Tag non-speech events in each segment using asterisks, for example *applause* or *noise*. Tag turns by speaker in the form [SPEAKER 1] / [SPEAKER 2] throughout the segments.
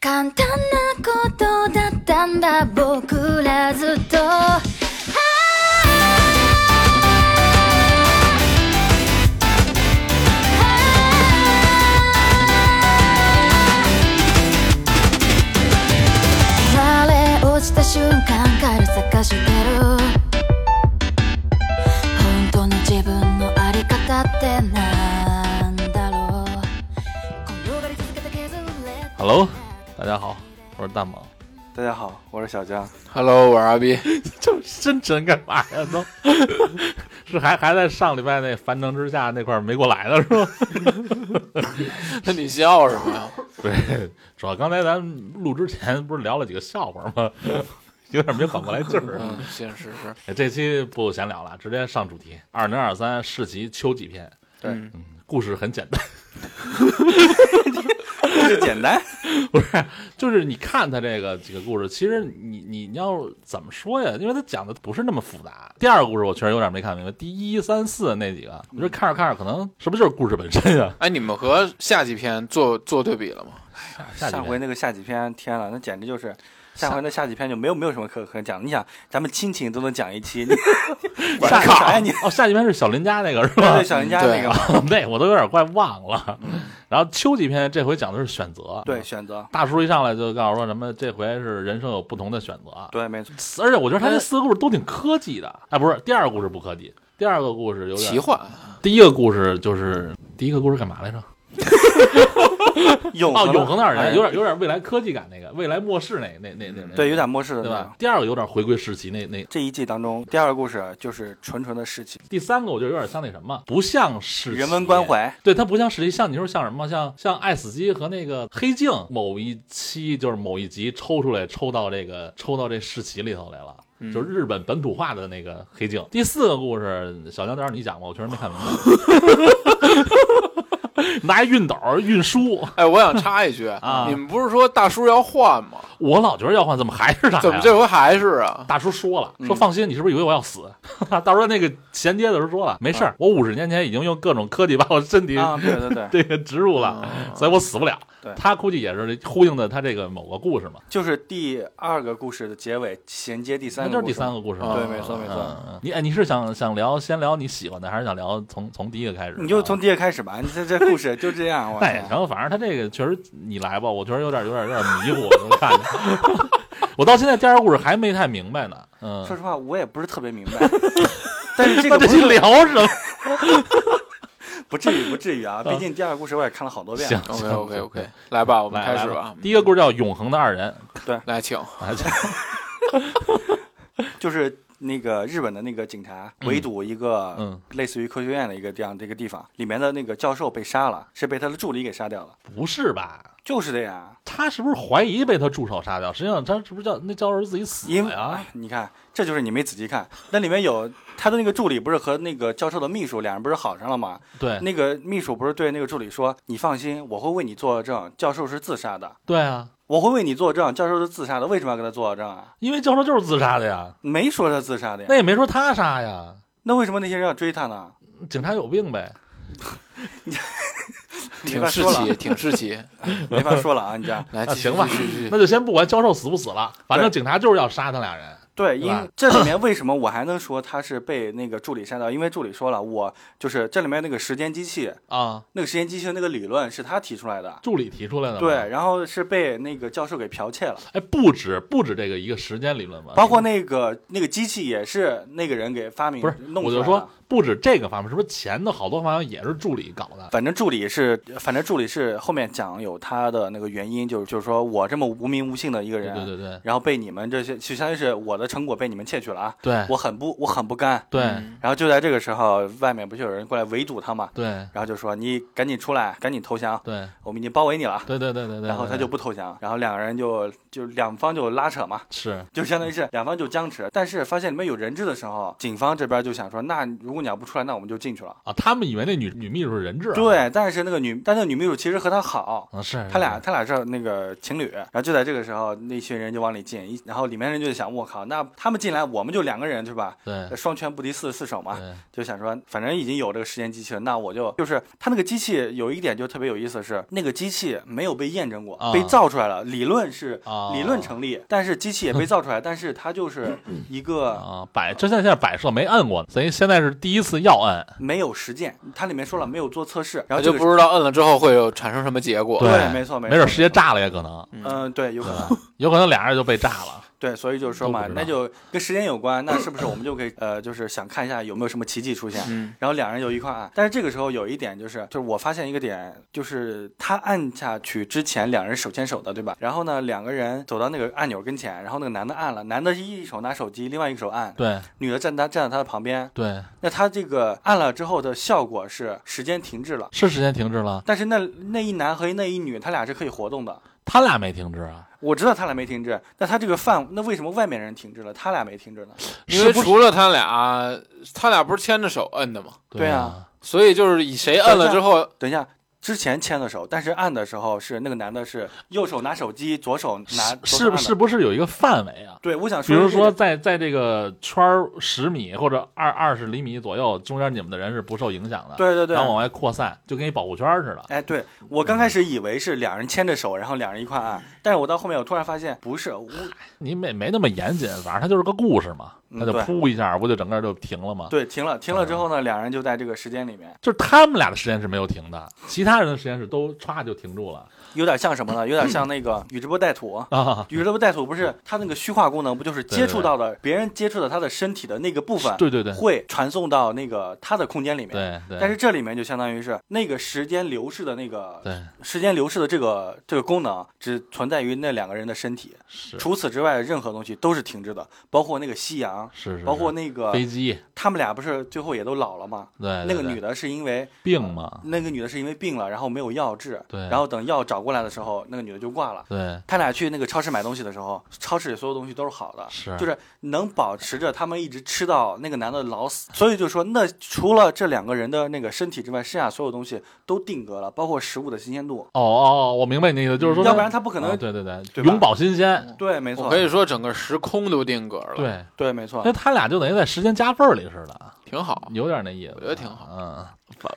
[SPEAKER 1] 簡単なことだったんだ僕らずっとああ我落ちた瞬間から探してる本当の自分のあり方ってなんだろう転がり続けた削れた
[SPEAKER 2] Hello，大家好，我是大猛。
[SPEAKER 3] 大家好，我是小江。
[SPEAKER 4] Hello，我是阿斌。
[SPEAKER 2] *laughs*
[SPEAKER 4] *laughs*
[SPEAKER 2] 这深沉干嘛呀？都 *laughs* 是还还在上礼拜那樊城之下那块儿没过来的是吗？
[SPEAKER 4] 那你笑什么呀？
[SPEAKER 2] *laughs* 对，主要刚才咱们录之前不是聊了几个笑话 *laughs* 吗？有点没缓过来劲 *laughs* 儿。哎
[SPEAKER 4] 嗯，现实是，
[SPEAKER 2] 这期不闲聊了，直接上主题。二零二三世纪秋季篇，
[SPEAKER 3] 对，
[SPEAKER 2] 故事很简单，
[SPEAKER 3] 这简单，
[SPEAKER 2] 不是？就是你看他这个几个故事，其实你你你要怎么说呀？因为他讲的不是那么复杂。第二个故事我确实有点没看明白，第一三四那几个，我觉得看着看着可能是不是就是故事本身啊呀、
[SPEAKER 4] 哎，你们和下几篇做做对比了吗？
[SPEAKER 2] *laughs* 下
[SPEAKER 3] 上
[SPEAKER 2] 几
[SPEAKER 3] 回
[SPEAKER 2] 篇
[SPEAKER 3] 那个下几篇，天了，那简直就是。下回那下几篇就没有没有什么可可讲，你想咱们亲情都能讲
[SPEAKER 2] *laughs*
[SPEAKER 3] 一期，你管
[SPEAKER 2] 下
[SPEAKER 3] 啥
[SPEAKER 2] *laughs*
[SPEAKER 3] 呀你？
[SPEAKER 2] 哦，下几篇是小林家那个是吧嗯
[SPEAKER 3] 对，？小人家那个，
[SPEAKER 2] 对，啊我都有点快忘了。然后秋季篇这回讲的是选择，
[SPEAKER 3] 对，选择，
[SPEAKER 2] 大叔一上来就告诉说什么这回是人生有不同的选择，
[SPEAKER 3] 对，没错，
[SPEAKER 2] 而且我觉得他这四个故事都挺科技的啊，不是第二个故事不科技，第二个故事有
[SPEAKER 4] 奇
[SPEAKER 2] 点，
[SPEAKER 4] 幻，啊
[SPEAKER 2] 第一个故事就是第一个故事干嘛来着？
[SPEAKER 3] 永
[SPEAKER 2] 哦，永恒的二
[SPEAKER 3] 哎
[SPEAKER 2] 人，
[SPEAKER 3] 嗯
[SPEAKER 2] 有点有点未来科技感那个未来末世那那那那那
[SPEAKER 3] 对，有点嗯末世的
[SPEAKER 2] 对
[SPEAKER 3] 那
[SPEAKER 2] 吧
[SPEAKER 3] 种？。
[SPEAKER 2] 第二个有点回归世袭那那，
[SPEAKER 3] 这一季当中，第二个故事就是纯纯的士气，
[SPEAKER 2] 第三个我觉得有点像那什么，不像世袭
[SPEAKER 3] 人文关怀，
[SPEAKER 2] 对，它不像实际，像你说像什么，像像爱死机和那个黑镜某一期就是某一集抽出来，抽到这个抽到这世奇里头来了。
[SPEAKER 3] 嗯
[SPEAKER 2] 就是日本本土化的那个黑镜。第四个故事，小江当时你讲过，我确实没看明白。 *laughs* 拿一熨斗熨书，
[SPEAKER 4] 哎，我想插一句，
[SPEAKER 2] 啊
[SPEAKER 4] 你们不是说大叔要换吗？
[SPEAKER 2] 我老觉得要换，怎么还是他？
[SPEAKER 4] 怎么这回还是啊？
[SPEAKER 2] 大叔说了，
[SPEAKER 3] 嗯
[SPEAKER 2] 说放心，你是不是以为我要死？ *laughs* 到时候那个衔接的时候说了，没事儿，我五十年前已经用各种科技把我身体
[SPEAKER 3] 嗯啊，对对对，
[SPEAKER 2] 这个植入了，所以我死不了
[SPEAKER 3] 对。
[SPEAKER 2] 他估计也是呼应的他这个某个故事嘛，
[SPEAKER 3] 就是第二个故事的结尾衔接第
[SPEAKER 2] 那
[SPEAKER 3] 三
[SPEAKER 2] 就
[SPEAKER 3] 个
[SPEAKER 2] 是
[SPEAKER 3] 故
[SPEAKER 2] 第
[SPEAKER 3] 事，哦
[SPEAKER 2] 三个故事嘛。
[SPEAKER 4] 啊
[SPEAKER 3] 对，没错没错，
[SPEAKER 2] 嗯，你哎，你是想想聊先聊你喜欢的，还是想聊从从第一个开始？啊
[SPEAKER 3] 你就从第一个开始吧，你这这故事就这样，我
[SPEAKER 2] 那也行，反正他这个确实你来吧，我确实有点有点有点迷糊，我就看着。
[SPEAKER 3] *laughs*
[SPEAKER 2] 我到现在第二个故事还没太明白呢，嗯，
[SPEAKER 3] 说实话，我也不是特别明白， *laughs* 但是
[SPEAKER 2] *laughs*
[SPEAKER 3] 这
[SPEAKER 2] 那
[SPEAKER 3] 个
[SPEAKER 2] 这
[SPEAKER 3] 不
[SPEAKER 2] 期
[SPEAKER 3] 是
[SPEAKER 2] 聊什
[SPEAKER 3] *laughs*
[SPEAKER 2] 么？
[SPEAKER 3] 不至于不至于啊，毕竟第二个故事我也看了好多遍
[SPEAKER 2] 嗯行。
[SPEAKER 4] OK
[SPEAKER 2] 行
[SPEAKER 4] OK OK，来吧，我们
[SPEAKER 2] 来
[SPEAKER 4] 开始
[SPEAKER 2] 来
[SPEAKER 4] 吧。
[SPEAKER 2] 第一个故事叫《永恒的二 *laughs* 人
[SPEAKER 4] *laughs* 来，请。》，
[SPEAKER 2] 哎
[SPEAKER 3] 就是那个日本的那个警察围堵一个
[SPEAKER 2] 嗯
[SPEAKER 3] 类似于科学院的一个这样的一个地方，里面的那个教授被杀了，是被他的助理给杀掉了，
[SPEAKER 2] 不是吧？
[SPEAKER 3] 就是这样。啊
[SPEAKER 2] 他是不是怀疑被他助手杀掉？实际上他是不是叫那教授是自己死
[SPEAKER 3] 因为哎
[SPEAKER 2] 的呀？
[SPEAKER 3] 你看，这就是你没仔细看，那里面有他的那个助理不是和那个教授的秘书两人不是好上了吗？
[SPEAKER 2] 对
[SPEAKER 3] 那个秘书不是对那个助理说：“你放心，我会为你作证，教授是自杀的，
[SPEAKER 2] 对啊，
[SPEAKER 3] 我会为你作证，教授是自杀的，为什么要跟他作证啊？
[SPEAKER 2] 因为教授就是自杀的呀，
[SPEAKER 3] 没说他自杀的呀。”
[SPEAKER 2] 那也没说他杀呀，
[SPEAKER 3] 那为什么那些人要追他呢？
[SPEAKER 2] 警察有病呗。
[SPEAKER 3] 没
[SPEAKER 4] 挺
[SPEAKER 3] 法
[SPEAKER 4] 士
[SPEAKER 3] 说
[SPEAKER 4] 气，
[SPEAKER 3] 了，
[SPEAKER 4] 挺士
[SPEAKER 2] *laughs*
[SPEAKER 4] 气。
[SPEAKER 3] 没法说了啊！你这样
[SPEAKER 4] 来，
[SPEAKER 2] 啊
[SPEAKER 4] 继续
[SPEAKER 2] 行吧
[SPEAKER 4] 继续继续
[SPEAKER 2] 那就先不管教授死不死了，反正
[SPEAKER 3] 对
[SPEAKER 2] 警察就是要杀他俩人。对
[SPEAKER 3] 对，因
[SPEAKER 2] 吧
[SPEAKER 3] 为这里面为什么我还能说他是被那个助理杀掉？因为助理说了，我就是这里面那个时间机器，
[SPEAKER 2] 啊，
[SPEAKER 3] 那个时间机器那个理论是他提出来的，
[SPEAKER 2] 助理提出来的。
[SPEAKER 3] 对，，然后是被那个教授给剽窃了，
[SPEAKER 2] 哎，不止不止这个一个时间理论吧，
[SPEAKER 3] 包括那个那个机器也是那个人给发明
[SPEAKER 2] 不是，
[SPEAKER 3] 弄
[SPEAKER 2] 我
[SPEAKER 3] 出
[SPEAKER 2] 就
[SPEAKER 3] 来
[SPEAKER 2] 说
[SPEAKER 3] 的。
[SPEAKER 2] 不止这个方面，是不是前的好多方面也是助理搞的？
[SPEAKER 3] 反正助理是，反正助理是后面讲有他的那个原因，就是就是说我这么无名无姓的一个
[SPEAKER 2] 对
[SPEAKER 3] 人，
[SPEAKER 2] 对对对
[SPEAKER 3] 然后被你们这些，就相当于是我的成果被你们窃取了啊，
[SPEAKER 2] *laughs* 对
[SPEAKER 3] 我很不我很不甘，
[SPEAKER 2] 对
[SPEAKER 4] 嗯
[SPEAKER 3] 然后就在这个时候，外面不就有人过来围堵他嘛？
[SPEAKER 2] 对
[SPEAKER 3] 然后就说：“你赶紧出来，赶紧投降，
[SPEAKER 2] 对
[SPEAKER 3] 我们已经包围你了。
[SPEAKER 2] 对对对对对。”
[SPEAKER 3] 然后他
[SPEAKER 2] 对
[SPEAKER 3] 就不投降，然后两个人就就两方就拉扯嘛，
[SPEAKER 2] 是
[SPEAKER 3] 就相当于是两方就僵持。但是发现里面有人质的时候，警方这边就想说：“那如果你要不出来，那我们就进去了。
[SPEAKER 2] 啊，他们以为那女女秘书是人质啊。”
[SPEAKER 3] 对，但是那个女，但那个女秘书其实和他好。
[SPEAKER 2] 啊，是
[SPEAKER 3] 他俩他俩是那个情侣，然后就在这个时候，那群人就往里进，一然后里面人就想，我靠，那他们进来，我们就两个人，对吧？
[SPEAKER 2] 对
[SPEAKER 3] 双拳不敌四十四手嘛，
[SPEAKER 2] 对
[SPEAKER 3] 就想说，反正已经有这个时间机器了，那我就就是它那个机器有一点就特别有意思是，那个机器没有被验证过，
[SPEAKER 2] 啊
[SPEAKER 3] 被造出来了，理论是、
[SPEAKER 2] 啊
[SPEAKER 3] 理论成立，但是机器也被造出来，但是它就是一个
[SPEAKER 2] 啊，摆就像现在摆设没摁过，所以现在是第一次要摁，
[SPEAKER 3] 没有实践，它里面说了没有做测试，然
[SPEAKER 4] 我
[SPEAKER 3] 后
[SPEAKER 4] 就
[SPEAKER 3] 这个
[SPEAKER 4] 不知道摁了之后会有产生什么结果。
[SPEAKER 3] 对没错没
[SPEAKER 2] 没
[SPEAKER 3] 错
[SPEAKER 2] 准世界炸了也可能，
[SPEAKER 3] 嗯、对，有可能。
[SPEAKER 2] 有可能俩人就被炸了。
[SPEAKER 3] 对，所以就是说
[SPEAKER 2] 都
[SPEAKER 3] 嘛
[SPEAKER 2] 不，知道
[SPEAKER 3] 那就跟时间有关，那是不是我们就可以呃，就是想看一下有没有什么奇迹出现？
[SPEAKER 4] 嗯
[SPEAKER 3] 然后两人有一块按，但是这个时候有一点就是，就是我发现一个点，就是他按下去之前，两人手牵手的，对吧？然后呢，两个人走到那个按钮跟前，然后那个男的按了，男的是一手拿手机，另外一个手按，
[SPEAKER 2] 对
[SPEAKER 3] 女的站他站在他的旁边。
[SPEAKER 2] 对，
[SPEAKER 3] 那他这个按了之后的效果是时间停滞了，
[SPEAKER 2] 是时间停滞了，
[SPEAKER 3] 但是那那一男和那一女，他俩是可以活动的。
[SPEAKER 2] 他俩没停滞啊，
[SPEAKER 3] 我知道他俩没停滞，那他这个范，那为什么外面人停滞了，他俩没停滞呢？
[SPEAKER 4] 因为
[SPEAKER 2] 是不是
[SPEAKER 4] 除了他俩，他俩不是牵着手摁的吗？
[SPEAKER 3] 对
[SPEAKER 2] 啊
[SPEAKER 3] 啊，
[SPEAKER 4] 所以就是以谁摁了之后，
[SPEAKER 3] 等一下，之前牵的手，但是按的时候是那个男的是右手拿手机，左手拿左手
[SPEAKER 2] 是
[SPEAKER 3] 按的
[SPEAKER 2] 是不是有一个范围啊？
[SPEAKER 3] 对，我想
[SPEAKER 2] 比
[SPEAKER 3] 说，
[SPEAKER 2] 如说，，在在这个圈儿十米或者二二十厘米左右，中间你们的人是不受影响的，
[SPEAKER 3] 对对对
[SPEAKER 2] 然后往外扩散，就跟一保护圈儿似的。
[SPEAKER 3] 哎，对我刚开始以为是两人牵着手，然后两人一块按，
[SPEAKER 2] 嗯
[SPEAKER 3] 但是我到后面我突然发现不
[SPEAKER 2] *laughs*
[SPEAKER 3] 是，我
[SPEAKER 2] 你没没那么严谨，反正它就是个故事嘛，
[SPEAKER 3] 嗯
[SPEAKER 2] 它就
[SPEAKER 3] 对
[SPEAKER 2] 噗一下，不就整个就停了吗？
[SPEAKER 3] 对，停了，停了之后呢，两人就在这个时间里面，
[SPEAKER 2] 就是他们俩的时间是没有停的，其他人的时间是都歘就停住了
[SPEAKER 3] 有点像什么呢？有点像那个宇智波带土。
[SPEAKER 2] 啊。 *laughs*
[SPEAKER 3] 宇智波带土不是它那个虚化功能，不就是
[SPEAKER 2] 对对
[SPEAKER 3] 接触到的别人接触到他的身体的那个部分，
[SPEAKER 2] 对对对
[SPEAKER 3] 会传送到那个他的空间里面。
[SPEAKER 2] 对对，
[SPEAKER 3] 但是这里面就相当于是那个时间流逝的那个
[SPEAKER 2] 对
[SPEAKER 3] 时间流逝的这个这个功能只存在于那两个人的身体，
[SPEAKER 2] 是
[SPEAKER 3] 除此之外任何东西都是停滞的，包括那个夕阳，
[SPEAKER 2] 是是，
[SPEAKER 3] 包括
[SPEAKER 2] 是
[SPEAKER 3] 那个
[SPEAKER 2] 飞机，
[SPEAKER 3] 他们俩不是最后也都老了吗？
[SPEAKER 2] 对对
[SPEAKER 3] 那个
[SPEAKER 2] 对
[SPEAKER 3] 女的是因为
[SPEAKER 2] 病嘛，
[SPEAKER 3] 那个女的是因为病了，然后没有药治，
[SPEAKER 2] 对
[SPEAKER 3] 然后等药找过来的时候，那个女的就挂了。
[SPEAKER 2] 对
[SPEAKER 3] 他俩去那个超市买东西的时候，超市里所有东西都是好的，
[SPEAKER 2] 是
[SPEAKER 3] 就是能保持着他们一直吃到那个男的老死。所以就说，那除了这两个人的那个身体之外，剩下所有东西都定格了，包括食物的新鲜度。
[SPEAKER 2] 哦哦，我明白你的意思，就是说，
[SPEAKER 3] 要不然他不可
[SPEAKER 2] 啊
[SPEAKER 3] 能。
[SPEAKER 2] 对对对，
[SPEAKER 3] 对吧
[SPEAKER 2] 永葆新鲜，
[SPEAKER 3] 对，没错，
[SPEAKER 4] 我可以说整个时空都定格了，，
[SPEAKER 2] 对，
[SPEAKER 3] 对，没错
[SPEAKER 2] 那，他俩就等于在时间夹缝儿里似的，
[SPEAKER 4] 挺好。
[SPEAKER 2] 有点那意思，我
[SPEAKER 4] 觉得挺好
[SPEAKER 2] 嗯，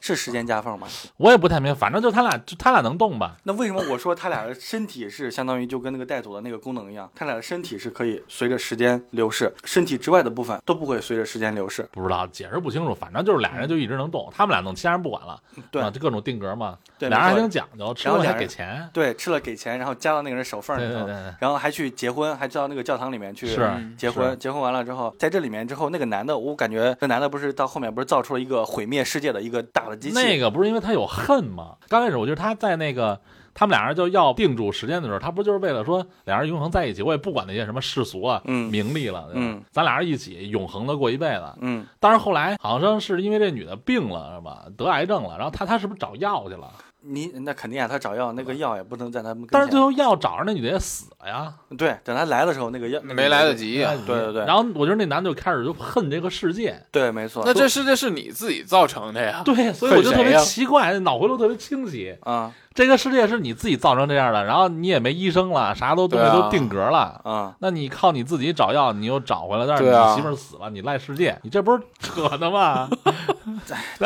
[SPEAKER 3] 是时间夹缝嘛？
[SPEAKER 2] 我也不太明白，反正就他俩，就他俩能动吧？
[SPEAKER 3] 那为什么我说他俩的身体是相当于就跟那个带组的那个功能一样，他俩的身体是可以随着时间流逝，身体之外的部分都不会随着时间流逝。
[SPEAKER 2] 不知道，解释不清楚，反正就是俩人就一直能动，他们俩弄，其他人不管了，
[SPEAKER 3] 嗯对
[SPEAKER 2] 啊，就各种定格嘛，
[SPEAKER 3] 对
[SPEAKER 2] 俩人还
[SPEAKER 3] 没错
[SPEAKER 2] 挺讲究，吃
[SPEAKER 3] 然后
[SPEAKER 2] 了还
[SPEAKER 3] 俩人
[SPEAKER 2] 给钱，
[SPEAKER 3] 对，吃了给钱，然后加到那个人手缝
[SPEAKER 2] 对
[SPEAKER 3] 里
[SPEAKER 2] 对
[SPEAKER 3] 头，
[SPEAKER 2] 对对，
[SPEAKER 3] 然后还去结婚，还到那个教堂里面去
[SPEAKER 2] 是
[SPEAKER 4] 嗯
[SPEAKER 3] 结婚。结婚完了之后，在这里面之后，那个男的，我感觉那男的不是到后面不是造出了一个毁灭世界的一个大的机器？
[SPEAKER 2] 那个不是因为他有恨吗？刚开始我觉得他在那个他们俩人就要定住时间的时候，他不就是为了说俩人永恒在一起？我也不管那些什么世俗啊、
[SPEAKER 3] 嗯
[SPEAKER 2] 名利了，对吧
[SPEAKER 3] 嗯
[SPEAKER 2] 咱俩人一起永恒的过一辈子。
[SPEAKER 3] 嗯，
[SPEAKER 2] 但是后来好像是因为这女的病了是吧，得癌症了，然后他他是不是找药去了？
[SPEAKER 3] 你那肯定啊，他找药，那个药也不能在他们跟前。
[SPEAKER 2] 但是最后药找着那女的也死了呀，
[SPEAKER 3] 对，等他来的时候，那个药那个
[SPEAKER 4] 没来得。及嗯呀、
[SPEAKER 3] 对对对，
[SPEAKER 2] 然后我觉得那男的就开始就恨这个世界，
[SPEAKER 3] 对，没错。
[SPEAKER 4] 那这世界是你自己造成的呀。
[SPEAKER 2] 对，所以我就特
[SPEAKER 4] 啊恨谁
[SPEAKER 2] 别
[SPEAKER 4] 呀
[SPEAKER 2] 奇怪，脑回路特别清晰。
[SPEAKER 3] 啊
[SPEAKER 2] 这个世界是你自己造成这样的，然后你也没医生了，啥都东西
[SPEAKER 4] 对
[SPEAKER 2] 都
[SPEAKER 4] 啊
[SPEAKER 2] 定格了。
[SPEAKER 3] 啊，
[SPEAKER 2] 那你靠你自己找药，你又找回来，但是
[SPEAKER 4] 对啊
[SPEAKER 2] 你媳妇儿死了，你赖世界，你这不是扯呢
[SPEAKER 4] *laughs*
[SPEAKER 2] 吗？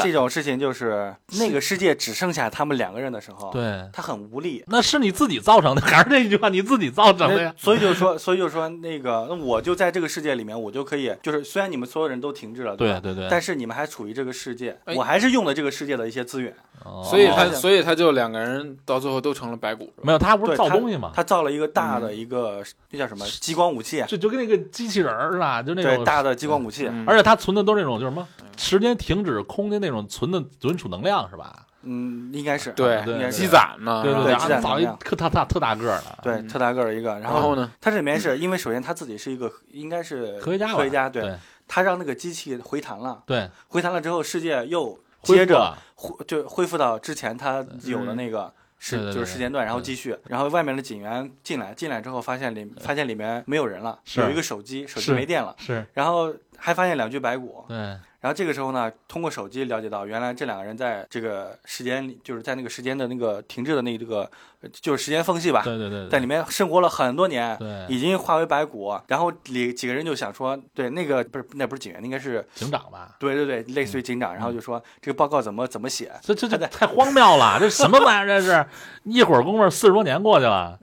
[SPEAKER 3] 这种事情就是那个世界只剩下他们两个人的时候，
[SPEAKER 2] 对，
[SPEAKER 3] 他很无力。
[SPEAKER 2] 那是你自己造成的，还是那句话，你自己造成的
[SPEAKER 3] 那
[SPEAKER 4] *laughs*
[SPEAKER 2] 呀？
[SPEAKER 3] 所以就说，所以就说那个，那我就在这个世界里面，我就可以，就是虽然你们所有人都停滞了，吧
[SPEAKER 2] 对对对，
[SPEAKER 3] 但是你们还处于这个世界，
[SPEAKER 4] 哎啊
[SPEAKER 3] 我还是用了这个世界的一些资源。
[SPEAKER 2] 哦
[SPEAKER 4] 所以他，
[SPEAKER 3] 哦
[SPEAKER 4] 所以他就两个人到最后都成了白骨了。
[SPEAKER 2] 没有他不是
[SPEAKER 3] 对，
[SPEAKER 2] 造
[SPEAKER 3] 他
[SPEAKER 2] 东西吗？
[SPEAKER 3] 他造了一个大
[SPEAKER 4] 嗯
[SPEAKER 3] 的一个，那叫什么激光武器？
[SPEAKER 2] 就就跟那个机器人儿似的，就那
[SPEAKER 3] 对，
[SPEAKER 2] 种
[SPEAKER 3] 大的激光武器。
[SPEAKER 4] 嗯
[SPEAKER 2] 而且他存的都是那种就是什么时间停止、空间那种存的存储能量是吧？
[SPEAKER 3] 嗯，应该是
[SPEAKER 4] 对
[SPEAKER 3] 应该是
[SPEAKER 4] 积攒嘛。
[SPEAKER 2] 对
[SPEAKER 3] 啊对
[SPEAKER 2] 对，
[SPEAKER 3] 积
[SPEAKER 2] 然后
[SPEAKER 3] 攒
[SPEAKER 2] 造
[SPEAKER 3] 能
[SPEAKER 2] 一
[SPEAKER 3] 量
[SPEAKER 2] 特大大特大个儿的，
[SPEAKER 3] 对
[SPEAKER 4] 嗯
[SPEAKER 3] 特大个儿的一个。然
[SPEAKER 4] 然后
[SPEAKER 3] 后
[SPEAKER 4] 呢？
[SPEAKER 3] 他这里面是因为首先他自己是一个应该是
[SPEAKER 2] 嗯科学家吧
[SPEAKER 3] 科学家
[SPEAKER 2] 对
[SPEAKER 3] 对，他让那个机器回弹了，
[SPEAKER 2] 对，
[SPEAKER 3] 回弹了之后，世界又
[SPEAKER 2] 恢复
[SPEAKER 3] 接着
[SPEAKER 2] 了嗯
[SPEAKER 3] 恢就恢复到之前他有的那个。时
[SPEAKER 2] 对对对
[SPEAKER 3] 就是时间段，然后
[SPEAKER 2] 对
[SPEAKER 3] 继续，然后外面的警员进来，进来之后发现里发现里面没有人了，
[SPEAKER 2] 是
[SPEAKER 3] 有一个手机，手机
[SPEAKER 2] 是
[SPEAKER 3] 没电了，
[SPEAKER 2] 是，
[SPEAKER 3] 然后还发现两具白骨，
[SPEAKER 2] 对，
[SPEAKER 3] 然后这个时候呢，通过手机了解到，原来这两个人在这个时间里，就是在那个时间的那个停滞的那这个，呃就是时间缝隙吧，
[SPEAKER 2] 对对对，
[SPEAKER 3] 在里面生活了很多年，
[SPEAKER 2] 对
[SPEAKER 3] 已经化为白骨。然后里几个人就想说，对那个不是那不是警员，那应该是
[SPEAKER 2] 警长吧。
[SPEAKER 3] 对对对，类似于警长。然后就
[SPEAKER 2] 嗯
[SPEAKER 3] 说这个报告怎么怎么写，
[SPEAKER 2] 这这这太荒谬了！这什么玩意儿？这是一会儿功夫，四十多年过去了。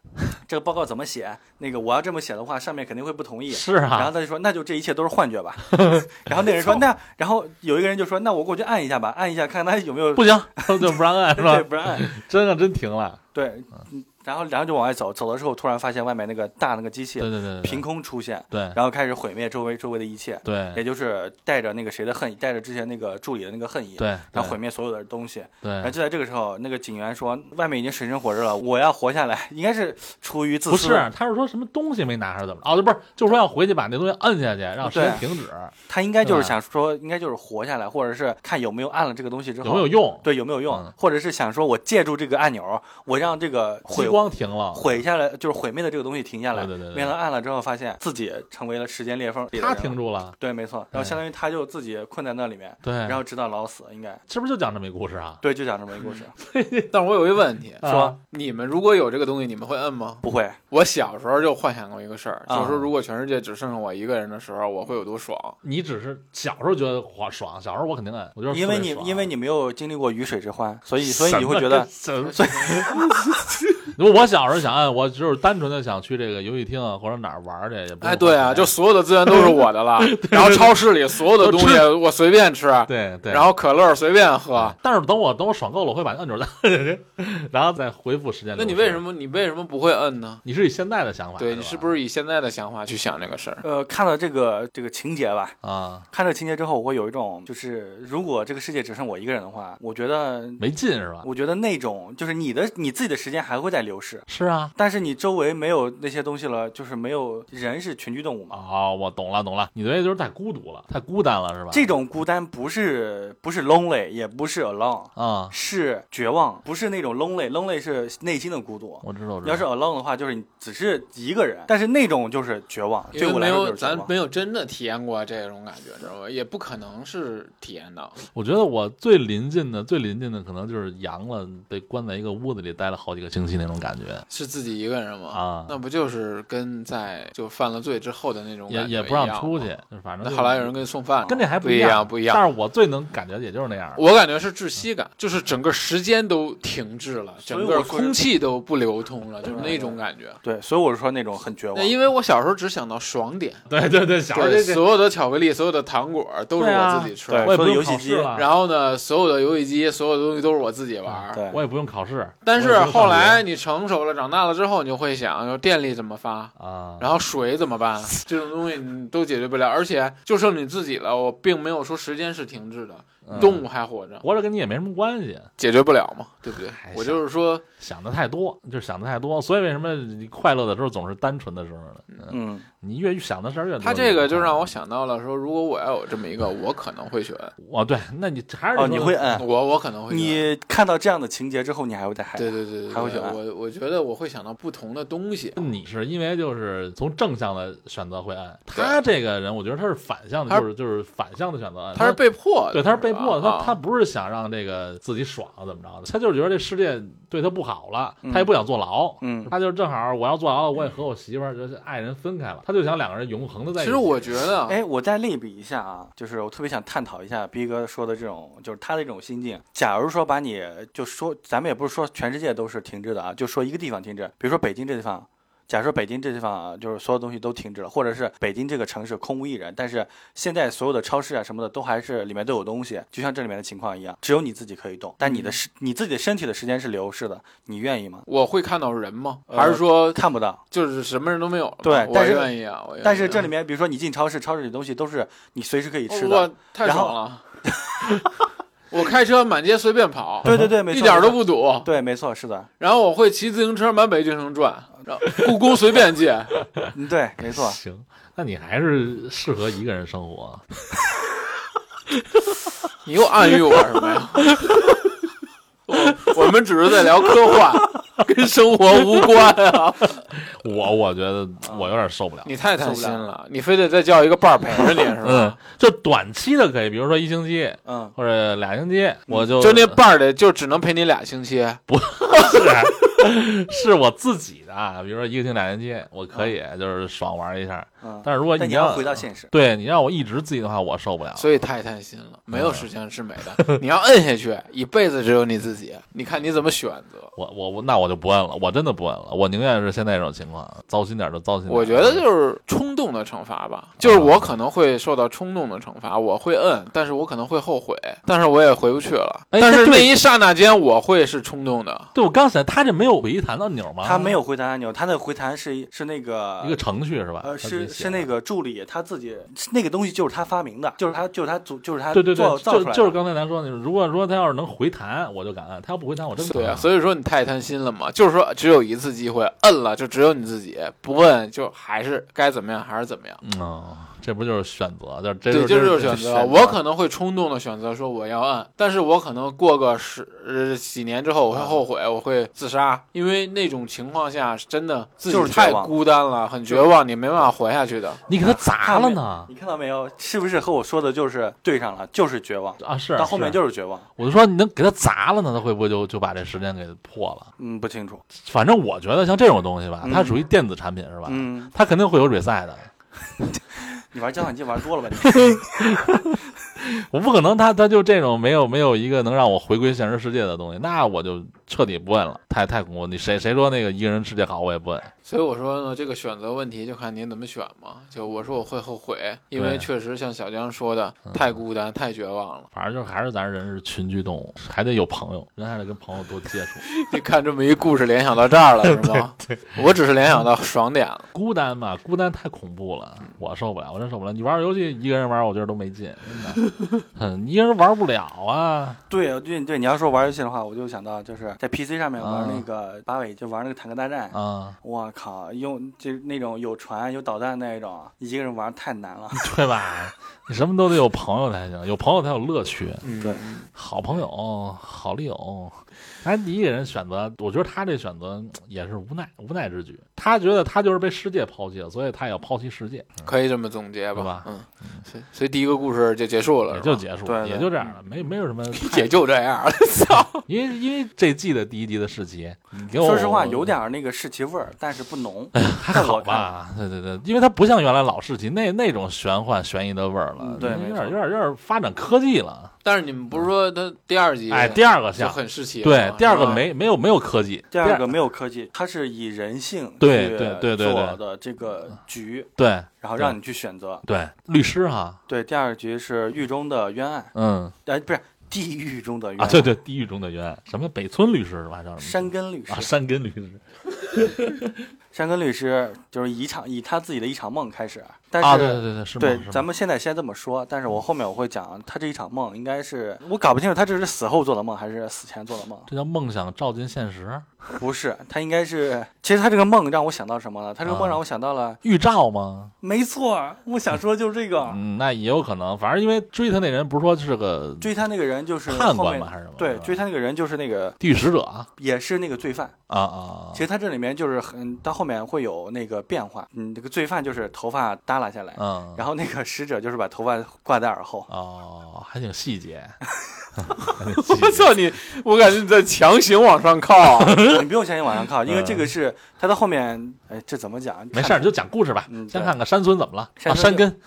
[SPEAKER 3] 这个报告怎么写？那个我要这么写的话，上面肯定会不同意。
[SPEAKER 2] 是啊，
[SPEAKER 3] 哎然后他就说，那就这一切都是幻
[SPEAKER 2] *laughs*
[SPEAKER 3] 觉吧。然后那人说，那然后有一个人就说，那我过去按一下吧，按一下看他有没有
[SPEAKER 2] 不行， *laughs* 就不让按是
[SPEAKER 3] 对
[SPEAKER 2] 吧？
[SPEAKER 3] 不让按。
[SPEAKER 2] 真的真停了。
[SPEAKER 3] 对，嗯然后然后就往外走，走的时候突然发现外面那个大那个机器
[SPEAKER 2] 对对对，对
[SPEAKER 3] 凭空出现，
[SPEAKER 2] 对
[SPEAKER 3] 然后开始毁灭周围周围的一切，也
[SPEAKER 2] 对
[SPEAKER 3] 就是带着那个谁的恨意，带着之前那个助理的那个恨意，
[SPEAKER 2] 对，嗯
[SPEAKER 3] 然后毁灭所有的东西。然后
[SPEAKER 2] 对，
[SPEAKER 3] 就在这个时候，那个警员说，外面已经水深火热了，我要活下来，应该是出于自私。
[SPEAKER 2] 不是，他是说什么东西没拿还是怎么着？哦，不是，就是说要回去把那东西摁下去，让时间停止，
[SPEAKER 3] 他应该就
[SPEAKER 2] 对
[SPEAKER 3] 是
[SPEAKER 2] 吧
[SPEAKER 3] 想说，应该就是活下来，或者是看有没有按了这个东西之
[SPEAKER 2] 有
[SPEAKER 3] 后
[SPEAKER 2] 没有用？
[SPEAKER 3] 对有没有用，
[SPEAKER 2] 嗯
[SPEAKER 3] 或者是想说我借助这个按钮，我让这个
[SPEAKER 2] 激
[SPEAKER 3] 毁
[SPEAKER 2] 光停了，
[SPEAKER 3] 毁下来就是毁灭的这个东西停下来，
[SPEAKER 2] 对对对对
[SPEAKER 3] 灭了按了之后，发现自己成为了时间裂缝里的人
[SPEAKER 2] 他
[SPEAKER 3] 了。
[SPEAKER 2] 停住哎了。
[SPEAKER 3] 对，没错，然后相当于他就自己困在那里面，
[SPEAKER 2] 对，
[SPEAKER 3] 然后直到老死，应该
[SPEAKER 2] 是不是就讲这么一故事啊？
[SPEAKER 3] 对，就讲这么一个故事。
[SPEAKER 4] 但是我有一问题，
[SPEAKER 2] 啊
[SPEAKER 3] 说
[SPEAKER 4] 你们如果有这个东西，你们会摁吗？
[SPEAKER 3] 不会，
[SPEAKER 4] 我小时候就幻想过一个事儿，
[SPEAKER 3] 啊
[SPEAKER 4] 就是说如果全世界只剩下我一个人的时候，我会有多爽。
[SPEAKER 2] 你只是小时候觉得爽爽，小时候我肯定摁，我就是
[SPEAKER 3] 因为你因为你没有经历过鱼水之欢，所以所以你会觉得，
[SPEAKER 2] 所以我小时候想按，我就是单纯的想去这个游戏厅啊或者哪儿玩儿去，也不
[SPEAKER 4] 哎，
[SPEAKER 2] 用
[SPEAKER 4] 对
[SPEAKER 2] 花
[SPEAKER 4] 啊，
[SPEAKER 2] 钱
[SPEAKER 4] 就所有的资源都是我的了，然后超市里所有的东西我随便吃，
[SPEAKER 2] 对对，
[SPEAKER 4] 然后可乐随便喝。
[SPEAKER 2] 但是等我等我爽够了，我会把按钮再摁下去， *laughs* 然后再恢复时间。
[SPEAKER 4] 那你为什？么你为什么不会摁呢？
[SPEAKER 2] 你是以现在的想法，
[SPEAKER 4] 对
[SPEAKER 2] 吧
[SPEAKER 4] 你是不是以现在的想法去想这个事儿？
[SPEAKER 3] 呃，看到这个这个情节吧，
[SPEAKER 2] 啊？
[SPEAKER 3] 看这个情节之后，我会有一种就是，如果这个世界只剩我一个人的话，我觉得，
[SPEAKER 2] 没劲是吧？
[SPEAKER 3] 我觉得那种就是你的你自己的时间还会在流逝，
[SPEAKER 2] 是啊。
[SPEAKER 3] 但是你周围没有那些东西了，就是没有人是群居动物嘛。
[SPEAKER 2] 哦，我懂了，懂了，你的意思就是太孤独了，太孤单了，是吧？
[SPEAKER 3] 这种孤单不是不是 lonely，也不是 alone，
[SPEAKER 2] 啊，
[SPEAKER 3] 是绝望，不是那种 lonely，lonely 是内心的孤独。
[SPEAKER 2] 我知道，我知
[SPEAKER 3] 你
[SPEAKER 2] 道
[SPEAKER 3] 要是 alone 的话，就是你只是一个人，但是那种就是绝望，
[SPEAKER 4] 因
[SPEAKER 3] 对
[SPEAKER 4] 为
[SPEAKER 3] 我
[SPEAKER 4] 没
[SPEAKER 3] 来说
[SPEAKER 4] 有
[SPEAKER 3] 就是绝
[SPEAKER 4] 咱
[SPEAKER 3] 望
[SPEAKER 4] 没。有真的体验过这种感觉，知道吧？也不可能是体验到。
[SPEAKER 2] 我觉得我最临近的，最临近的可能就是阳了，被关在一个屋子里待了好几个星期那种感觉，
[SPEAKER 4] 是自己一个人吗？
[SPEAKER 2] 啊
[SPEAKER 4] 那不就是跟在就犯了罪之后的那种感
[SPEAKER 2] 也
[SPEAKER 4] 觉
[SPEAKER 2] 也不让出
[SPEAKER 4] 一
[SPEAKER 2] 去
[SPEAKER 4] 样吗。，啊
[SPEAKER 2] 就是反正
[SPEAKER 4] 那
[SPEAKER 2] 就是
[SPEAKER 4] 后来有人给你送饭，
[SPEAKER 2] 跟这还
[SPEAKER 4] 不
[SPEAKER 2] 一
[SPEAKER 4] 样，不
[SPEAKER 2] 不
[SPEAKER 4] 一样。
[SPEAKER 2] 但是我最能感觉也就是那样。
[SPEAKER 4] 我感觉是窒息感，就是整个时间都停滞了，
[SPEAKER 3] 所
[SPEAKER 4] 整
[SPEAKER 3] 以
[SPEAKER 4] 个
[SPEAKER 3] 我说是
[SPEAKER 4] 空气都不流通了，就是那种感觉。
[SPEAKER 3] 对，所以我是说那种很绝望
[SPEAKER 4] 那。因为我小时候只想到爽点，
[SPEAKER 2] 对对对，小时候
[SPEAKER 4] *laughs* 对，
[SPEAKER 2] 这这
[SPEAKER 4] 所有的巧克力、所有的糖果都是
[SPEAKER 2] 对啊
[SPEAKER 4] 我自己吃。
[SPEAKER 3] 对
[SPEAKER 2] 我也
[SPEAKER 3] 说
[SPEAKER 2] 不
[SPEAKER 3] 的
[SPEAKER 2] 用
[SPEAKER 3] 游戏
[SPEAKER 2] 考试
[SPEAKER 3] 机
[SPEAKER 2] 了，
[SPEAKER 4] 然后呢，所有的游戏机、所有的东西都是我自己玩儿。
[SPEAKER 3] 对，
[SPEAKER 2] 我也不用考试。
[SPEAKER 4] 但
[SPEAKER 2] 我
[SPEAKER 4] 是
[SPEAKER 2] 也不用上
[SPEAKER 4] 后来
[SPEAKER 2] 学
[SPEAKER 4] 你成熟了，长大了之后，你就会想，就电力怎么发，
[SPEAKER 2] 啊，
[SPEAKER 4] 然后水怎么办？啊这种东西你都解决不了，而且就剩你自己了。我并没有说时间是停滞的，
[SPEAKER 2] 嗯
[SPEAKER 4] 动物还活着，
[SPEAKER 2] 活着跟你也没什么关系，
[SPEAKER 4] 解决不了嘛，对不对
[SPEAKER 2] 哎？
[SPEAKER 4] 我就是说，
[SPEAKER 2] 想的太多，就是想的太多，所以为什么你快乐的时候总是单纯的时候呢？嗯，
[SPEAKER 3] 嗯，
[SPEAKER 2] 你越想的事儿越多。
[SPEAKER 4] 他这个就让
[SPEAKER 2] 我
[SPEAKER 4] 我想到了说，如果我要有这么一个，我可能会选，
[SPEAKER 2] 我对，那你还是得
[SPEAKER 3] 哦，
[SPEAKER 2] 说
[SPEAKER 3] 你会摁。
[SPEAKER 4] 我我可能会选。
[SPEAKER 3] 你看到这样的情节之后，你还会再害怕？
[SPEAKER 4] 对对对对，
[SPEAKER 3] 还会
[SPEAKER 4] 对
[SPEAKER 3] 选
[SPEAKER 4] 我我觉得我会想到不同的东西。
[SPEAKER 2] 你是因为就是从正向的选择会按，
[SPEAKER 4] 对
[SPEAKER 2] 他这个人我觉得他是反向的，
[SPEAKER 4] 他
[SPEAKER 2] 就是就是反向的选择按，
[SPEAKER 4] 他是被啊迫的，
[SPEAKER 2] 对他是被迫的，
[SPEAKER 4] 吧
[SPEAKER 2] 他他不是想让这个自己爽啊怎么着的，他就是觉得这世界对他不好了，
[SPEAKER 3] 嗯
[SPEAKER 2] 他也不想坐牢，
[SPEAKER 3] 嗯，
[SPEAKER 2] 他就正好我要坐牢了，我也和我媳妇儿就是爱人分开了，他就想两个人永恒的在一起。。
[SPEAKER 4] 其实我觉得，
[SPEAKER 3] 哎，我再类比一下啊，就是我特别想探讨一下逼哥说的这种，就是他的这种心境。假如说把你就说，咱们也不是说全世界都是停滞的啊，就说一个地方停滞，比如说北京这地方。假如说北京这地方啊，就是所有东西都停滞了，或者是北京这个城市空无一人，但是现在所有的超市啊什么的都还是里面都有东西，就像这里面的情况一样，只有你自己可以动，但你的时你自己的身体的时间是流逝的，你愿意吗？
[SPEAKER 4] 我会看到人吗？
[SPEAKER 3] 呃
[SPEAKER 4] 还是说
[SPEAKER 3] 看不到，
[SPEAKER 4] 就是什么人都没有了吗？
[SPEAKER 3] 对
[SPEAKER 4] 我
[SPEAKER 3] 但是
[SPEAKER 4] 愿意啊，我愿意啊
[SPEAKER 3] 但是这里面，比如说你进超市，超市里东西都是你随时可以吃的。
[SPEAKER 4] 哦我太
[SPEAKER 3] 然后
[SPEAKER 4] 爽了， *laughs* 我开车满街随便跑，嗯
[SPEAKER 3] 对对对，没错，
[SPEAKER 4] 一点都
[SPEAKER 3] 没错
[SPEAKER 4] 不堵。
[SPEAKER 3] 对，没错，是的，
[SPEAKER 4] 然后我会骑自行车满北京城转，然后故宫随
[SPEAKER 3] *laughs*
[SPEAKER 4] 便进。
[SPEAKER 3] 嗯，对，没错
[SPEAKER 2] 行，那你还是适合一个人生
[SPEAKER 4] *laughs*
[SPEAKER 2] 活。
[SPEAKER 4] 你又暗喻我什么呀？
[SPEAKER 3] *laughs*
[SPEAKER 4] 我我们只是在聊科幻，跟生活无关啊。
[SPEAKER 2] *laughs* 我我觉得我有点受不了。
[SPEAKER 4] 嗯你太贪
[SPEAKER 3] 受
[SPEAKER 4] 心
[SPEAKER 3] 不了
[SPEAKER 4] 了，你非得再叫一个伴儿陪着你是吧？
[SPEAKER 2] 嗯，就短期的可以，比如说一星期
[SPEAKER 3] 嗯，
[SPEAKER 2] 或者俩星期，我就
[SPEAKER 4] 就那伴儿得就只能陪你俩星期，
[SPEAKER 2] 是
[SPEAKER 3] *laughs*
[SPEAKER 2] 是我自己的啊，比如说一个星期俩星期，我可以就是爽玩一下。
[SPEAKER 3] 嗯
[SPEAKER 2] 但是如果
[SPEAKER 3] 啊但你
[SPEAKER 2] 要
[SPEAKER 3] 要回到现实，
[SPEAKER 2] 对你让我一直自己的话，我受不了。
[SPEAKER 4] 所以太贪心了，没
[SPEAKER 2] 嗯
[SPEAKER 4] 有十全十美的。你要摁下去，一辈子只有你自己，你看你怎么选择。
[SPEAKER 2] 我我我那我就不摁了，我真的不摁了，我宁愿是现在这种情况，糟心点儿就糟心点儿。
[SPEAKER 4] 我觉得就是冲动的惩罚吧，
[SPEAKER 2] 啊
[SPEAKER 4] 就是我可能会受到冲动的惩罚，我会摁，但是我可能会后悔，但是我也回不去了。
[SPEAKER 2] 哎
[SPEAKER 4] 但是
[SPEAKER 2] 那
[SPEAKER 4] 那
[SPEAKER 2] 对
[SPEAKER 4] 一刹那间，我会是冲动的。
[SPEAKER 2] 对我刚想，他这没有回弹按钮吗？
[SPEAKER 3] 他没有回弹按钮，他的回弹是是那个
[SPEAKER 2] 一个程序是吧？
[SPEAKER 3] 呃，
[SPEAKER 2] 他自己
[SPEAKER 3] 是
[SPEAKER 2] 写
[SPEAKER 3] 是那
[SPEAKER 2] 的
[SPEAKER 3] 个助理他自己是那个东西就是他发明的，就是他就是他组就是他
[SPEAKER 2] 对对对
[SPEAKER 3] 做，造
[SPEAKER 2] 就
[SPEAKER 3] 出来的
[SPEAKER 2] 就是刚才咱说的，如果说他要是能回弹，我就敢按；他要不回弹，我真不
[SPEAKER 4] 对
[SPEAKER 2] 敢
[SPEAKER 4] 啊，
[SPEAKER 2] 按。
[SPEAKER 4] 所以说你太贪心了嘛，就是说只有一次机会，摁了就只有你自己，不摁就还是该怎么样还是怎么样。
[SPEAKER 2] 嗯、这不就是选择？就是这
[SPEAKER 4] 对，
[SPEAKER 2] 就
[SPEAKER 4] 这就是是选
[SPEAKER 3] 选
[SPEAKER 4] 择。
[SPEAKER 3] 择
[SPEAKER 4] 我可能会冲动的选择说我要按，但是我可能过个十呃几年之后，我会后悔，我会自杀，因为那种情况下是真的自己
[SPEAKER 3] 就是
[SPEAKER 4] 太
[SPEAKER 3] 绝望
[SPEAKER 4] 孤单了，很绝望，你没办法活下去的。
[SPEAKER 2] 你给他砸
[SPEAKER 3] 看
[SPEAKER 2] 了
[SPEAKER 3] 没
[SPEAKER 2] 呢
[SPEAKER 3] 你看到没有？是不是和我说的就是对上了？就是绝望，
[SPEAKER 2] 啊！是
[SPEAKER 3] 到后面
[SPEAKER 2] 是
[SPEAKER 3] 就是绝望。
[SPEAKER 2] 我就说你能给他砸了呢，他会不会就就把这时间给破了？
[SPEAKER 3] 嗯，不清楚。
[SPEAKER 2] 反正我觉得像这种东西吧，
[SPEAKER 3] 嗯
[SPEAKER 2] 它属于电子产品是吧？
[SPEAKER 3] 嗯，
[SPEAKER 2] 它肯定会有蕊赛的，
[SPEAKER 3] 你玩交换机玩多了吧？你 *laughs*
[SPEAKER 2] 我不可能他他就这种没有没有一个能让我回归现实世界的东西，那我就彻底不问了，太太恐怖。你谁谁说那个一个人世界好，我也不问。
[SPEAKER 4] 所以我说呢，这个选择问题就看您怎么选嘛。就我说我会后悔，因为
[SPEAKER 2] 对
[SPEAKER 4] 确实像小江说的，太孤单，太绝望了。
[SPEAKER 2] 反正就是还是咱人是群居动物，还得有朋友，人还得跟朋友多接触。
[SPEAKER 4] 你看这么一故事，联想到这儿了是吗？我只是联想到爽点了。
[SPEAKER 2] 孤单嘛，孤单太恐怖了，
[SPEAKER 3] 嗯
[SPEAKER 2] 我受不了，我真受不了。你玩游戏一个人玩，我觉得都没劲，真的， *laughs* 嗯，一个人玩不了啊。
[SPEAKER 3] 对对对，你要说玩游戏的话，我就想到就是在 PC 上面玩
[SPEAKER 2] 啊
[SPEAKER 3] 那个八尾，就玩那个坦克大战。
[SPEAKER 2] 啊、
[SPEAKER 3] 我靠，用就是那种有船有导弹那一种，一个人玩太难了。
[SPEAKER 2] *laughs* 对吧？你什么都得有朋友才行，有朋友才有乐趣。
[SPEAKER 4] 嗯
[SPEAKER 3] 对
[SPEAKER 2] 好朋友，好利友。安迪一个人选择，我觉得他这选择嗯也是无奈无奈之举。他觉得他就是被世界抛弃了，所以他也要抛弃世界，
[SPEAKER 4] 可以这么总结吧，
[SPEAKER 2] 对吧
[SPEAKER 4] 嗯，所以所以第一个故事就结束了，
[SPEAKER 2] 也
[SPEAKER 4] 是
[SPEAKER 2] 就
[SPEAKER 4] 吧
[SPEAKER 2] 结束，
[SPEAKER 3] 对
[SPEAKER 2] 了，
[SPEAKER 3] 对嗯
[SPEAKER 2] 也就这样了，没没有什么太。
[SPEAKER 4] 也就这样了， *laughs* 操！
[SPEAKER 2] 因为因为这季的第一集的世奇，你给我
[SPEAKER 3] 嗯说实话，有点儿那个士气味儿，但是不
[SPEAKER 2] *laughs*
[SPEAKER 3] 浓。
[SPEAKER 2] 还
[SPEAKER 3] 太
[SPEAKER 2] 好
[SPEAKER 3] 好看
[SPEAKER 2] 吧？对对对，因为它不像原来老世奇那那种玄幻悬疑的味儿了
[SPEAKER 3] 嗯，对
[SPEAKER 2] 有
[SPEAKER 3] 没
[SPEAKER 2] 点
[SPEAKER 3] 错
[SPEAKER 2] 有点有点发展科技了。
[SPEAKER 4] 但是你们不是说他第二集
[SPEAKER 2] 哎，第二个
[SPEAKER 4] 就
[SPEAKER 2] 像
[SPEAKER 4] 很世奇了
[SPEAKER 2] 对
[SPEAKER 4] 吗
[SPEAKER 2] 第二个，
[SPEAKER 4] 是吧
[SPEAKER 2] 没 *laughs* 没有没有科技，
[SPEAKER 3] 第二个没有科技，它是以人性
[SPEAKER 2] 啊对对
[SPEAKER 3] 去
[SPEAKER 2] 对对
[SPEAKER 3] 做
[SPEAKER 2] 对
[SPEAKER 3] 的这个局，
[SPEAKER 2] 对
[SPEAKER 3] 然后让你去选择。
[SPEAKER 2] 对律师哈，
[SPEAKER 3] 对，第二局是狱中的冤案，
[SPEAKER 2] 嗯
[SPEAKER 3] 哎，不是地狱中的冤
[SPEAKER 2] 啊
[SPEAKER 3] 案，
[SPEAKER 2] 对对，地狱中的冤案，什么北村律师是吧？叫什
[SPEAKER 3] 山
[SPEAKER 2] 么？
[SPEAKER 3] 根律师，
[SPEAKER 2] 啊，山根律师
[SPEAKER 3] 山根律师就是以一场以他自己的一场梦开始，但是、
[SPEAKER 2] 啊，对对对对，是吗？
[SPEAKER 3] 对
[SPEAKER 2] 是吗
[SPEAKER 3] 咱们现在先这么说，但是我后面我会讲他这一场梦应该是我搞不清楚他这是死后做的梦还是死前做的梦，
[SPEAKER 2] 这叫梦想照进现实，
[SPEAKER 3] 不是，他应该是其实他这个梦让我想到什么了？他这个
[SPEAKER 2] 啊
[SPEAKER 3] 梦让我想到了，
[SPEAKER 2] 预兆吗？
[SPEAKER 3] 没错，我想说就是这个。
[SPEAKER 2] 嗯，那也有可能，反正因为追他那人不是说是个
[SPEAKER 3] 追他那个人就是
[SPEAKER 2] 判
[SPEAKER 3] 后
[SPEAKER 2] 官
[SPEAKER 3] 面
[SPEAKER 2] 吗？还是什么？
[SPEAKER 3] 对，
[SPEAKER 2] 是吧
[SPEAKER 3] 追他那个人就是那个，
[SPEAKER 2] 地狱使者啊
[SPEAKER 3] 也是那个罪犯。
[SPEAKER 2] 啊啊！啊
[SPEAKER 3] 其实他这里面就是很，到后面会有那个变化。嗯，这个罪犯就是头发耷拉下来，
[SPEAKER 2] 嗯，
[SPEAKER 3] 然后那个使者就是把头发挂在耳后。 *laughs*
[SPEAKER 2] 哦，还挺细节。还挺细节
[SPEAKER 4] 我操你！我感觉你在强行往上靠啊，
[SPEAKER 3] 你不用相信往上靠，因为这个是他到后面，哎，这怎么讲？
[SPEAKER 2] 没事儿，你就讲故事吧。
[SPEAKER 3] 嗯
[SPEAKER 2] 先
[SPEAKER 3] 对
[SPEAKER 2] 看看山村怎么了啊？
[SPEAKER 3] 山村
[SPEAKER 2] 山根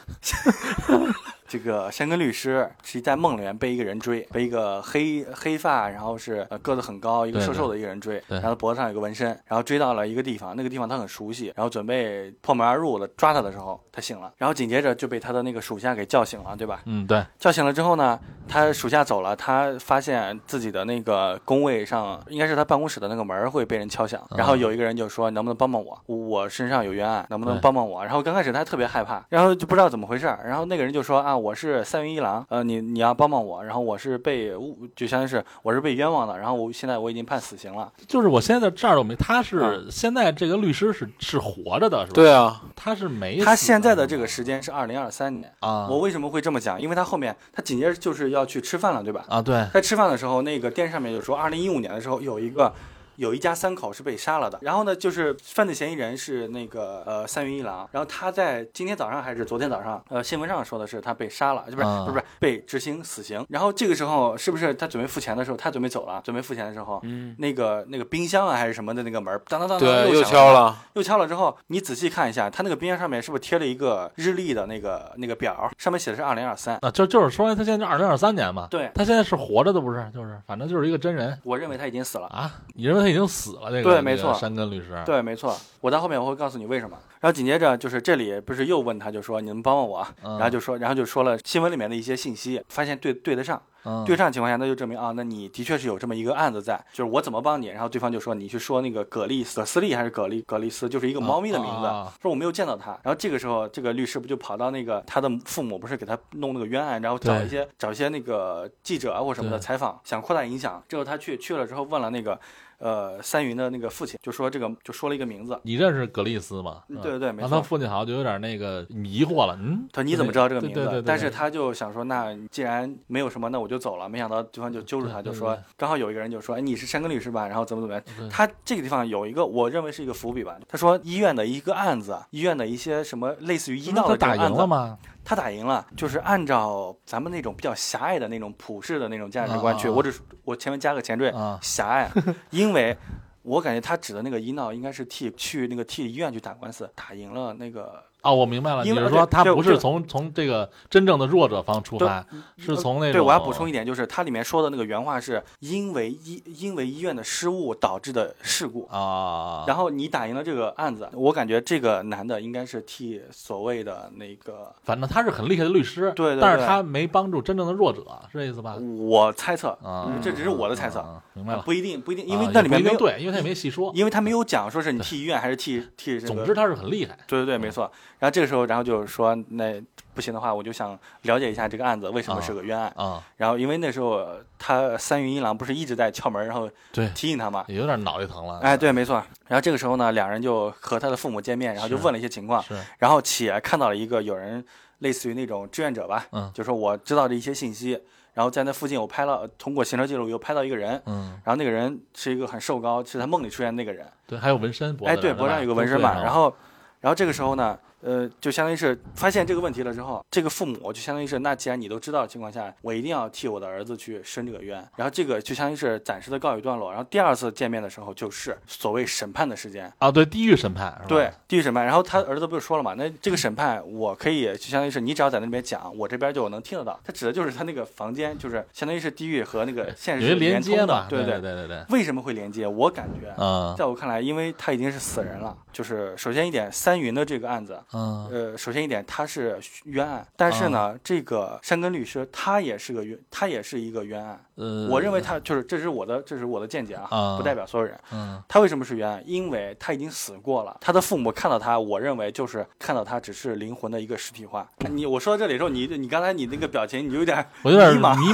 [SPEAKER 3] 这个山根律师是在梦里面被一个人追，被一个黑黑发，然后是呃个子很高，一个
[SPEAKER 2] 对
[SPEAKER 3] 瘦瘦的一个人追，
[SPEAKER 2] 对
[SPEAKER 3] 然后脖子上有个纹身，然后追到了一个地方，那个地方他很熟悉，然后准备破门而入了抓他的时候，他醒了，然后紧接着就被他的那个属下给叫醒了，对吧？
[SPEAKER 2] 嗯，对，
[SPEAKER 3] 叫醒了之后呢，他属下走了，他发现自己的那个工位上，应该是他办公室的那个门儿会被人敲响，
[SPEAKER 2] 啊
[SPEAKER 3] 然后有一个人就说：“能不能帮帮我？我身上有冤案，能不能
[SPEAKER 2] 对
[SPEAKER 3] 帮帮我？”然后刚开始他还特别害怕，然后就不知道怎么回事儿，然后那个人就说：“啊，我是三云一郎，呃，你你要帮帮我，然后我是被误，就相当于是我是被冤枉的，然后我现在我已经判死刑了。
[SPEAKER 2] 就是我现在这儿都没，他
[SPEAKER 3] 啊
[SPEAKER 2] 是现在这个律师是是活着的，是吧？，
[SPEAKER 4] *laughs* 对啊，
[SPEAKER 2] 他是没死
[SPEAKER 3] 他现在的这个时间是二零二三年。
[SPEAKER 2] 啊，
[SPEAKER 3] 我为什么会这么讲？因为他后面他紧接着就是要去吃饭了，对吧？
[SPEAKER 2] 啊，对，
[SPEAKER 3] 在吃饭的时候，那个电视上面就说，二零一五年的时候有一个有一家三口是被杀了的。然后呢，就是犯罪嫌疑人是那个呃三云一郎，然后他在今天早上还是昨天早上，呃新闻上说的是他被杀了，就不是、
[SPEAKER 2] 啊
[SPEAKER 3] 不是不是被执行死刑。然后这个时候是不是他准备付钱的时候，他准备走了，准备付钱的时候，
[SPEAKER 4] 嗯，
[SPEAKER 3] 那个那个冰箱啊还是什么的那个门儿，当当当当
[SPEAKER 4] 对，啊
[SPEAKER 3] 又
[SPEAKER 4] 又
[SPEAKER 3] 响了
[SPEAKER 4] 敲了，
[SPEAKER 3] 又敲了之后，你仔细看一下，它那个冰箱上面是不是贴了一个日历的那个那个表儿，上面写的是二零二三。
[SPEAKER 2] 啊，就就是说他现在是二零二三年嘛，
[SPEAKER 3] 对
[SPEAKER 2] 他现在是活着的，不是？就是反正就是一个真人
[SPEAKER 3] 我认为他已经死了。
[SPEAKER 2] 啊，你认为他已经死了？这个
[SPEAKER 3] 对
[SPEAKER 2] 那
[SPEAKER 3] 没
[SPEAKER 2] 个
[SPEAKER 3] 错
[SPEAKER 2] 山根律师，
[SPEAKER 3] 对，没错，我到后面我会告诉你为什么。然后紧接着就是这里不是又问他，就说你们帮帮我，啊
[SPEAKER 2] 嗯，
[SPEAKER 3] 然后就说，然后就说了新闻里面的一些信息，发现对对得上，
[SPEAKER 2] 嗯
[SPEAKER 3] 对上情况下，那就证明啊，那你的确是有这么一个案子在，就是我怎么帮你，然后对方就说你去说那个葛丽葛斯利还是葛丽葛丽斯，就是一个猫咪的名字，
[SPEAKER 2] 啊啊啊
[SPEAKER 3] 说我没有见到他，然后这个时候这个律师不就跑到那个他的父母不是给他弄那个冤案，然后找
[SPEAKER 2] 对
[SPEAKER 3] 一些找一些那个记者啊或什么的
[SPEAKER 2] 对
[SPEAKER 3] 采访，想扩大影响，之后他去去了之后问了那个呃三云的那个父亲，就说这个就说了一个名字，
[SPEAKER 2] 你认识格丽斯吗？
[SPEAKER 3] 嗯
[SPEAKER 2] 嗯
[SPEAKER 3] 对对没
[SPEAKER 2] 然后他
[SPEAKER 3] 错
[SPEAKER 2] 父亲好像就有点那个迷惑了，嗯，
[SPEAKER 3] 他说你怎么知道这个名
[SPEAKER 2] 对对对
[SPEAKER 3] 字
[SPEAKER 2] 对？
[SPEAKER 3] 但是他就想说，那既然没有什么，那我就走了。没想到对方就揪住他，
[SPEAKER 2] 对对
[SPEAKER 3] 就
[SPEAKER 2] 对
[SPEAKER 3] 说刚好有一个人就说，哎，你是山根律师吧？然后怎么怎么样
[SPEAKER 2] 对？
[SPEAKER 3] 他这个地方有一个我认为是一个伏笔吧。他说医院的一个案子，啊医院的一些什么类似于医
[SPEAKER 2] 那
[SPEAKER 3] 闹
[SPEAKER 2] 他
[SPEAKER 3] 的这
[SPEAKER 2] 打
[SPEAKER 3] 种案
[SPEAKER 2] 赢
[SPEAKER 3] 子
[SPEAKER 2] 了，吗？
[SPEAKER 3] 他打赢了，就是按照咱们那种比较狭隘的那种普世的那种价值观去。
[SPEAKER 2] 啊啊啊
[SPEAKER 3] 我只我前面加个前缀，
[SPEAKER 2] 啊
[SPEAKER 3] 狭隘， *laughs* 因为。我感觉他指的那个医闹应该是替去那个替医院去打官司，打赢了那个
[SPEAKER 2] 哦，我明白了，你
[SPEAKER 3] 因为
[SPEAKER 2] 是说
[SPEAKER 3] 而且
[SPEAKER 2] 他
[SPEAKER 3] 这
[SPEAKER 2] 不
[SPEAKER 3] 这
[SPEAKER 2] 是
[SPEAKER 3] 个
[SPEAKER 2] 从从这个真正的弱者方出
[SPEAKER 3] 对嗯
[SPEAKER 2] 发，是从那种
[SPEAKER 3] 对，我要补充一点，就是它里面说的那个原话是因为医因为医院的失误导致的事故。
[SPEAKER 2] 啊，
[SPEAKER 3] 然
[SPEAKER 2] 后
[SPEAKER 3] 后你打赢了这个案子，我感觉这个男的应该是替所谓的那个，
[SPEAKER 2] 反正他是很厉害的律师，
[SPEAKER 3] 对对
[SPEAKER 2] 但是
[SPEAKER 3] 对
[SPEAKER 2] 他没帮助真正的弱者，是这意思吧？
[SPEAKER 3] 我猜测，
[SPEAKER 2] 啊，
[SPEAKER 3] 嗯这只是我的猜测，
[SPEAKER 2] 啊明白了，
[SPEAKER 3] 不一定不一定，因
[SPEAKER 2] 啊
[SPEAKER 3] 为
[SPEAKER 2] 也
[SPEAKER 3] 那里
[SPEAKER 2] 不
[SPEAKER 3] 面
[SPEAKER 2] 一
[SPEAKER 3] 没
[SPEAKER 2] 定
[SPEAKER 3] 有，
[SPEAKER 2] 对，因为他也没细说，
[SPEAKER 3] 因为他没有讲说是你替医院还是替替这个。
[SPEAKER 2] 总之，他是很厉害。
[SPEAKER 3] 对对对，没错。然后这个时候，然后就是说，那不行的话，我就想了解一下这个案子为什么是个冤案。
[SPEAKER 2] 啊，
[SPEAKER 3] 然后因为那时候呃他三云一郎不是一直在敲门，然后
[SPEAKER 2] 对，
[SPEAKER 3] 提醒他嘛，
[SPEAKER 2] 也有点脑袋疼了。
[SPEAKER 3] 哎，对，没错。然后这个时候呢，两人就和他的父母见面，然后就是问了一些情况，
[SPEAKER 2] 是，
[SPEAKER 3] 然后且看到了一个有人类似于那种志愿者吧，
[SPEAKER 2] 嗯
[SPEAKER 3] 就说我知道的一些信息，然后在那附近我拍了，通过行车记录又拍到一个人，
[SPEAKER 2] 嗯，
[SPEAKER 3] 然后那个人是一个很瘦高，是他梦里出现的那个人，
[SPEAKER 2] 对，还有纹身，
[SPEAKER 3] 哎，对，脖
[SPEAKER 2] 脖
[SPEAKER 3] 子上有个纹身嘛，
[SPEAKER 2] 啊
[SPEAKER 3] 然后。然后这个时候呢，呃，就相当于是发现这个问题了之后，这个父母就相当于是，那既然你都知道的情况下，我一定要替我的儿子去伸这个冤。然后这个就相当于是暂时的告一段落。然后第二次见面的时候，就是所谓审判的时间，
[SPEAKER 2] 啊，对，地狱审判，是吧
[SPEAKER 3] 对，，地狱审判。然后他儿子不是说了嘛，那这个审判我可以就相当于是你只要在那边讲，我这边就能听得到。他指的就是他那个房间，就是相当于是地狱和那个现实
[SPEAKER 2] 有一
[SPEAKER 3] 是
[SPEAKER 2] 连
[SPEAKER 3] 通
[SPEAKER 2] 接
[SPEAKER 3] 的
[SPEAKER 2] 嘛，
[SPEAKER 3] 对
[SPEAKER 2] 对
[SPEAKER 3] 对。
[SPEAKER 2] 对对对，
[SPEAKER 3] 为什么会连接？我感觉，啊
[SPEAKER 2] 嗯
[SPEAKER 3] 在我看来，因为他已经是死人了。就是首先一点，三云的这个案子。
[SPEAKER 2] 嗯，
[SPEAKER 3] 呃，首先一点，他是冤案，但是呢，这个山根律师他也是个冤，他也是一个冤案。
[SPEAKER 2] 呃，
[SPEAKER 3] 我认为他就是，这是我的，这是我的见解啊，
[SPEAKER 2] 啊
[SPEAKER 3] 不代表所有人。
[SPEAKER 2] 嗯，
[SPEAKER 3] 他为什么是冤案？因为他已经死过了，他的父母看到他，我认为就是看到他只是灵魂的一个实体化。你我说到这里的时候，你你刚才你那个表情，你有点
[SPEAKER 2] 我有点
[SPEAKER 3] 迷茫
[SPEAKER 2] 迷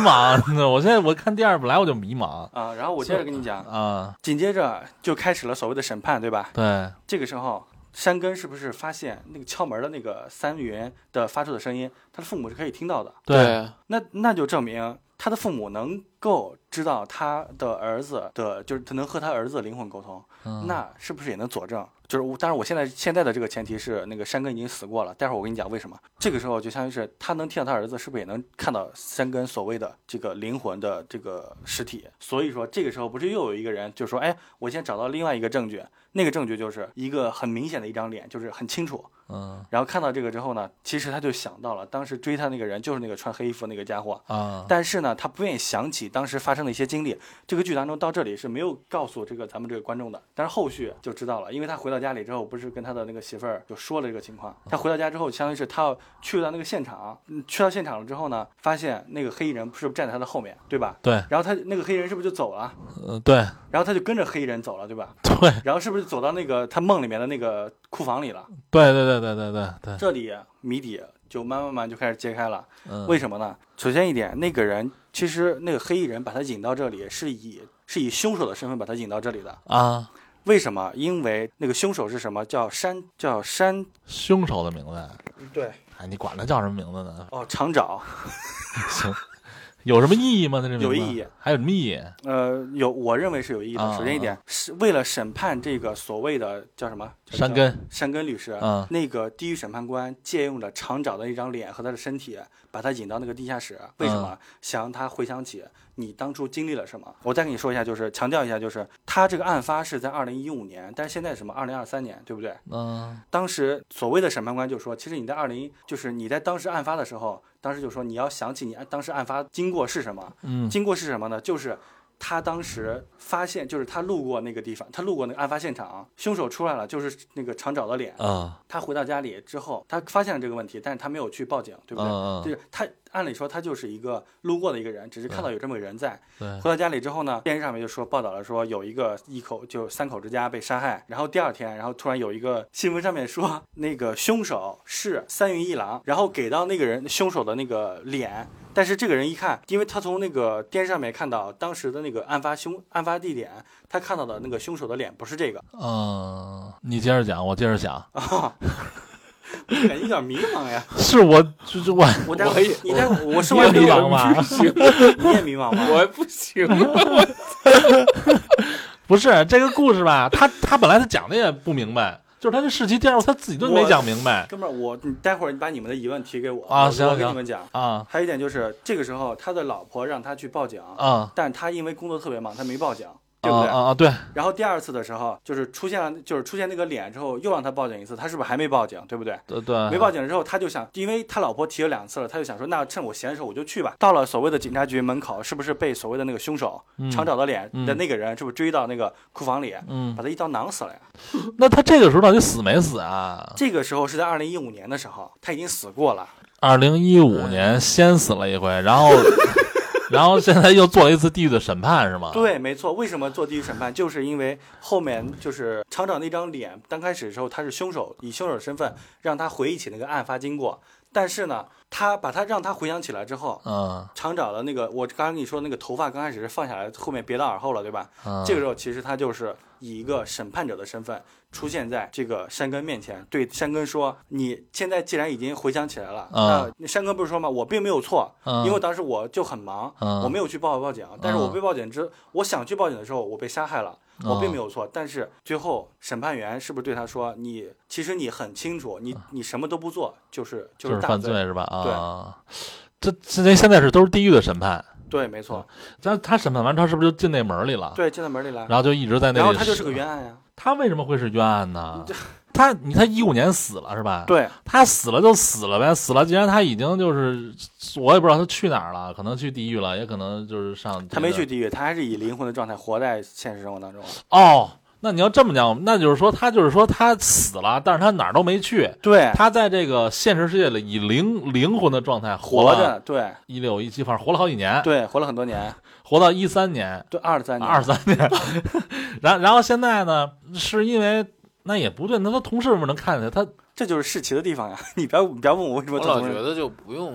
[SPEAKER 2] 茫，我现在我看第二本来我就迷茫
[SPEAKER 3] 啊。然后我接着跟你讲，
[SPEAKER 2] 啊，
[SPEAKER 3] 紧接着就开始了所谓的审判，对吧？
[SPEAKER 2] 对，
[SPEAKER 3] 这个时候，山根是不是发现那个敲门的那个三元的发出的声音，他的父母是可以听到的？
[SPEAKER 2] 对，
[SPEAKER 3] 那那就证明他的父母能够知道他的儿子的，就是他能和他儿子灵魂沟通。
[SPEAKER 2] 嗯
[SPEAKER 3] 那是不是也能佐证？就是我，当然我现在现在的这个前提是那个山根已经死过了，待会儿我跟你讲为什么。这个时候就相当于是他能听到他儿子，是不是也能看到山根所谓的这个灵魂的这个实体？所以说这个时候不是又有一个人就说，哎，我先找到另外一个证据，那个证据就是一个很明显的一张脸，就是很清楚。
[SPEAKER 2] 嗯
[SPEAKER 3] 然后看到这个之后呢，其实他就想到了当时追他那个人就是那个穿黑衣服那个家伙，
[SPEAKER 2] 啊，
[SPEAKER 3] 但是呢，他不愿意想起当时发生的一些经历。这个剧当中到这里是没有告诉这个咱们这个观众的，但是后续就知道了，因为他回到家里之后，不是跟他的那个媳妇儿就说了这个情况。他回到家之后，相当于是他要去到那个现场，嗯去到现场了之后呢，发现那个黑衣人是不是站在他的后面，对吧？
[SPEAKER 2] 对，
[SPEAKER 3] 然后他那个黑衣人是不是就走了？
[SPEAKER 2] 呃对
[SPEAKER 3] 然后他就跟着黑衣人走了，对吧？
[SPEAKER 2] 对
[SPEAKER 3] 然后是不是走到那个他梦里面的那个库房里了？
[SPEAKER 2] 对对对对对对对，
[SPEAKER 3] 这里谜底就慢慢慢就开始揭开了。
[SPEAKER 2] 嗯
[SPEAKER 3] 为什么呢？首先一点，那个人其实那个黑衣人把他引到这里，是以是以凶手的身份把他引到这里的。
[SPEAKER 2] 啊，
[SPEAKER 3] 为什么？因为那个凶手是什么？叫山，叫山
[SPEAKER 2] 凶手的名字，
[SPEAKER 4] 对，
[SPEAKER 2] 哎，你管他叫什么名字呢？
[SPEAKER 3] 哦，长沼。
[SPEAKER 2] 行，有什么意义吗？那这名字
[SPEAKER 3] 有意义，
[SPEAKER 2] 还有什么意义？
[SPEAKER 3] 呃，有我认为是有意义的。
[SPEAKER 2] 啊
[SPEAKER 3] 首先一点，是为了审判这个所谓的叫什么
[SPEAKER 2] 山根
[SPEAKER 3] 山根律师，
[SPEAKER 2] 啊
[SPEAKER 3] 那个地狱审判官借用了长爪的一张脸和他的身体，把他引到那个地下室。为什么？
[SPEAKER 2] 啊
[SPEAKER 3] 想让他回想起你当初经历了什么。我再跟你说一下，就是强调一下，就是他这个案发是在二零一五年，但是现在是什么二零二三年，对不对？
[SPEAKER 2] 嗯
[SPEAKER 3] 当时所谓的审判官就说，其实你在二零，就是你在当时案发的时候，当时就说你要想起你案当时案发经过是什么。
[SPEAKER 2] 嗯
[SPEAKER 3] 经过是什么呢？就是他当时发现，就是他路过那个地方，他路过那个案发现场，凶手出来了，就是那个长爪的脸。
[SPEAKER 2] 啊
[SPEAKER 3] 他回到家里之后，他发现了这个问题，但是他没有去报警，对不对？
[SPEAKER 2] 嗯嗯
[SPEAKER 3] 就是他按理说他就是一个路过的一个人，只是看到有这么个人在。
[SPEAKER 2] 对
[SPEAKER 3] 回到家里之后呢，电视上面就说报道了，说有一个一口就三口之家被杀害，然后第二天，然后突然有一个新闻上面说那个凶手是三云一郎，然后给到那个人凶手的那个脸。但是这个人一看，因为他从那个电视上面看到当时的那个案发凶案发地点，他看到的那个凶手的脸不是这个，
[SPEAKER 2] 嗯，你接着讲，我接着讲，
[SPEAKER 3] 感觉有点迷茫呀。
[SPEAKER 2] 是我就是我
[SPEAKER 3] 我待会儿你待会儿我说
[SPEAKER 2] 我也
[SPEAKER 3] 完
[SPEAKER 2] 迷
[SPEAKER 3] 之后，
[SPEAKER 2] 茫吧？ *laughs*
[SPEAKER 3] 你也迷茫吗？
[SPEAKER 4] 我不行，
[SPEAKER 2] 啊不是这个故事吧？他他本来他讲的也不明白，就是他这试题第二他自己都没讲明白
[SPEAKER 3] 哥们儿，我你待会儿你把你们的疑问提给我
[SPEAKER 2] 啊
[SPEAKER 3] 我
[SPEAKER 2] 行
[SPEAKER 3] 我跟
[SPEAKER 2] 行
[SPEAKER 3] 你们讲。
[SPEAKER 2] 啊
[SPEAKER 3] 还有一点就是，这个时候他的老婆让他去报警，
[SPEAKER 2] 啊
[SPEAKER 3] 但他因为工作特别忙，他没报警，对不
[SPEAKER 2] 啊
[SPEAKER 3] 对？
[SPEAKER 2] 啊啊！对，
[SPEAKER 3] 然后第二次的时候，就是出现了，就是出现那个脸之后，又让他报警一次，他是不是还没报警？对不对？
[SPEAKER 2] 对对，
[SPEAKER 3] 没报警之后，他就想，因为他老婆提了两次了，他就想说，那趁我闲的时候我就去吧。到了所谓的警察局门口，是不是被所谓的那个凶手
[SPEAKER 2] 嗯
[SPEAKER 3] 长找的脸
[SPEAKER 2] 嗯
[SPEAKER 3] 的那个人，是不是追到那个库房里，
[SPEAKER 2] 嗯，
[SPEAKER 3] 把他一刀囊死了呀？
[SPEAKER 2] 那他这个时候到底死没死啊？
[SPEAKER 3] 这个时候是在二零一五年的时候，他已经死过了。
[SPEAKER 2] 二零一
[SPEAKER 3] 嗯
[SPEAKER 2] 五年先死了一回，然
[SPEAKER 3] *laughs*
[SPEAKER 2] 后然后现在又做了一次地狱的审判是吗？，
[SPEAKER 3] 对，没错。为什么做地狱审判？就是因为后面就是厂长那张脸，刚开始的时候他是凶手，以凶手的身份让他回忆起那个案发经过。但是呢，他把他让他回想起来之后，
[SPEAKER 2] 嗯
[SPEAKER 3] 厂长的那个我刚刚跟你说那个头发刚开始是放下来，后面别到耳后了，对吧？
[SPEAKER 2] 嗯，
[SPEAKER 3] 这个时候其实他就是以一个审判者的身份出现在这个山根面前，对山根说：“你现在既然已经回想起来了，
[SPEAKER 2] 嗯
[SPEAKER 3] 那山根不是说吗？我并没有错，
[SPEAKER 2] 嗯
[SPEAKER 3] 因为当时我就很忙，
[SPEAKER 2] 嗯
[SPEAKER 3] 我没有去报报警，但是我被报警之，我想去报警的时候，我被杀害了。
[SPEAKER 2] 嗯
[SPEAKER 3] 我并没有错，但是最后审判员是不是对他说：“你其实你很清楚，你你什么都不做，就是
[SPEAKER 2] 嗯就是是
[SPEAKER 3] 大
[SPEAKER 2] 犯罪是吧？啊，这这这现在是都是地狱的审判，
[SPEAKER 3] 对，没错，
[SPEAKER 2] 但他审判完他是不是就进那门里了？，
[SPEAKER 3] 对，进到门里来，
[SPEAKER 2] 嗯然后就一直在那里。嗯
[SPEAKER 3] 然后他就是个，冤案呀，
[SPEAKER 2] 他为什么会是冤案呢？他你他一五年死了是吧？，
[SPEAKER 3] 对，
[SPEAKER 2] 他死了就死了呗，死了既然他已经就是我也不知道他去哪儿了，可能去地狱了，也可能就是上这个
[SPEAKER 3] 他没去地狱，他还是以灵魂的状态活在现实生活当中。
[SPEAKER 2] 哦。那你要这么讲，那就是说他就是说他死了，但是他哪儿都没去，
[SPEAKER 3] 对，
[SPEAKER 2] 他在这个现实世界里以灵灵魂的状态
[SPEAKER 3] 活
[SPEAKER 2] 了
[SPEAKER 3] 着，对
[SPEAKER 2] 一六一七，反正活了好几年，
[SPEAKER 3] 对，活了很多年，
[SPEAKER 2] 活到一三年，
[SPEAKER 3] 对，二十三年，
[SPEAKER 2] 二三年， *laughs* 然然后现在呢，是因为那也不对，那他同事们能看见他，
[SPEAKER 3] 这就是世奇的地方呀！ *laughs* 你不要你不要问我为什么
[SPEAKER 4] *laughs* 我
[SPEAKER 3] 总
[SPEAKER 4] 老
[SPEAKER 3] 是
[SPEAKER 4] 觉得就不用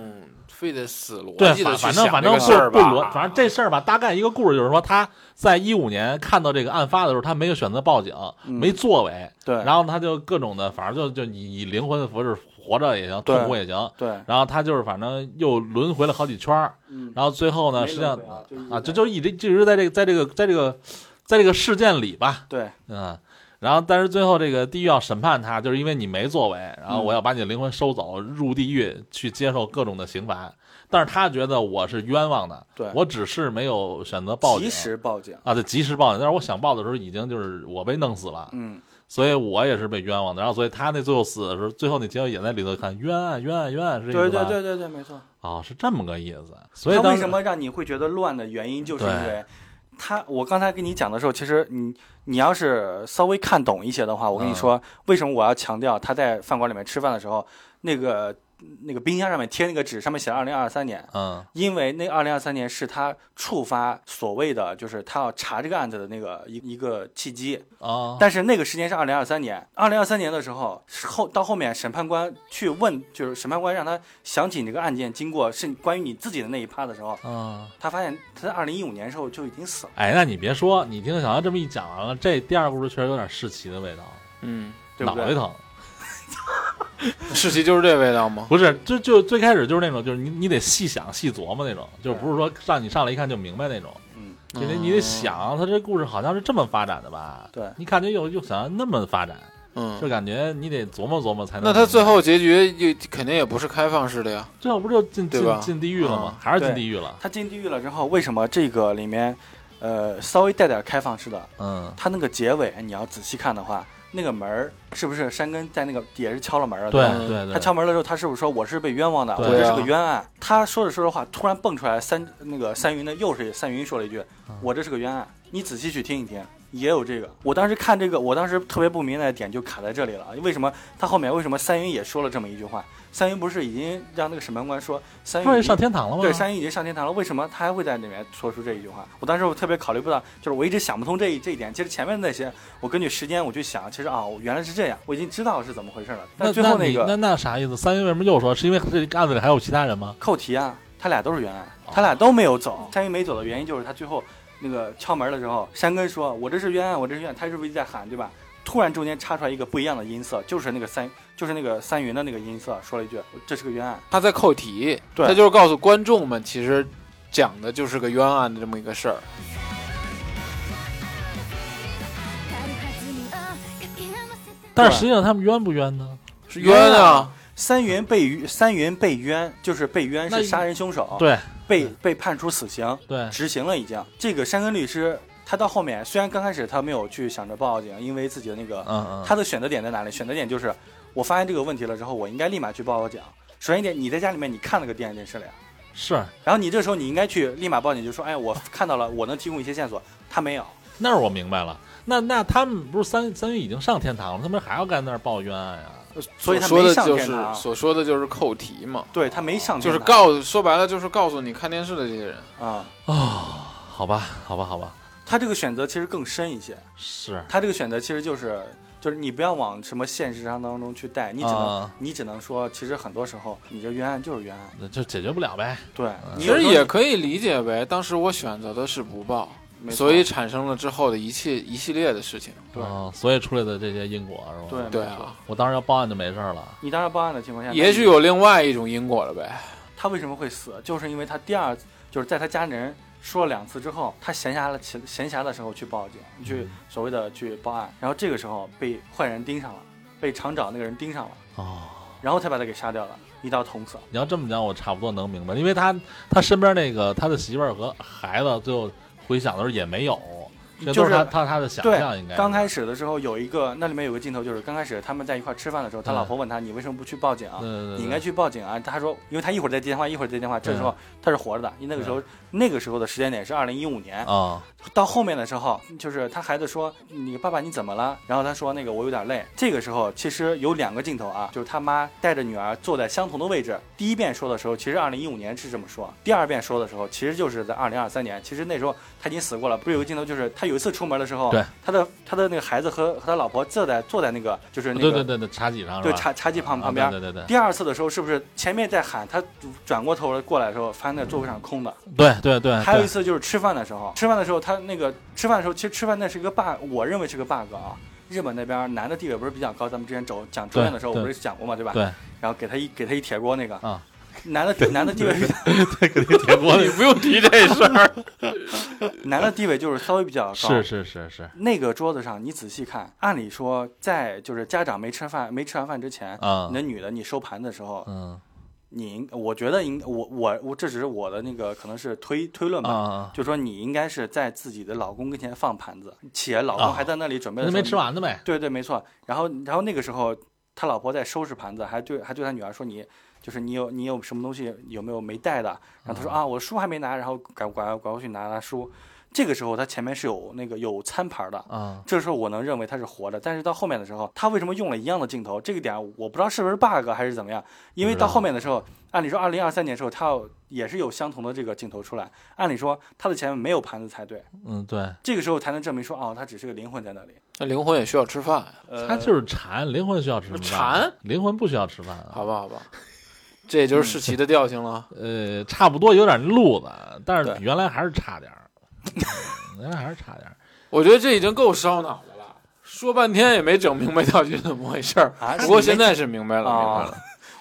[SPEAKER 4] 非得死逻
[SPEAKER 2] 对，
[SPEAKER 4] 辑
[SPEAKER 2] 反
[SPEAKER 4] 的去
[SPEAKER 2] 反正
[SPEAKER 4] 想
[SPEAKER 2] 反
[SPEAKER 4] 这
[SPEAKER 2] 正
[SPEAKER 4] 个
[SPEAKER 2] 不
[SPEAKER 4] 事儿
[SPEAKER 2] 不
[SPEAKER 4] 吧，
[SPEAKER 2] 轮，反正这事儿吧，大概一个故事就是说，他在一五年看到这个案发的时候，他没有选择报警，
[SPEAKER 3] 嗯
[SPEAKER 2] 没作为，
[SPEAKER 3] 对，
[SPEAKER 2] 然后他就各种的，反正就就以以灵魂的服饰活着也行，
[SPEAKER 3] 对
[SPEAKER 2] 痛苦也行。
[SPEAKER 3] 对，
[SPEAKER 2] 然后他就是反正又轮回了好几圈儿，
[SPEAKER 3] 嗯，
[SPEAKER 2] 然后最后呢，
[SPEAKER 3] 没
[SPEAKER 2] 实际上
[SPEAKER 3] 轮回啊就一直
[SPEAKER 2] 啊，
[SPEAKER 3] 在
[SPEAKER 2] 就就一直一直在这个在这个在这个在这个事件里吧，
[SPEAKER 3] 对
[SPEAKER 2] 嗯，然后但是最后这个地狱要审判他，就是因为你没作为，然
[SPEAKER 3] 嗯
[SPEAKER 2] 后我要把你的灵魂收走，入地狱去接受各种的刑罚。但是他觉得我是冤枉的，
[SPEAKER 3] 对
[SPEAKER 2] 我只是没有选择报警
[SPEAKER 3] 及，时报警，
[SPEAKER 2] 啊，对，及时报警。但是我想报的时候，已经就是我被弄死了，
[SPEAKER 3] 嗯，
[SPEAKER 2] 所以我也是被冤枉的。然后所以他那最后死的时候，最后那结果也在里头看冤案，冤啊案，冤案，是这意思
[SPEAKER 3] 对对
[SPEAKER 2] 吧？
[SPEAKER 3] 对对对，没错。
[SPEAKER 2] 哦，是这么个意思。所以
[SPEAKER 3] 他
[SPEAKER 2] 当
[SPEAKER 3] 为
[SPEAKER 2] 时
[SPEAKER 3] 什么让你会觉得乱的原因，就是因
[SPEAKER 2] 对
[SPEAKER 3] 为他，我刚才跟你讲的时候，其实你你要是稍微看懂一些的话，我跟你
[SPEAKER 2] 嗯
[SPEAKER 3] 说，为什么我要强调他在饭馆里面吃饭的时候，那个那个冰箱上面贴那个纸，上面写了二零二三年，
[SPEAKER 2] 嗯
[SPEAKER 3] 因为那二零二三年是他触发所谓的，就是他要查这个案子的那个一一个契机。
[SPEAKER 2] 啊
[SPEAKER 3] 但是那个时间是二零二三年，二零二三年的时候，后到后面审判官去问，就是审判官让他想起你这个案件经过是关于你自己的那一趴的时候，
[SPEAKER 2] 嗯。
[SPEAKER 3] 他发现他在二零一五年的时候就已经死了，
[SPEAKER 2] 哎，那你别说，你听小杨这么一讲完了，这第二故事确实有点世奇的味道。
[SPEAKER 4] 嗯，
[SPEAKER 3] 对不
[SPEAKER 2] 脑袋
[SPEAKER 3] 对？
[SPEAKER 2] 疼。
[SPEAKER 4] 世奇就是这味道吗？
[SPEAKER 2] 不是，就就最开始就是那种，就是你你得细想细琢磨那种，就不是说让你上来一看就明白那种，
[SPEAKER 3] 嗯，
[SPEAKER 2] 就得你得想，他这故事好像是这么发展的吧？
[SPEAKER 3] 对
[SPEAKER 2] 你感觉又又想要那么发展，就
[SPEAKER 4] 嗯，
[SPEAKER 2] 感觉你得琢磨琢磨才能明
[SPEAKER 4] 那
[SPEAKER 2] 白。
[SPEAKER 4] 他最后结局又肯定也不是开放式的呀。
[SPEAKER 2] 最后不就进
[SPEAKER 4] 对
[SPEAKER 2] 进
[SPEAKER 4] 吧
[SPEAKER 2] 进地狱了吗
[SPEAKER 4] 嗯？
[SPEAKER 2] 还是进
[SPEAKER 3] 对
[SPEAKER 2] 地狱了？
[SPEAKER 3] 他进地狱了之后，为什么这个里面，呃，稍微带点开放式的，
[SPEAKER 2] 嗯，
[SPEAKER 3] 他那个结尾你要仔细看的话，那个门儿是不是山根在那个也是敲了门儿了？
[SPEAKER 2] 对
[SPEAKER 3] 吧
[SPEAKER 4] 嗯
[SPEAKER 2] 对对，
[SPEAKER 3] 他敲门了之后，他是不是说我是被冤枉的，
[SPEAKER 2] 对
[SPEAKER 3] 我
[SPEAKER 2] 啊
[SPEAKER 3] 这是个冤案？他说着说着话，突然蹦出来三那个三云的，又是三云说了一句
[SPEAKER 2] 嗯，
[SPEAKER 3] 我这是个冤案。你仔细去听一听，也有这个。我当时看这个，我当时特别不明白的点就卡在这里了。为什么他后面为什么三云也说了这么一句话？三云不是已经让那个审判官说三
[SPEAKER 2] 不
[SPEAKER 3] 云
[SPEAKER 2] 是
[SPEAKER 3] 已经
[SPEAKER 2] 上天堂了吗？
[SPEAKER 3] 对，山一已经上天堂了，为什么他还会在里面说出这一句话？我当时我特别考虑不到，就是我一直想不通这一这一点。其实前面那些，我根据时间我去想，其实啊，我原来是这样，我已经知道是怎么回事了。
[SPEAKER 2] 那
[SPEAKER 3] 但最后
[SPEAKER 2] 那你
[SPEAKER 3] 个
[SPEAKER 2] 那那啥意思？三云为什么又说？是因为这个案子里还有其他人吗？
[SPEAKER 3] 扣题啊，他俩都是原案，他俩都没有走。山一没走的原因就是他最后那个敲门的时候，山根说：“我这是冤案，我这是冤案。”他是不是一直在喊对吧？突然中间插出来一个不一样的音色，就是那个三，就是那个三云的那个音色，说了一句：“这是个冤案。
[SPEAKER 4] 他在扣题，
[SPEAKER 3] 对
[SPEAKER 4] 他就是告诉观众们，其实讲的就是个冤案的这么一个事儿。
[SPEAKER 2] 但是实际上他们冤不冤呢？
[SPEAKER 4] 是冤
[SPEAKER 3] 冤
[SPEAKER 4] 啊
[SPEAKER 3] 啊！”三云被三云被冤，就是被冤
[SPEAKER 2] 那
[SPEAKER 3] 是杀人凶手，
[SPEAKER 2] 对
[SPEAKER 3] 被被判处死刑，
[SPEAKER 2] 对，
[SPEAKER 3] 执行了已经。这个山根律师，他到后面虽然刚开始他没有去想着报警，因为自己的那个、
[SPEAKER 2] 嗯嗯，
[SPEAKER 3] 他的选择点在哪里？选择点就是我发现这个问题了之后，我应该立马去报警。首先一点，你在家里面你看了个电视电视了呀，
[SPEAKER 2] 是
[SPEAKER 3] 然后你这时候你应该去立马报警，就说哎，我看到了，我能提供一些线索。他没有，
[SPEAKER 2] 那儿我明白了。那那他们不是三三云已经上天堂了，他们还要干那儿报冤案呀？
[SPEAKER 3] 所以他
[SPEAKER 4] 所说
[SPEAKER 3] 没
[SPEAKER 4] 的
[SPEAKER 3] 上
[SPEAKER 4] 就
[SPEAKER 3] 天
[SPEAKER 4] 是
[SPEAKER 3] 堂。啊
[SPEAKER 4] 所说的就是扣题嘛，
[SPEAKER 3] 对他没上天
[SPEAKER 4] 就是
[SPEAKER 3] 堂，
[SPEAKER 4] 告诉说白了就是告诉你看电视的这些人，
[SPEAKER 3] 啊、
[SPEAKER 2] 好吧，好吧，好吧，
[SPEAKER 3] 他这个选择其实更深一些。
[SPEAKER 2] 是
[SPEAKER 3] 他这个选择其实就是就是你不要往什么现实上当中去带，你只能、
[SPEAKER 2] 啊
[SPEAKER 3] 你只能说，其实很多时候你这冤案就是冤案。
[SPEAKER 2] 那就解决不了呗。
[SPEAKER 3] 对，
[SPEAKER 4] 其
[SPEAKER 3] 你有
[SPEAKER 4] 实
[SPEAKER 3] 时候
[SPEAKER 4] 也可以理解为，当时我选择的是不报，
[SPEAKER 3] 没错
[SPEAKER 4] 所以产生了之后的一切一系列的事情。
[SPEAKER 3] 对
[SPEAKER 2] 嗯所以出来的这些因果是吧？
[SPEAKER 3] 对
[SPEAKER 4] 对
[SPEAKER 3] 没错
[SPEAKER 4] 啊，
[SPEAKER 2] 我当时要报案就没事儿了。
[SPEAKER 3] 你当然报案的情况下，
[SPEAKER 4] 也许有另外一种因果了呗。
[SPEAKER 3] 他为什么会死，就是因为他第二就是在他家人说了两次之后，他闲暇了起闲暇的时候去报警，去
[SPEAKER 2] 嗯
[SPEAKER 3] 所谓的去报案，然后这个时候被坏人盯上了，被厂长那个人盯上了，
[SPEAKER 2] 哦，
[SPEAKER 3] 然后才把他给杀掉了，一刀捅死。
[SPEAKER 2] 你要这么讲，我差不多能明白，因为他他身边那个他的媳妇儿和孩子，最后回想的时候也没有，这都
[SPEAKER 3] 就是是
[SPEAKER 2] 他他他的想
[SPEAKER 3] 对
[SPEAKER 2] 象应该。，
[SPEAKER 3] 刚开始的时候有一个，那里面有个镜头，就是刚开始他们在一块儿吃饭的时候，他
[SPEAKER 2] 嗯
[SPEAKER 3] 老婆问他：“你为什么不去报警啊？
[SPEAKER 2] 对对对，
[SPEAKER 3] 你应该去报警啊！”他说：“因为他一会儿在接电话，一会儿接电话。”这时
[SPEAKER 2] 嗯
[SPEAKER 3] 候他是活着的，因为那个时候那个时候的时间点是二零一五年，
[SPEAKER 2] 啊，
[SPEAKER 3] 到后面的时候，就是他孩子说：“你爸爸你怎么了？”然后他说：“那个我有点累。”这个时候其实有两个镜头啊，就是他妈带着女儿坐在相同的位置。第一遍说的时候，其实二零一五年是这么说；第二遍说的时候，其实就是在二零二三年。其实那时候他已经死过了。不是有个镜头，就是他有一次出门的时候，
[SPEAKER 2] 对
[SPEAKER 3] 他的他的那个孩子和和他老婆坐在坐在那个就是那个
[SPEAKER 2] 对对对对，茶几上是吧？
[SPEAKER 3] 对茶茶几旁
[SPEAKER 2] 啊
[SPEAKER 3] 旁边。
[SPEAKER 2] 对对对对
[SPEAKER 3] 第二次的时候，是不是前面在喊他转过头过来的时候，发现那座位上空的？
[SPEAKER 2] 对对对，
[SPEAKER 3] 还有
[SPEAKER 2] 啊对
[SPEAKER 3] 一次就是吃饭的时候，吃饭的时候他那个吃饭的时候，其实吃饭那是一个 bug，我认为是个 bug 啊。日本那边男的地位不是比较高，咱们之前走讲中院的时候，
[SPEAKER 2] 对
[SPEAKER 3] 我不是讲过嘛，对吧？
[SPEAKER 2] 对 *laughs*
[SPEAKER 3] 然后给他一给他一铁锅那个，
[SPEAKER 2] 啊，
[SPEAKER 3] 男的男的地位比较
[SPEAKER 2] 铁锅里
[SPEAKER 4] 不用提这事儿，
[SPEAKER 3] 男的地位就是稍微比较高。
[SPEAKER 2] 是是是是
[SPEAKER 3] 那个桌子上，你仔细看，按理说在就是家长没吃饭没吃完饭之前，
[SPEAKER 2] 啊
[SPEAKER 3] 你，的女的你收盘的时候，
[SPEAKER 2] 嗯
[SPEAKER 3] 你应我觉得应我我我这只是我的那个可能是推推论
[SPEAKER 2] 啊
[SPEAKER 3] 吧。
[SPEAKER 2] 啊，
[SPEAKER 3] 就说你应该是在自己的老公跟前放盘子，且老
[SPEAKER 2] 啊
[SPEAKER 3] 公还在那里准备
[SPEAKER 2] 那
[SPEAKER 3] 了、
[SPEAKER 2] 没吃完的呗。
[SPEAKER 3] 对对，没错。然后然后那个时候，他老婆在收拾盘子，还对还对他女儿说你。就是你有你有什么东西有没有没带的？然后他
[SPEAKER 2] 嗯
[SPEAKER 3] 说啊，我书还没拿，然后赶拐拐过去拿拿书。这个时候他前面是有那个有餐盘的，
[SPEAKER 2] 啊，
[SPEAKER 3] 这时候我能认为他是活的，但是到后面的时候，他为什么用了一样的镜头？这个点我不知道是不是 bug 还是怎么样，因为到后面的时候，按理说二零二三年的时候，他要也是有相同的这个镜头出来，按理说他的前面没有盘子才对，
[SPEAKER 2] 嗯，对，
[SPEAKER 3] 这个时候才能证明说哦，他只是个灵魂在那里。
[SPEAKER 4] 那灵魂也需要吃饭，
[SPEAKER 3] 呃
[SPEAKER 2] 他就是馋，灵魂需要吃饭，
[SPEAKER 4] 馋，
[SPEAKER 2] 灵魂不需要吃饭啊。
[SPEAKER 4] 好吧，好吧，这也
[SPEAKER 3] 嗯
[SPEAKER 4] 就是世奇的调性了。
[SPEAKER 2] 呃，差不多有点路子，但是
[SPEAKER 3] 对
[SPEAKER 2] 比原来还是差点儿，嗯原来还是差点儿。
[SPEAKER 4] 我觉得这已经够烧脑的了。说半天也没整明白到底怎么回事儿
[SPEAKER 3] 啊。
[SPEAKER 4] 不过现在是明白了，明白
[SPEAKER 3] 啊
[SPEAKER 4] 了。，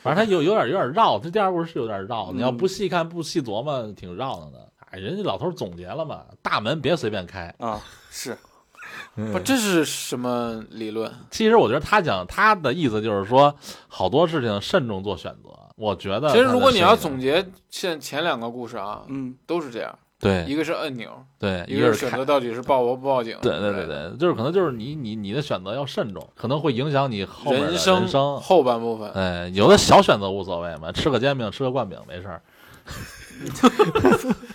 [SPEAKER 2] 反正他有有点有点绕，这第二部是有点绕，
[SPEAKER 4] 嗯
[SPEAKER 2] 你要不细看不细琢磨，挺绕腾的。哎，人家老头总结了嘛，大门别随便开。
[SPEAKER 3] 啊，是
[SPEAKER 4] 不，这是什么理论？
[SPEAKER 2] 其实我觉得他讲他的意思就是说，好多事情慎重做选择。我觉得
[SPEAKER 4] 其实如果你要总
[SPEAKER 2] 结，
[SPEAKER 4] 结现前两个故事啊，
[SPEAKER 3] 嗯，
[SPEAKER 4] 都是这样，一
[SPEAKER 2] 对
[SPEAKER 4] 个是按钮，
[SPEAKER 2] 对，
[SPEAKER 4] 一
[SPEAKER 2] 个是
[SPEAKER 4] 个是选
[SPEAKER 2] 看
[SPEAKER 4] 择到底是报不报警，
[SPEAKER 2] 对对对，对，就是可能就是你你你的选择要慎重，可能会影响你后面的
[SPEAKER 4] 人
[SPEAKER 2] 生。
[SPEAKER 4] 后半部分，
[SPEAKER 2] 哎，有的小选择无所谓嘛，吃个煎饼，吃个灌饼没事儿。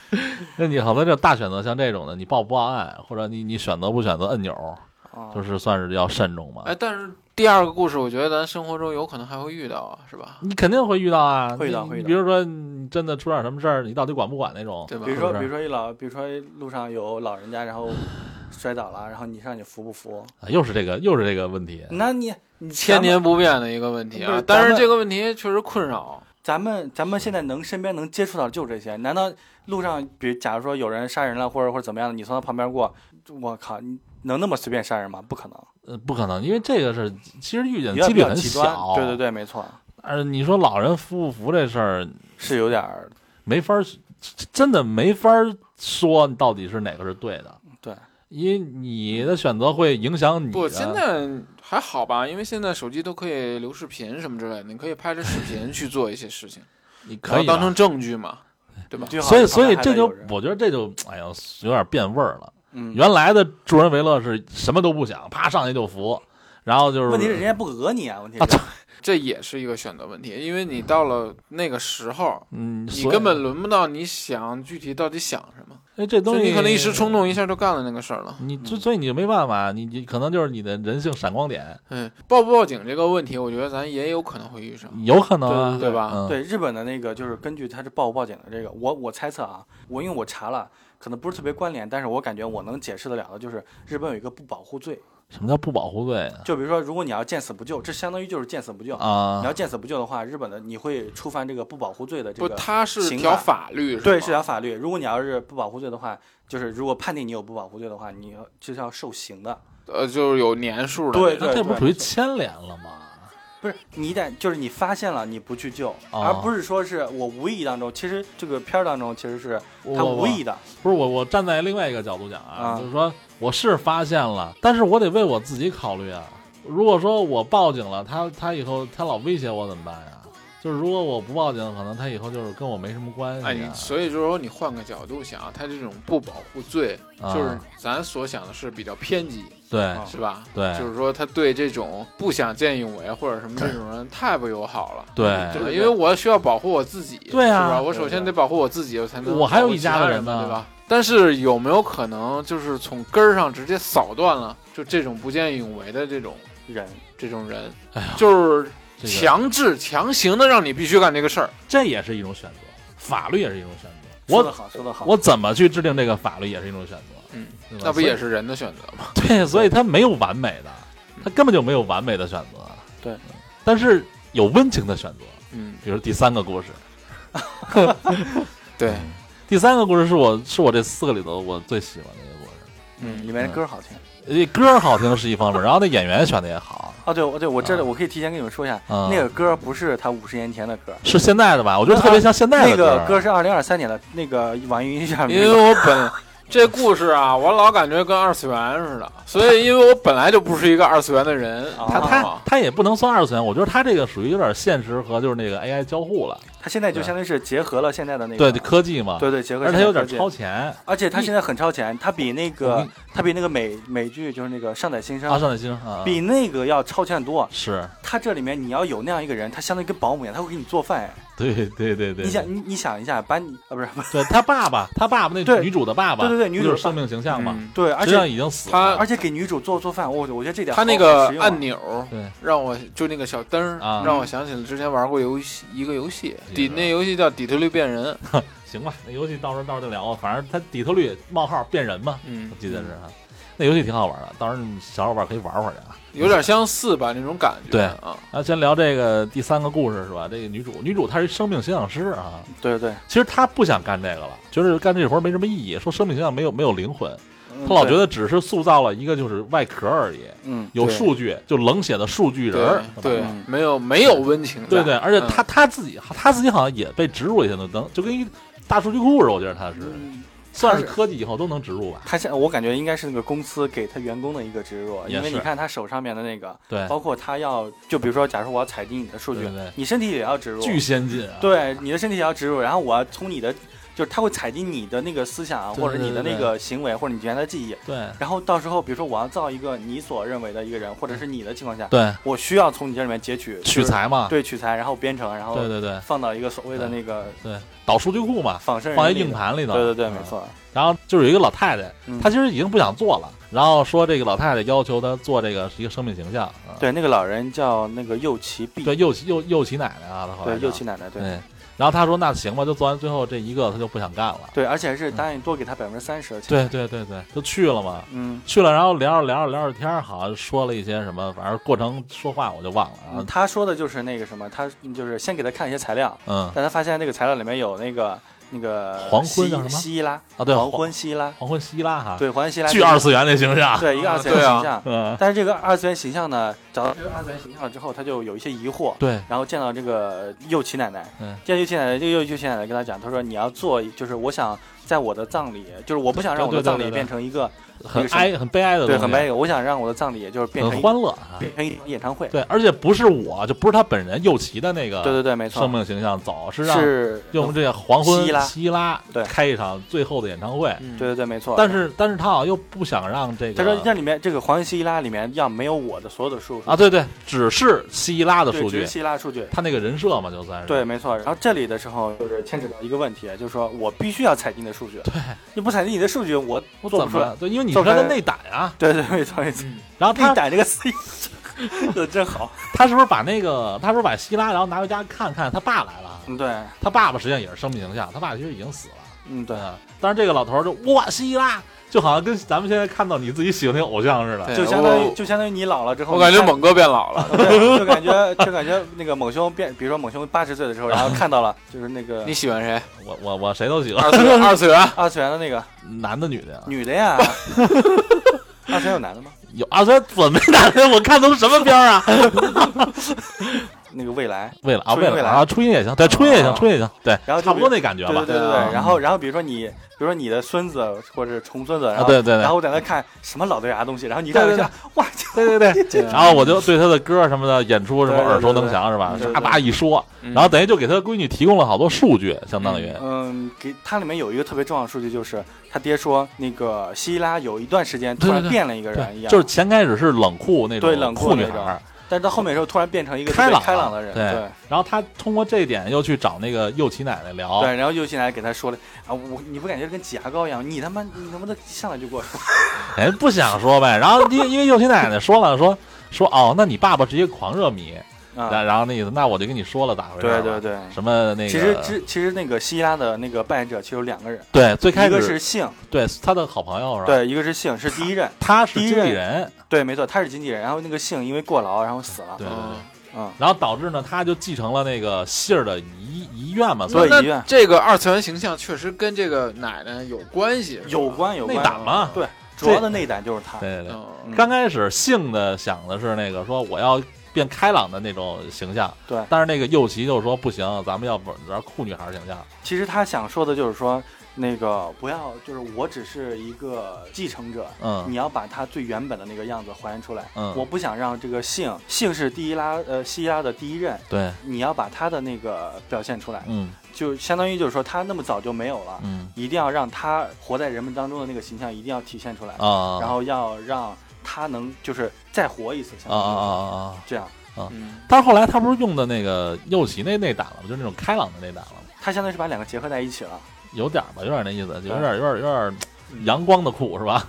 [SPEAKER 2] *laughs* 那你好多这大选择，像这种的，你报不报案，或者你你选择不选择按钮，
[SPEAKER 3] 啊
[SPEAKER 2] 就是算是要慎重嘛。
[SPEAKER 4] 哎，但是第二个故事，我觉得咱生活中有可能还会遇到啊，是吧？
[SPEAKER 2] 你肯定会遇到啊，
[SPEAKER 3] 会的
[SPEAKER 2] 你
[SPEAKER 3] 会的
[SPEAKER 2] 比如说你真的出点什么事儿，你到底管不管那种？
[SPEAKER 4] 对吧
[SPEAKER 3] 比？如说，
[SPEAKER 2] 是不是
[SPEAKER 3] 比如说一老，比如说路上有老人家，然后摔倒了，然后你上去扶不扶？
[SPEAKER 2] 啊，又是这个又是这个问题。
[SPEAKER 3] 那你你
[SPEAKER 4] 千年不变的一个问题
[SPEAKER 3] 不
[SPEAKER 4] 啊
[SPEAKER 3] 是，
[SPEAKER 4] 但
[SPEAKER 3] 咱
[SPEAKER 4] 是
[SPEAKER 3] 们
[SPEAKER 4] 这个问题确实困扰。
[SPEAKER 3] 咱们咱们现在能身边能接触到就这些，难道路上比如假如说有人杀人了或者或者怎么样的，你从他旁边过，我靠，你能那么随便杀人吗？不可能，
[SPEAKER 2] 呃，不可能，因为这个是其实遇见嗯
[SPEAKER 3] 有点
[SPEAKER 2] 几率
[SPEAKER 3] 比较
[SPEAKER 2] 很
[SPEAKER 3] 极端
[SPEAKER 2] 小。。
[SPEAKER 3] 对对。对，没错，
[SPEAKER 2] 呃，你说老人服不服这事儿，
[SPEAKER 3] 是有点儿
[SPEAKER 2] 没法儿，真的没法儿说到底是哪个是对的。
[SPEAKER 3] 对，
[SPEAKER 2] 因为你的选择会影响你的。啊
[SPEAKER 4] 不，现在还好吧，因为现在手机都可以留视频什么之类的，你可以拍着视频去做一些事情，
[SPEAKER 2] 你
[SPEAKER 4] 然
[SPEAKER 2] 可
[SPEAKER 4] 后
[SPEAKER 2] 以啊
[SPEAKER 4] 当成
[SPEAKER 2] 吧
[SPEAKER 4] 证据嘛，对吧？
[SPEAKER 3] 最好
[SPEAKER 2] 所以
[SPEAKER 3] 旁边
[SPEAKER 2] 所以
[SPEAKER 3] 还
[SPEAKER 2] 这
[SPEAKER 3] 得
[SPEAKER 2] 就
[SPEAKER 3] 有人
[SPEAKER 2] 我觉得这就哎呀有点变味儿了。
[SPEAKER 3] 嗯，
[SPEAKER 2] 原来的助人为乐是什么都不想，啪上去就服，然后就是
[SPEAKER 3] 问题是人家不讹你啊，问题
[SPEAKER 2] 啊
[SPEAKER 3] 是
[SPEAKER 2] 这
[SPEAKER 4] 这也是一个选择问题，因为你到了那个时候，
[SPEAKER 2] 嗯，
[SPEAKER 4] 你
[SPEAKER 2] 所以
[SPEAKER 4] 根本轮不到你想具体到底想什么，
[SPEAKER 2] 哎这东
[SPEAKER 4] 就
[SPEAKER 2] 西
[SPEAKER 4] 你可能一时冲动一下就干了那个事儿了。
[SPEAKER 2] 你就所以你就没办法，你你可能就是你的人性闪光点，
[SPEAKER 4] 嗯，报不报警这个问题，我觉得咱也有可能会遇
[SPEAKER 3] 嗯
[SPEAKER 4] 上，
[SPEAKER 2] 有可能啊，
[SPEAKER 4] 对吧？
[SPEAKER 2] 嗯，
[SPEAKER 3] 对日本的那个，就是根据他是报不报警的这个，我我猜测啊，我因为我查了，可能不是特别关联，但是我感觉我能解释得了的，就是日本有一个不保护罪，
[SPEAKER 2] 什么叫不保护罪啊
[SPEAKER 3] 就比如说，如果你要见死不救，这相当于就是见死不救。你
[SPEAKER 2] 啊？
[SPEAKER 3] 要见死不救的话，日本的你会触犯这个不保护罪的这
[SPEAKER 4] 不，
[SPEAKER 3] 个。
[SPEAKER 4] 它是
[SPEAKER 3] 刑
[SPEAKER 4] 条
[SPEAKER 3] 法
[SPEAKER 4] 法律，
[SPEAKER 3] 对，
[SPEAKER 4] 吧
[SPEAKER 3] 是条法律。如果你要是不保护罪的话，就是如果判定你有不保护罪的话，你要这是要受刑的。
[SPEAKER 4] 呃，就是有年数的那
[SPEAKER 3] 对
[SPEAKER 4] 种，
[SPEAKER 2] 那这不
[SPEAKER 3] 对
[SPEAKER 2] 属于牵连了吗？
[SPEAKER 3] 不是你得就是你发现了你不去救，
[SPEAKER 2] 哦
[SPEAKER 3] 而不是说是我无意当中。其实这个片儿当中其实是他
[SPEAKER 2] 我
[SPEAKER 3] 无意的，
[SPEAKER 2] 不是我，我站在另外一个角度讲啊，
[SPEAKER 3] 啊
[SPEAKER 2] 就是说我是发现了，但是我得为我自己考虑啊。如果说我报警了，他他以后他老威胁我怎么办呀？就是如果我不报警，可能他以后就是跟我没什么关系、啊。
[SPEAKER 4] 哎，你所以就是说，你换个角度想，啊他这种不保护罪，
[SPEAKER 2] 啊
[SPEAKER 4] 就是咱所想的是比较偏激，
[SPEAKER 3] 啊
[SPEAKER 2] 对
[SPEAKER 4] 是吧？
[SPEAKER 3] 哎
[SPEAKER 2] 对
[SPEAKER 4] 啊就是说他对这种不想见义勇为或者什么这种人太不友好了。
[SPEAKER 2] 对，
[SPEAKER 4] 吧因为我需要保护我自己，
[SPEAKER 2] 对啊
[SPEAKER 4] 是吧？我首先得保护我自己，我才能
[SPEAKER 2] 我还有一
[SPEAKER 4] 保护其他
[SPEAKER 2] 家的人
[SPEAKER 4] 人
[SPEAKER 2] 呢
[SPEAKER 4] 嘛，对吧？但是有没有可能就是从根儿上直接扫断了，就这种不见义勇为的这种
[SPEAKER 3] 人
[SPEAKER 4] 这种人
[SPEAKER 2] 哎呀，
[SPEAKER 4] 就是
[SPEAKER 2] 这个
[SPEAKER 4] 强制强行的让你必须干这个事儿，
[SPEAKER 2] 这也是一种选择，法律也是一种选择。
[SPEAKER 3] 说得
[SPEAKER 2] 我
[SPEAKER 3] 好，说得好。
[SPEAKER 2] 我怎么去制定这个法律也是一种选择，
[SPEAKER 4] 嗯，
[SPEAKER 2] 对吧
[SPEAKER 4] 那不也是人的选择吗？
[SPEAKER 2] 对，所以他 *laughs* 没有完美的，他根本就没有完美的选择。
[SPEAKER 3] 对
[SPEAKER 2] 嗯，但是有温情的选择，
[SPEAKER 4] 嗯，
[SPEAKER 2] 比如第三个故事。
[SPEAKER 4] 对，
[SPEAKER 2] 第三个故事是我是我这四个里头我最喜欢的一个故事，
[SPEAKER 3] 嗯，里面的歌好听。
[SPEAKER 2] 呃歌儿好听是一方
[SPEAKER 3] *laughs*
[SPEAKER 2] 面，然后那演员选的也好，
[SPEAKER 3] 哦，对，我对我这里
[SPEAKER 2] 啊
[SPEAKER 3] 我可以提前跟你们说一下，
[SPEAKER 2] 啊
[SPEAKER 3] 那个歌不是他五十年前的歌，
[SPEAKER 2] 是现在的吧？我觉得特别像现在
[SPEAKER 3] 那
[SPEAKER 2] 的
[SPEAKER 3] 个
[SPEAKER 2] 歌儿。啊
[SPEAKER 3] 歌
[SPEAKER 2] 哎
[SPEAKER 3] 是二零二三年的，那个网易云音乐上
[SPEAKER 4] 嗯因
[SPEAKER 3] 面
[SPEAKER 4] 为
[SPEAKER 3] 有
[SPEAKER 4] 我
[SPEAKER 2] *laughs*
[SPEAKER 4] 本这故事啊，我老感觉跟二次元似的，所以因为我本来就不是一个二次元的人，
[SPEAKER 2] 他
[SPEAKER 3] 啊
[SPEAKER 4] 你知道
[SPEAKER 2] 他
[SPEAKER 4] 吗
[SPEAKER 2] 他也不能算二次元，我觉得他这个属于有点现实和就是那个 AI 交互了，
[SPEAKER 3] 他现在就相当于是结合了现在的那
[SPEAKER 2] 对
[SPEAKER 3] 个
[SPEAKER 2] 科技嘛，
[SPEAKER 3] 哎对对结合
[SPEAKER 2] 啊而且
[SPEAKER 3] 现在
[SPEAKER 2] 他有点
[SPEAKER 3] 科技
[SPEAKER 2] 超前。
[SPEAKER 3] 而且他现在很超前，他比那
[SPEAKER 2] 我
[SPEAKER 3] 个他比那个美美剧就是那个《上载新生
[SPEAKER 2] 阿》尚的心啊，
[SPEAKER 3] 比那个要超前很多。
[SPEAKER 2] 是
[SPEAKER 3] 他这里面你要有那样一个人，他相当于跟保姆一样，他会给你做饭。哎
[SPEAKER 2] 对对对对，
[SPEAKER 3] 你想你你想一下，把你啊不是不是
[SPEAKER 2] 对他爸爸，他爸爸那
[SPEAKER 3] 对
[SPEAKER 2] 女主的爸爸，
[SPEAKER 3] 对对对
[SPEAKER 2] 不
[SPEAKER 3] 女主
[SPEAKER 2] 就
[SPEAKER 3] 的
[SPEAKER 2] 是生命形象嘛，
[SPEAKER 4] 嗯
[SPEAKER 3] 对，而
[SPEAKER 2] 实际上
[SPEAKER 3] 且
[SPEAKER 2] 已经死
[SPEAKER 4] 他
[SPEAKER 2] 了，
[SPEAKER 3] 而且给女主做做饭，我我觉得这点
[SPEAKER 4] 他那
[SPEAKER 3] 好
[SPEAKER 4] 个
[SPEAKER 3] 实用啊
[SPEAKER 4] 按钮
[SPEAKER 2] 对
[SPEAKER 4] 让我就那个小灯儿
[SPEAKER 2] 啊
[SPEAKER 4] 让我想起了之前玩过游戏一个游戏，
[SPEAKER 2] 嗯
[SPEAKER 4] 底那游戏叫《底特律变人》，
[SPEAKER 2] 行吧，那游戏到时候到时候再聊吧，反正他底特律冒号变人嘛，
[SPEAKER 4] 嗯
[SPEAKER 2] 我，记得是啊，那游戏挺好玩的，到时候你们小伙伴可以玩会儿去啊。
[SPEAKER 4] 有点相似吧那种感觉，
[SPEAKER 2] 对
[SPEAKER 4] 啊，
[SPEAKER 2] 啊，先聊这个第三个故事是吧？这个女主，女主她是生命形象师啊，
[SPEAKER 3] 对对对
[SPEAKER 2] 其实她不想干这个了，觉得干这活没什么意义，说生命形象没有没有灵魂，
[SPEAKER 3] 嗯
[SPEAKER 2] 他老
[SPEAKER 4] 对
[SPEAKER 2] 觉得只是塑造了一个就是外壳而已，
[SPEAKER 3] 嗯，
[SPEAKER 2] 有
[SPEAKER 4] 对
[SPEAKER 2] 数据就冷血的数据人儿，
[SPEAKER 4] 对
[SPEAKER 2] 吧，
[SPEAKER 4] 没有没有温情在，
[SPEAKER 2] 对对，而且
[SPEAKER 4] 嗯
[SPEAKER 2] 他他自己他自己好像也被植入了一些能，就跟一大数据库似的，我觉得他是
[SPEAKER 3] 嗯
[SPEAKER 2] 算是科技以后都能植入吧，
[SPEAKER 3] 他现我感觉应该是那个公司给他员工的一个植入，
[SPEAKER 2] 也
[SPEAKER 3] 因为
[SPEAKER 2] 是
[SPEAKER 3] 你看他手上面的那个，
[SPEAKER 2] 对，
[SPEAKER 3] 包括他要就比如说，假如我要采集你的数据
[SPEAKER 2] 对对，
[SPEAKER 3] 你身体也要植入，
[SPEAKER 2] 巨先进啊，
[SPEAKER 3] 对，你的身体也要植入，然后我要从你的，就是他会采集你的那个思想，啊
[SPEAKER 2] 对
[SPEAKER 3] 或者
[SPEAKER 2] 对
[SPEAKER 3] 你的
[SPEAKER 2] 对
[SPEAKER 3] 那个行为，或者你原来的记忆，
[SPEAKER 2] 对
[SPEAKER 3] 然后到时候比如说我要造一个你所认为的一个人，或者是你的情况下，
[SPEAKER 2] 对，
[SPEAKER 3] 我需要从你这里面截取
[SPEAKER 2] 取，材嘛，
[SPEAKER 3] 就是对取材，然后编程，然后
[SPEAKER 2] 对对对
[SPEAKER 3] 放到一个所谓的那个
[SPEAKER 2] 对，导数据库嘛，
[SPEAKER 3] 仿生人
[SPEAKER 2] 放在
[SPEAKER 3] 那
[SPEAKER 2] 硬
[SPEAKER 3] 个，
[SPEAKER 2] 盘里头，
[SPEAKER 3] 对对对，
[SPEAKER 2] 嗯
[SPEAKER 3] 没。错，
[SPEAKER 2] 然后就是有一个老太太
[SPEAKER 3] 嗯，
[SPEAKER 2] 她其实已经不想做了，然后说这个老太太要求她做这个一个生命形象，啊
[SPEAKER 3] 对那个老人叫那个右奇碧，
[SPEAKER 2] 对，右起右右起奶奶啊，她好像
[SPEAKER 3] 对
[SPEAKER 2] 叫
[SPEAKER 3] 右奇奶奶，对。
[SPEAKER 2] 对。嗯然后她说那行吧，就做完最后这一个，她就不想干了。
[SPEAKER 3] 对，而且还是答应多给他百分之三十的钱。
[SPEAKER 2] 嗯对对对对，就去了嘛，
[SPEAKER 3] 嗯，
[SPEAKER 2] 去了，然后聊着聊着聊着天儿，好像说了一些什么，反正过程说话我就忘了啊。
[SPEAKER 3] 他说的就是那个什么，他就是先给他看一些材料，
[SPEAKER 2] 嗯
[SPEAKER 3] 但他发现那个材料里面有那个那个
[SPEAKER 2] 黄昏
[SPEAKER 3] 希
[SPEAKER 2] 叫什么
[SPEAKER 3] 希拉
[SPEAKER 2] 啊，对，
[SPEAKER 3] 黄
[SPEAKER 2] 黄
[SPEAKER 3] 昏希拉，
[SPEAKER 2] 黄昏希拉哈，
[SPEAKER 3] 对黄昏希拉
[SPEAKER 2] 巨二次元那形象，
[SPEAKER 3] 对一个
[SPEAKER 4] 啊
[SPEAKER 3] 二次元
[SPEAKER 4] 对啊
[SPEAKER 3] 形象。
[SPEAKER 2] 嗯，
[SPEAKER 3] 但是这个二次元形象呢，找到这个二次元形象之后，他就有一些疑惑，
[SPEAKER 2] 对，
[SPEAKER 3] 然后见到这个右奇奶奶
[SPEAKER 2] 嗯，
[SPEAKER 3] 见到右奇奶奶，这个右奇奶奶跟他讲，他说你要做，就是我想在我的葬礼，就是我不想让我的
[SPEAKER 2] 对对对
[SPEAKER 3] 葬礼
[SPEAKER 2] 对对
[SPEAKER 3] 变成一个
[SPEAKER 2] 很
[SPEAKER 3] 那个
[SPEAKER 2] 哀很悲哀的东
[SPEAKER 3] 对
[SPEAKER 2] 西，
[SPEAKER 3] 很悲，我想让我的葬礼就是变成
[SPEAKER 2] 很
[SPEAKER 3] 一
[SPEAKER 2] 欢乐啊。
[SPEAKER 3] 变成一场演唱会。
[SPEAKER 2] 对，而且不是我，就不是他本人右旗的那个
[SPEAKER 3] 对对对，没错
[SPEAKER 2] 生，命形象走，是让
[SPEAKER 3] 是
[SPEAKER 2] 用这个黄
[SPEAKER 3] 希
[SPEAKER 2] 昏
[SPEAKER 3] 拉
[SPEAKER 2] 希拉
[SPEAKER 3] 对
[SPEAKER 2] 开一场最后的演唱会。
[SPEAKER 4] 嗯
[SPEAKER 3] 对对对，没错。
[SPEAKER 2] 但是但是他好像又不想让这个，
[SPEAKER 3] 他说这里面这个黄希拉里面要没有我的所有的数
[SPEAKER 2] 啊，对对，只是希拉的
[SPEAKER 3] 对，
[SPEAKER 2] 数
[SPEAKER 3] 只
[SPEAKER 2] 据
[SPEAKER 3] 是，希拉数据。
[SPEAKER 2] 他那个人设嘛，就算是
[SPEAKER 3] 对，没错。然后这里的时候就是牵扯到一个问题，就是说我必须要采集你的数据，对，你不采集你的数据，我
[SPEAKER 2] 我
[SPEAKER 3] 做
[SPEAKER 2] 怎
[SPEAKER 3] 不出
[SPEAKER 2] 么
[SPEAKER 3] 来。
[SPEAKER 2] 了对，因为你是
[SPEAKER 3] 做不
[SPEAKER 2] 他
[SPEAKER 3] 出来
[SPEAKER 2] 的内胆啊，
[SPEAKER 3] 对对，没错没错。
[SPEAKER 2] 然后
[SPEAKER 3] 地
[SPEAKER 2] 他
[SPEAKER 3] 胆这个词 *laughs* 用真好。
[SPEAKER 2] 他是不是把那个他是不是把希拉然后拿回家看看他爸来了？
[SPEAKER 3] 嗯，对，
[SPEAKER 2] 他爸爸实际上也是生命形象，他爸其实已经死了。
[SPEAKER 3] 嗯对。
[SPEAKER 2] 啊，但是这个老头儿就哇希拉，就好像跟咱们现在看到你自己喜欢那个偶像似的。
[SPEAKER 4] 对
[SPEAKER 3] 就相当于
[SPEAKER 4] 我
[SPEAKER 3] 就相当于你老了之后，
[SPEAKER 4] 我感觉
[SPEAKER 3] 你看
[SPEAKER 4] 猛哥变老
[SPEAKER 2] *laughs*
[SPEAKER 4] 了，
[SPEAKER 3] 对就感觉就感觉那个猛兄变，比如说猛兄八十岁的时候，然后看到了就是那个
[SPEAKER 4] 你喜欢
[SPEAKER 2] *laughs*
[SPEAKER 4] 谁？
[SPEAKER 2] 我我我谁都喜欢，
[SPEAKER 4] 二次元，二次元，
[SPEAKER 3] 二次元的那个
[SPEAKER 2] 男的女的呀？啊
[SPEAKER 3] 女的呀，二次元有男的吗？
[SPEAKER 2] 有啊，他怎么男的？我看都是什么片儿啊？
[SPEAKER 3] 那个未来，
[SPEAKER 2] 为了啊，
[SPEAKER 3] 初音
[SPEAKER 2] 为了
[SPEAKER 3] 未来
[SPEAKER 2] 啊，初音也行，对，初音也
[SPEAKER 3] 啊
[SPEAKER 2] 行，初音也行，对，
[SPEAKER 3] 然后就
[SPEAKER 2] 差不多那感觉
[SPEAKER 3] 对
[SPEAKER 2] 吧
[SPEAKER 3] 对。对对
[SPEAKER 4] 啊
[SPEAKER 3] 对，然后然后比如说你，比如说你的孙子或者是重孙子，然后
[SPEAKER 2] 对对对
[SPEAKER 3] 然后我在那看什么老对牙东西，然后你看一下，哇，
[SPEAKER 2] 对对对，然后我就对他的歌什么的演出什么
[SPEAKER 3] 对对对
[SPEAKER 2] 耳熟能详是吧
[SPEAKER 3] 对对？对
[SPEAKER 2] 叭叭一说，
[SPEAKER 4] 嗯
[SPEAKER 2] 然后等于就给他的闺女提供了好多数据，相当于
[SPEAKER 3] 嗯，给它里面有一个特别重要的数据，就是他爹说那个希拉有一段时间突
[SPEAKER 2] 对对
[SPEAKER 3] 然
[SPEAKER 2] 对
[SPEAKER 3] 变了一个人
[SPEAKER 2] 对，
[SPEAKER 3] 一样，
[SPEAKER 2] 就是前开始是冷酷那
[SPEAKER 3] 对
[SPEAKER 2] 种
[SPEAKER 3] 冷酷
[SPEAKER 2] 酷女
[SPEAKER 3] 那
[SPEAKER 2] 孩
[SPEAKER 3] 种
[SPEAKER 2] 儿，
[SPEAKER 3] 但是到后面的时候突然变成一个特
[SPEAKER 2] 开
[SPEAKER 3] 别
[SPEAKER 2] 朗
[SPEAKER 3] 开朗
[SPEAKER 2] 了
[SPEAKER 3] 的人，
[SPEAKER 2] 对
[SPEAKER 3] 对。
[SPEAKER 2] 然后他通过这一点又去找那个右奇奶奶聊，
[SPEAKER 3] 对，然后又进来给他说了啊，我你不感觉跟挤牙膏一样？你他妈你能不能上来就给我说？
[SPEAKER 2] 人哎不想说呗。然后因为因为右奇奶奶说了说说哦，那你爸爸是一个狂热迷，
[SPEAKER 3] 啊，
[SPEAKER 2] 然然后那意思，那我就跟你说了咋回事儿
[SPEAKER 3] 对
[SPEAKER 2] 吧？
[SPEAKER 3] 对对。
[SPEAKER 2] 什么那个
[SPEAKER 3] 其实之其实那个希拉的那个扮演者其实有两个人，
[SPEAKER 2] 对最开
[SPEAKER 3] 一个
[SPEAKER 2] 始
[SPEAKER 3] 是姓，
[SPEAKER 2] 对他的好朋友是吧？，
[SPEAKER 3] 对，一个是姓是第一
[SPEAKER 2] *laughs*
[SPEAKER 3] 任，
[SPEAKER 2] 他是
[SPEAKER 3] 第一哦
[SPEAKER 2] 经
[SPEAKER 3] 任
[SPEAKER 2] 理人，
[SPEAKER 3] 对，没错，他是经纪人。然后那个姓因为过劳然后死了，
[SPEAKER 2] 对对
[SPEAKER 4] 哦
[SPEAKER 2] 对。
[SPEAKER 3] 嗯，
[SPEAKER 2] 然后导致呢，他就继承了那个希尔的遗遗愿嘛，
[SPEAKER 3] 嗯对
[SPEAKER 2] 所以
[SPEAKER 3] 医院
[SPEAKER 4] 那这个二次元形象确实跟这个奶奶有关系，是吧
[SPEAKER 3] 有关有
[SPEAKER 2] 内
[SPEAKER 3] 关，
[SPEAKER 2] 胆嘛。
[SPEAKER 3] 对，主要的内胆就是他。
[SPEAKER 2] 对对对，
[SPEAKER 4] 嗯
[SPEAKER 3] 嗯
[SPEAKER 2] 刚开始性的想的是那个说我要变开朗的那种形象，
[SPEAKER 3] 对
[SPEAKER 2] 但是那个右奇就说不行，咱们要不玩酷女孩形象，
[SPEAKER 3] 其实他想说的就是说，那个不要，就是我只是一个继承者，
[SPEAKER 2] 嗯
[SPEAKER 3] 你要把他最原本的那个样子还原出来。
[SPEAKER 2] 嗯
[SPEAKER 3] 我不想让这个姓姓是第一拉呃希拉的第一任，
[SPEAKER 2] 对，
[SPEAKER 3] 你要把他的那个表现出来，
[SPEAKER 2] 嗯
[SPEAKER 3] 就相当于就是说他那么早就没有了，
[SPEAKER 2] 嗯
[SPEAKER 3] 一定要让他活在人们当中的那个形象一定要体现出来，
[SPEAKER 2] 啊，
[SPEAKER 3] 然后要让他能就是再活一次，相
[SPEAKER 2] 啊
[SPEAKER 3] 当
[SPEAKER 2] 啊
[SPEAKER 3] 于
[SPEAKER 2] 啊
[SPEAKER 3] 是
[SPEAKER 2] 啊啊。
[SPEAKER 3] 这样。
[SPEAKER 4] 嗯
[SPEAKER 2] 但是后来他不是用的那个右旗那那胆了吗？就是那种开朗的那胆了吗？
[SPEAKER 3] 他相当于是把两个结合在一起了，
[SPEAKER 2] 有点儿吧，有点儿那意思，有点儿有点儿有点儿阳光的酷是吧？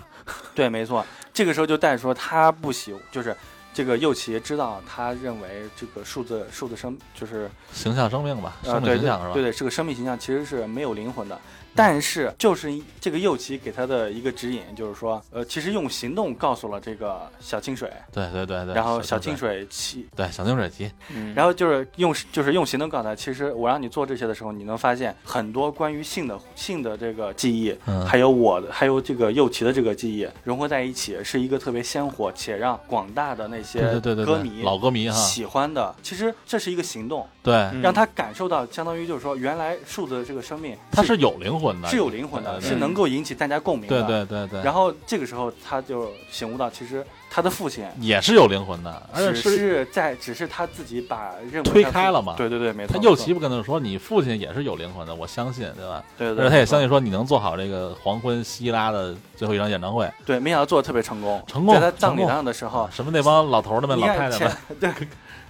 [SPEAKER 3] 对，没错。这个时候就带说他不喜，就是这个右奇知道，他认为这个数字数字生就是
[SPEAKER 2] 形象生命吧，
[SPEAKER 3] 呃
[SPEAKER 2] 生命
[SPEAKER 3] 对
[SPEAKER 2] 形
[SPEAKER 3] 对
[SPEAKER 2] 象是吧？
[SPEAKER 3] 对对，这个生命形象其实是没有灵魂的。但是就是这个右旗给他的一个指引，就是说，呃，其实用行动告诉了这个小清水，
[SPEAKER 2] 对对对对，
[SPEAKER 3] 然后小
[SPEAKER 2] 清
[SPEAKER 3] 清水其，
[SPEAKER 2] 对小清水急，
[SPEAKER 4] 嗯，
[SPEAKER 3] 然后就是用就是用行动告诉他，其实我让你做这些的时候，你能发现很多关于性的性的这个记忆，
[SPEAKER 2] 嗯
[SPEAKER 3] 还有我的还有这个右旗的这个记忆融合在一起，是一个特别鲜活且让广大的那些
[SPEAKER 2] 对对对对
[SPEAKER 3] 歌
[SPEAKER 2] 对，
[SPEAKER 3] 迷
[SPEAKER 2] 老歌迷哈，嗯
[SPEAKER 3] 喜嗯欢的。其实这是一个行动，
[SPEAKER 2] 对，
[SPEAKER 3] 让他感受到，相当于就是说，原来数字的这个生命
[SPEAKER 2] 他是有灵魂的，
[SPEAKER 3] 是有灵魂的，
[SPEAKER 2] 对
[SPEAKER 3] 是能够引起大家共鸣的。
[SPEAKER 2] 对对对对，
[SPEAKER 3] 然
[SPEAKER 2] 后
[SPEAKER 3] 后这个时候他就醒悟到，其实他的父亲
[SPEAKER 2] 也是有灵魂的，而且
[SPEAKER 3] 只
[SPEAKER 2] 是
[SPEAKER 3] 是在，只是他自己把任务
[SPEAKER 2] 推开了嘛
[SPEAKER 3] 对对对，没错。
[SPEAKER 2] 他右旗不跟他说，你父亲也是有灵魂的，我相信，对吧？
[SPEAKER 3] 没错，对
[SPEAKER 2] 而
[SPEAKER 3] 对
[SPEAKER 2] 且
[SPEAKER 3] 对，
[SPEAKER 2] 他也相
[SPEAKER 3] 信。
[SPEAKER 2] 信说，你能做好这个黄昏希拉的最后一场演唱会，
[SPEAKER 3] 对，没想到做的特别成功，
[SPEAKER 2] 成功
[SPEAKER 3] 在他葬礼
[SPEAKER 2] 成功
[SPEAKER 3] 上的时候，
[SPEAKER 2] 什么那帮老头儿们、
[SPEAKER 3] 你
[SPEAKER 2] 老
[SPEAKER 3] 看
[SPEAKER 2] 太太
[SPEAKER 3] 前
[SPEAKER 2] 们，
[SPEAKER 3] 对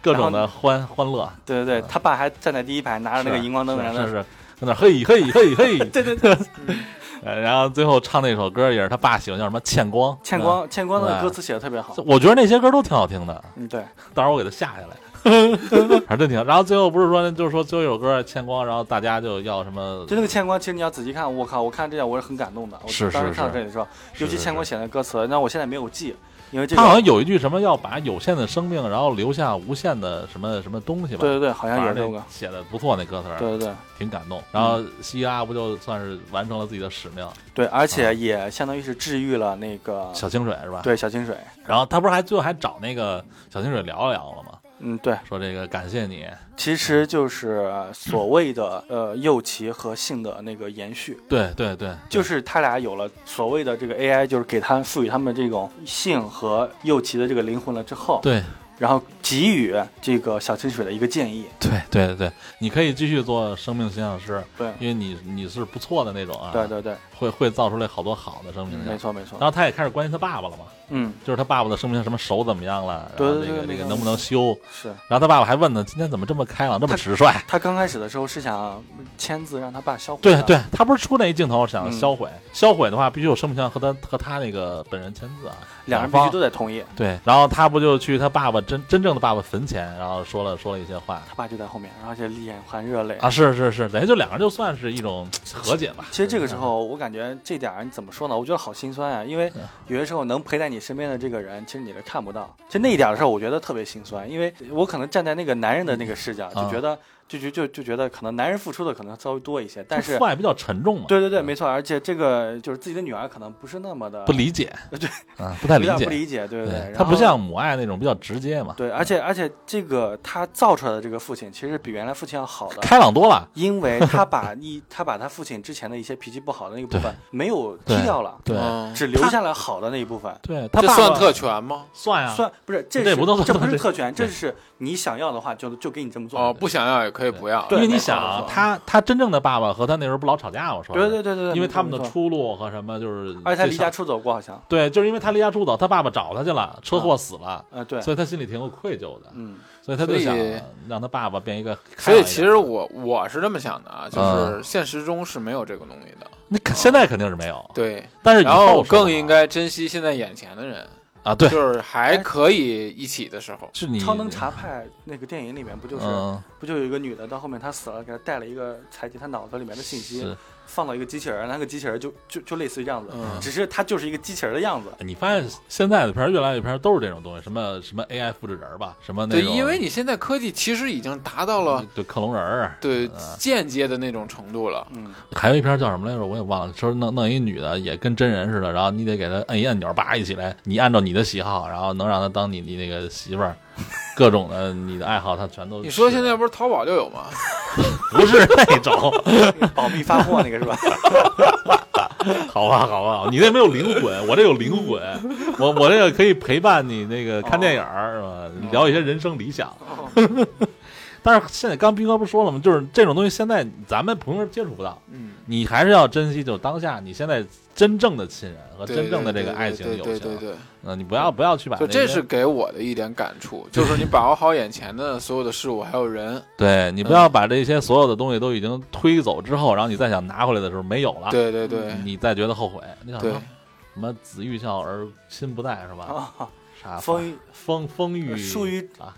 [SPEAKER 2] 各种的欢欢乐，
[SPEAKER 3] 对对对，他爸还站在第一排，拿着那个
[SPEAKER 2] 是啊
[SPEAKER 3] 荧光灯，
[SPEAKER 2] 是
[SPEAKER 3] 然后
[SPEAKER 2] 是是，在那嘿嘿嘿嘿，
[SPEAKER 3] *laughs* 对对对，
[SPEAKER 2] *laughs* 呃然后最后唱那首歌也是他爸喜欢，叫什么《欠光》。
[SPEAKER 3] 欠
[SPEAKER 2] 嗯
[SPEAKER 3] 光欠光的
[SPEAKER 2] 对
[SPEAKER 3] 歌词写的特别好
[SPEAKER 2] 是吧，，我觉得那些歌都挺好听的，
[SPEAKER 3] 嗯，对，
[SPEAKER 2] 到时候我给他下下来。还真挺好，然后最后不是说，就是说最后一首歌《欠光》，然后大家就要什么
[SPEAKER 3] 就那个欠光，其实你要仔细看，我靠，我看这样我是很感动的。我
[SPEAKER 2] 是
[SPEAKER 3] 当
[SPEAKER 2] 是
[SPEAKER 3] 时看到
[SPEAKER 2] 是
[SPEAKER 3] 这里的时候，
[SPEAKER 2] 是
[SPEAKER 3] 尤其
[SPEAKER 2] 是
[SPEAKER 3] 欠光
[SPEAKER 2] 是
[SPEAKER 3] 写的歌词，那我现在没有记，因为这个
[SPEAKER 2] 他好像有一句什么要把有限的生命，然后留下无限的什么什么东西吧？
[SPEAKER 3] 对对对，好像有
[SPEAKER 2] 反
[SPEAKER 3] 这
[SPEAKER 2] 正
[SPEAKER 3] 个
[SPEAKER 2] 那，啊写的不错，那歌词儿
[SPEAKER 3] 对对对
[SPEAKER 2] 挺感动。然后希拉不就算是完成了自己的使命，
[SPEAKER 3] 对，而且也相当于是治愈了那个
[SPEAKER 2] 啊小清水是吧？。
[SPEAKER 3] 对小清水，
[SPEAKER 2] 然后他不是还最后还找那个小清水聊了聊了吗？
[SPEAKER 3] 嗯，对，
[SPEAKER 2] 说这个感谢你，
[SPEAKER 3] 其实就是所谓的呃右旗和性的那个延续，
[SPEAKER 2] 对对对，
[SPEAKER 3] 就是他俩有了所谓的这个 AI，就是给他赋予他们这种性和右旗的这个灵魂了之后，
[SPEAKER 2] 对
[SPEAKER 3] 然后给予这个小清水的一个建议，
[SPEAKER 2] 对对对对，你可以继续做生命形象师，
[SPEAKER 3] 对
[SPEAKER 2] 因为你你是不错的那种啊，
[SPEAKER 3] 对，嗯对对，
[SPEAKER 2] 会会造出来好多好的生命形
[SPEAKER 3] 没
[SPEAKER 2] 象。
[SPEAKER 3] 错没错
[SPEAKER 2] 然，后他也开始关心他爸爸了嘛，
[SPEAKER 3] 嗯
[SPEAKER 2] 就是他爸爸的生命形象什么手怎么样了，然
[SPEAKER 3] 对
[SPEAKER 2] 后
[SPEAKER 3] 对
[SPEAKER 2] 这个这
[SPEAKER 3] 对
[SPEAKER 2] 个
[SPEAKER 3] 那个
[SPEAKER 2] 能不能修，
[SPEAKER 3] 是。
[SPEAKER 2] 然后他爸爸还问他今天怎么这么开朗，这么直率。
[SPEAKER 3] 他刚开始的时候是想签字让他爸销毁
[SPEAKER 2] 对
[SPEAKER 3] 的，
[SPEAKER 2] 对，他不是出那一镜头想
[SPEAKER 3] 嗯
[SPEAKER 2] 销毁，销毁的话必须有生命权和他和他那个本人签字啊，
[SPEAKER 3] 两人必须
[SPEAKER 2] 方
[SPEAKER 3] 都得同意，
[SPEAKER 2] 对。然后他不就去他爸爸真真正的爸爸坟前，然后说了说了一些话
[SPEAKER 3] 他爸就在后面，而且眼含热泪
[SPEAKER 2] 啊，是是是，等于就两个人就算是一种和解吧。
[SPEAKER 3] 其实这个时候，
[SPEAKER 2] 嗯
[SPEAKER 3] 我感觉这点儿你怎么说呢？我觉得好心酸啊，因为有些时候能陪在你身边的这个人，其实你是看不到。就那一点儿的时候，我觉得特别心酸，因为我可能站在那个男人的那个视
[SPEAKER 2] 嗯
[SPEAKER 3] 角，就觉得就就就就觉得可能男人付出的可能稍微多一些，但是
[SPEAKER 2] 父爱比较沉重嘛，
[SPEAKER 3] 对对对，没错，而且这个就是自己的女儿可能不是那么的
[SPEAKER 2] 不理解，
[SPEAKER 3] 对
[SPEAKER 2] 啊，不太
[SPEAKER 3] 有
[SPEAKER 2] 理
[SPEAKER 3] 点不
[SPEAKER 2] 解，
[SPEAKER 3] 理解，对对，
[SPEAKER 2] 他
[SPEAKER 3] 然
[SPEAKER 2] 不
[SPEAKER 3] 后
[SPEAKER 2] 像母爱那种比较直接嘛，
[SPEAKER 3] 对，而且而且这个他造出来的这个父亲，其实比原来父亲要好的。
[SPEAKER 2] 开朗多了，
[SPEAKER 3] 因为他把一他把他父亲之前的一些脾气不好的那个部分没有踢
[SPEAKER 2] 对
[SPEAKER 3] 掉了，
[SPEAKER 2] 对
[SPEAKER 4] 嗯
[SPEAKER 3] 只留下了好的那一部分。
[SPEAKER 2] 对，他
[SPEAKER 4] 这
[SPEAKER 2] 爸
[SPEAKER 4] 算
[SPEAKER 2] 爸
[SPEAKER 4] 特权吗？
[SPEAKER 2] 算啊呀，
[SPEAKER 3] 算不是，这
[SPEAKER 2] 这
[SPEAKER 3] 是
[SPEAKER 2] 不能算
[SPEAKER 3] 这不是
[SPEAKER 2] 这
[SPEAKER 3] 特权，这
[SPEAKER 2] 对
[SPEAKER 3] 是你想要的话就就给你这么做。
[SPEAKER 4] 哦，不想要也可以不要。
[SPEAKER 3] 对
[SPEAKER 2] 因为
[SPEAKER 3] 没
[SPEAKER 2] 你
[SPEAKER 3] 错
[SPEAKER 2] 想
[SPEAKER 3] 没
[SPEAKER 2] 啊
[SPEAKER 3] 错，
[SPEAKER 2] 他他真正的爸爸和他那时候不老吵架吗？说
[SPEAKER 3] 对
[SPEAKER 2] 是
[SPEAKER 3] 对对对对，
[SPEAKER 2] 因为
[SPEAKER 3] 没
[SPEAKER 2] 他们
[SPEAKER 3] 错
[SPEAKER 2] 的，
[SPEAKER 3] 没错
[SPEAKER 2] 出路和什么就是，
[SPEAKER 3] 而且他离
[SPEAKER 2] 就
[SPEAKER 3] 家
[SPEAKER 2] 想
[SPEAKER 3] 出走过，好像，
[SPEAKER 2] 对，就是因为他离家出走，他爸爸找他去了，车祸死了，
[SPEAKER 3] 呃，对，
[SPEAKER 2] 所以他心里挺有愧疚的，
[SPEAKER 3] 嗯，
[SPEAKER 2] 所以他就
[SPEAKER 4] 所以
[SPEAKER 2] 想让他爸爸变一个开
[SPEAKER 4] 所
[SPEAKER 2] 朗一点。嗯
[SPEAKER 4] 以其实我我是这么想的啊，就是现实中是没有这个东西的。
[SPEAKER 2] 那肯现在肯定是没有，
[SPEAKER 4] 对，
[SPEAKER 2] 但哦是以
[SPEAKER 4] 然
[SPEAKER 2] 说
[SPEAKER 4] 后更应该珍惜现在眼前的人，
[SPEAKER 2] 啊，对，
[SPEAKER 4] 就是还可以一起的时候。
[SPEAKER 2] 是你
[SPEAKER 3] 超能查派那个电影里面不就是
[SPEAKER 2] 嗯
[SPEAKER 3] 不就有一个女的到后面她死了，给她带了一个采集她脑子里面的信息
[SPEAKER 2] 是，
[SPEAKER 3] 放到一个机器人，那个机器人就就就类似于这样子，
[SPEAKER 4] 嗯
[SPEAKER 3] 只是它就是一个机器人的样子。
[SPEAKER 2] 你发现现在的片儿越来越片儿都是这种东西，什么什么 AI 复制人儿吧，什么那嗯
[SPEAKER 4] 对，
[SPEAKER 2] 种
[SPEAKER 4] 因为你现在科技其实已经达到了
[SPEAKER 2] 对克隆人儿，
[SPEAKER 4] 对
[SPEAKER 2] 嗯
[SPEAKER 4] 间接的那种程度了。
[SPEAKER 3] 嗯，
[SPEAKER 2] 还有一篇叫什么来着？我也忘了，说弄弄一女的也跟真人似的，然后你得给她摁一按钮，叭一起来，你按照你的喜好，然后能让她当你你那个媳妇儿， *laughs* 各种的你的爱好，她全都。
[SPEAKER 4] 你说现在不是淘宝就有吗？
[SPEAKER 2] 不是那种？
[SPEAKER 3] 保密发货那个是吧？ *laughs*
[SPEAKER 2] 好吧，好吧，你那没有灵魂，我这有灵
[SPEAKER 4] *laughs*
[SPEAKER 2] 魂，我我这个可以陪伴你那个看电影儿、
[SPEAKER 4] 哦
[SPEAKER 2] 是吧？聊一些人生理想。 *laughs* 但是现在刚斌哥不是说了吗？就是这种东西现在咱们朋友接触不到，
[SPEAKER 4] 嗯，
[SPEAKER 2] 你还是要珍惜，就是当下你现在真正的亲人和
[SPEAKER 4] 对
[SPEAKER 2] 真正的这
[SPEAKER 4] 对
[SPEAKER 2] 个
[SPEAKER 4] 对
[SPEAKER 2] 爱情
[SPEAKER 4] 对
[SPEAKER 2] 友
[SPEAKER 4] 对
[SPEAKER 2] 情
[SPEAKER 4] 对。对，
[SPEAKER 2] 嗯、你不要不要去把
[SPEAKER 4] 就
[SPEAKER 2] 那
[SPEAKER 4] 这
[SPEAKER 2] 些
[SPEAKER 4] 是给我的一点感
[SPEAKER 2] *laughs*
[SPEAKER 4] 触，就是你把握好眼前的所有的事物还有人。
[SPEAKER 2] 对你不
[SPEAKER 4] 嗯
[SPEAKER 2] 要把这些所有的东西都已经推走之后，然后你再想拿回来的时候没有了，
[SPEAKER 4] 对对对
[SPEAKER 2] 啊嗯你再觉得后悔。你想啊
[SPEAKER 4] 对
[SPEAKER 2] 说，什么子欲孝而亲不待是吧？
[SPEAKER 3] 啊，
[SPEAKER 2] 啥
[SPEAKER 3] 风雨
[SPEAKER 2] 风风雨
[SPEAKER 3] 树欲
[SPEAKER 2] 啊，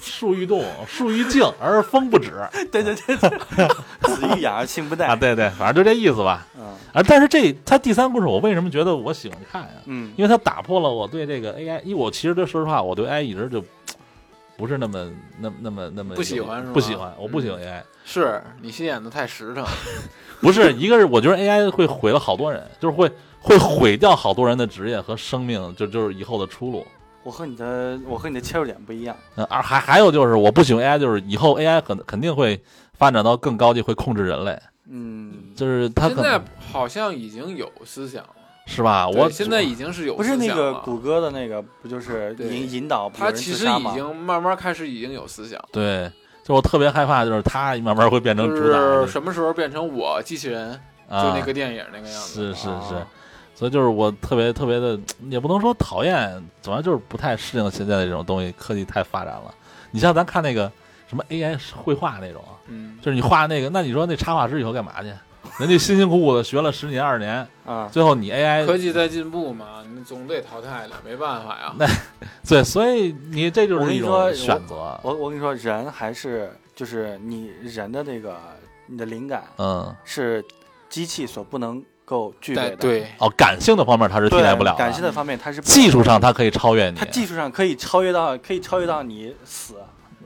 [SPEAKER 2] 树欲动，树欲静，而风不止
[SPEAKER 3] 对对对对， *laughs* 子欲养而亲不
[SPEAKER 2] 啊！
[SPEAKER 3] 待。
[SPEAKER 2] 对对，反正就这意思吧。
[SPEAKER 3] 嗯
[SPEAKER 2] 啊，但是这它第三故事，我为什么觉得我喜欢看呀、
[SPEAKER 3] 嗯
[SPEAKER 2] 因为它打破了我对这个 AI，因为我其实对说实话，我对 AI 一直就不是那么那那么那么
[SPEAKER 4] 不喜欢是吗
[SPEAKER 2] 不喜欢，我不喜欢 AI。
[SPEAKER 4] 是你心眼子太实
[SPEAKER 2] *laughs*
[SPEAKER 4] 诚，
[SPEAKER 2] 不是一个是我觉得 AI 会毁了好多人，就是会会毁掉好多人的职业和生命，就就是以后的出路。
[SPEAKER 3] 我和你的我和你的切入点不一样。
[SPEAKER 2] 嗯，而还还有就是我不喜欢 AI，就是以后 AI 肯肯定会发展到更高级，会控制人类，
[SPEAKER 3] 嗯，
[SPEAKER 2] 就是它
[SPEAKER 4] 现
[SPEAKER 2] 可
[SPEAKER 4] 在
[SPEAKER 2] 能
[SPEAKER 4] 好像已经有思想了，
[SPEAKER 2] 是吧？我
[SPEAKER 4] 对现在已经是有
[SPEAKER 3] 不
[SPEAKER 4] 思
[SPEAKER 3] 是
[SPEAKER 4] 想
[SPEAKER 3] 那
[SPEAKER 4] 了。
[SPEAKER 3] 个谷歌的那个，不就是
[SPEAKER 4] 对
[SPEAKER 3] 引引导有
[SPEAKER 4] 他
[SPEAKER 3] 人
[SPEAKER 4] 其
[SPEAKER 3] 自
[SPEAKER 4] 实
[SPEAKER 3] 杀吗
[SPEAKER 4] 已？经慢慢开始已经有思想了，
[SPEAKER 2] 对，就是我特别害怕，就是它慢慢会变成
[SPEAKER 4] 就
[SPEAKER 2] 主打
[SPEAKER 4] 是
[SPEAKER 2] 的
[SPEAKER 4] 什么时候变成我机器人，就
[SPEAKER 2] 啊
[SPEAKER 4] 那个电影那个样子。
[SPEAKER 2] 是是是
[SPEAKER 3] 啊，
[SPEAKER 2] 所以就是我特别特别的，也不能说讨厌，总而就是不太适应现在的这种东西，科技太发展了。你像咱看那个什么 AI 绘画那种，啊
[SPEAKER 4] 嗯，
[SPEAKER 2] 就是你画那个，那你说那插画师以后干嘛去？人家辛辛苦苦的学了十年二十年，
[SPEAKER 3] 啊，
[SPEAKER 2] 最后你 AI
[SPEAKER 4] 科技在进步嘛，你总得淘汰的，没办法呀。
[SPEAKER 2] 对，所以你这就
[SPEAKER 3] 我
[SPEAKER 2] 是
[SPEAKER 3] 跟
[SPEAKER 2] 一
[SPEAKER 3] 你说
[SPEAKER 2] 种选择。
[SPEAKER 3] 我我跟你说，人还是就是你人的那个你的灵感
[SPEAKER 2] 嗯，
[SPEAKER 3] 是机器所不能够具备
[SPEAKER 4] 对
[SPEAKER 3] 的。
[SPEAKER 4] 对，
[SPEAKER 2] 哦，感性的方面它是替
[SPEAKER 3] 对，
[SPEAKER 2] 代不了的，
[SPEAKER 3] 感性的方面它是不
[SPEAKER 2] 技术上它可以超越你
[SPEAKER 3] 它。技术上可以超越到可以超越到你死，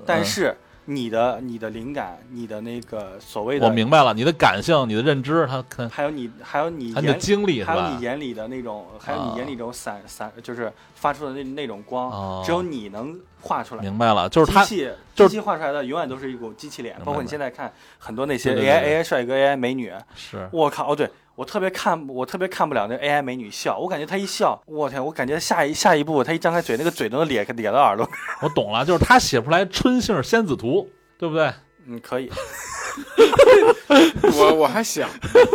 [SPEAKER 3] 但
[SPEAKER 2] 嗯
[SPEAKER 3] 是你的你的灵感，你的那个所谓的，
[SPEAKER 2] 我明白了，你的感性、你的认知，它可
[SPEAKER 3] 还有你还有你
[SPEAKER 2] 还有你的
[SPEAKER 3] 眼
[SPEAKER 2] 经历是
[SPEAKER 3] 还有
[SPEAKER 2] 吧
[SPEAKER 3] 你？眼里的那种，还有你眼里这种散散，就是发出的那那种光，
[SPEAKER 2] 啊哦，
[SPEAKER 3] 只有你能画出来。
[SPEAKER 2] 明白了，就是它
[SPEAKER 3] 机器
[SPEAKER 2] 就是
[SPEAKER 3] 机器画出来的永远都是一股机器脸，
[SPEAKER 2] 明白
[SPEAKER 3] 包括你现在看很多那些
[SPEAKER 2] 对对
[SPEAKER 3] AI
[SPEAKER 2] 对
[SPEAKER 3] AI 帅哥 AI 美女，
[SPEAKER 2] 是
[SPEAKER 3] 我靠！哦，对我特别看我特别看不了那 AI 美女笑，我感觉她一笑，我天，我感觉下一下一步她一张开嘴，那个嘴都能咧咧到耳朵。 *laughs*
[SPEAKER 2] 我懂了，就是他写不出来春杏仙子图，对不对？
[SPEAKER 3] 嗯，可以。
[SPEAKER 4] 我我还想，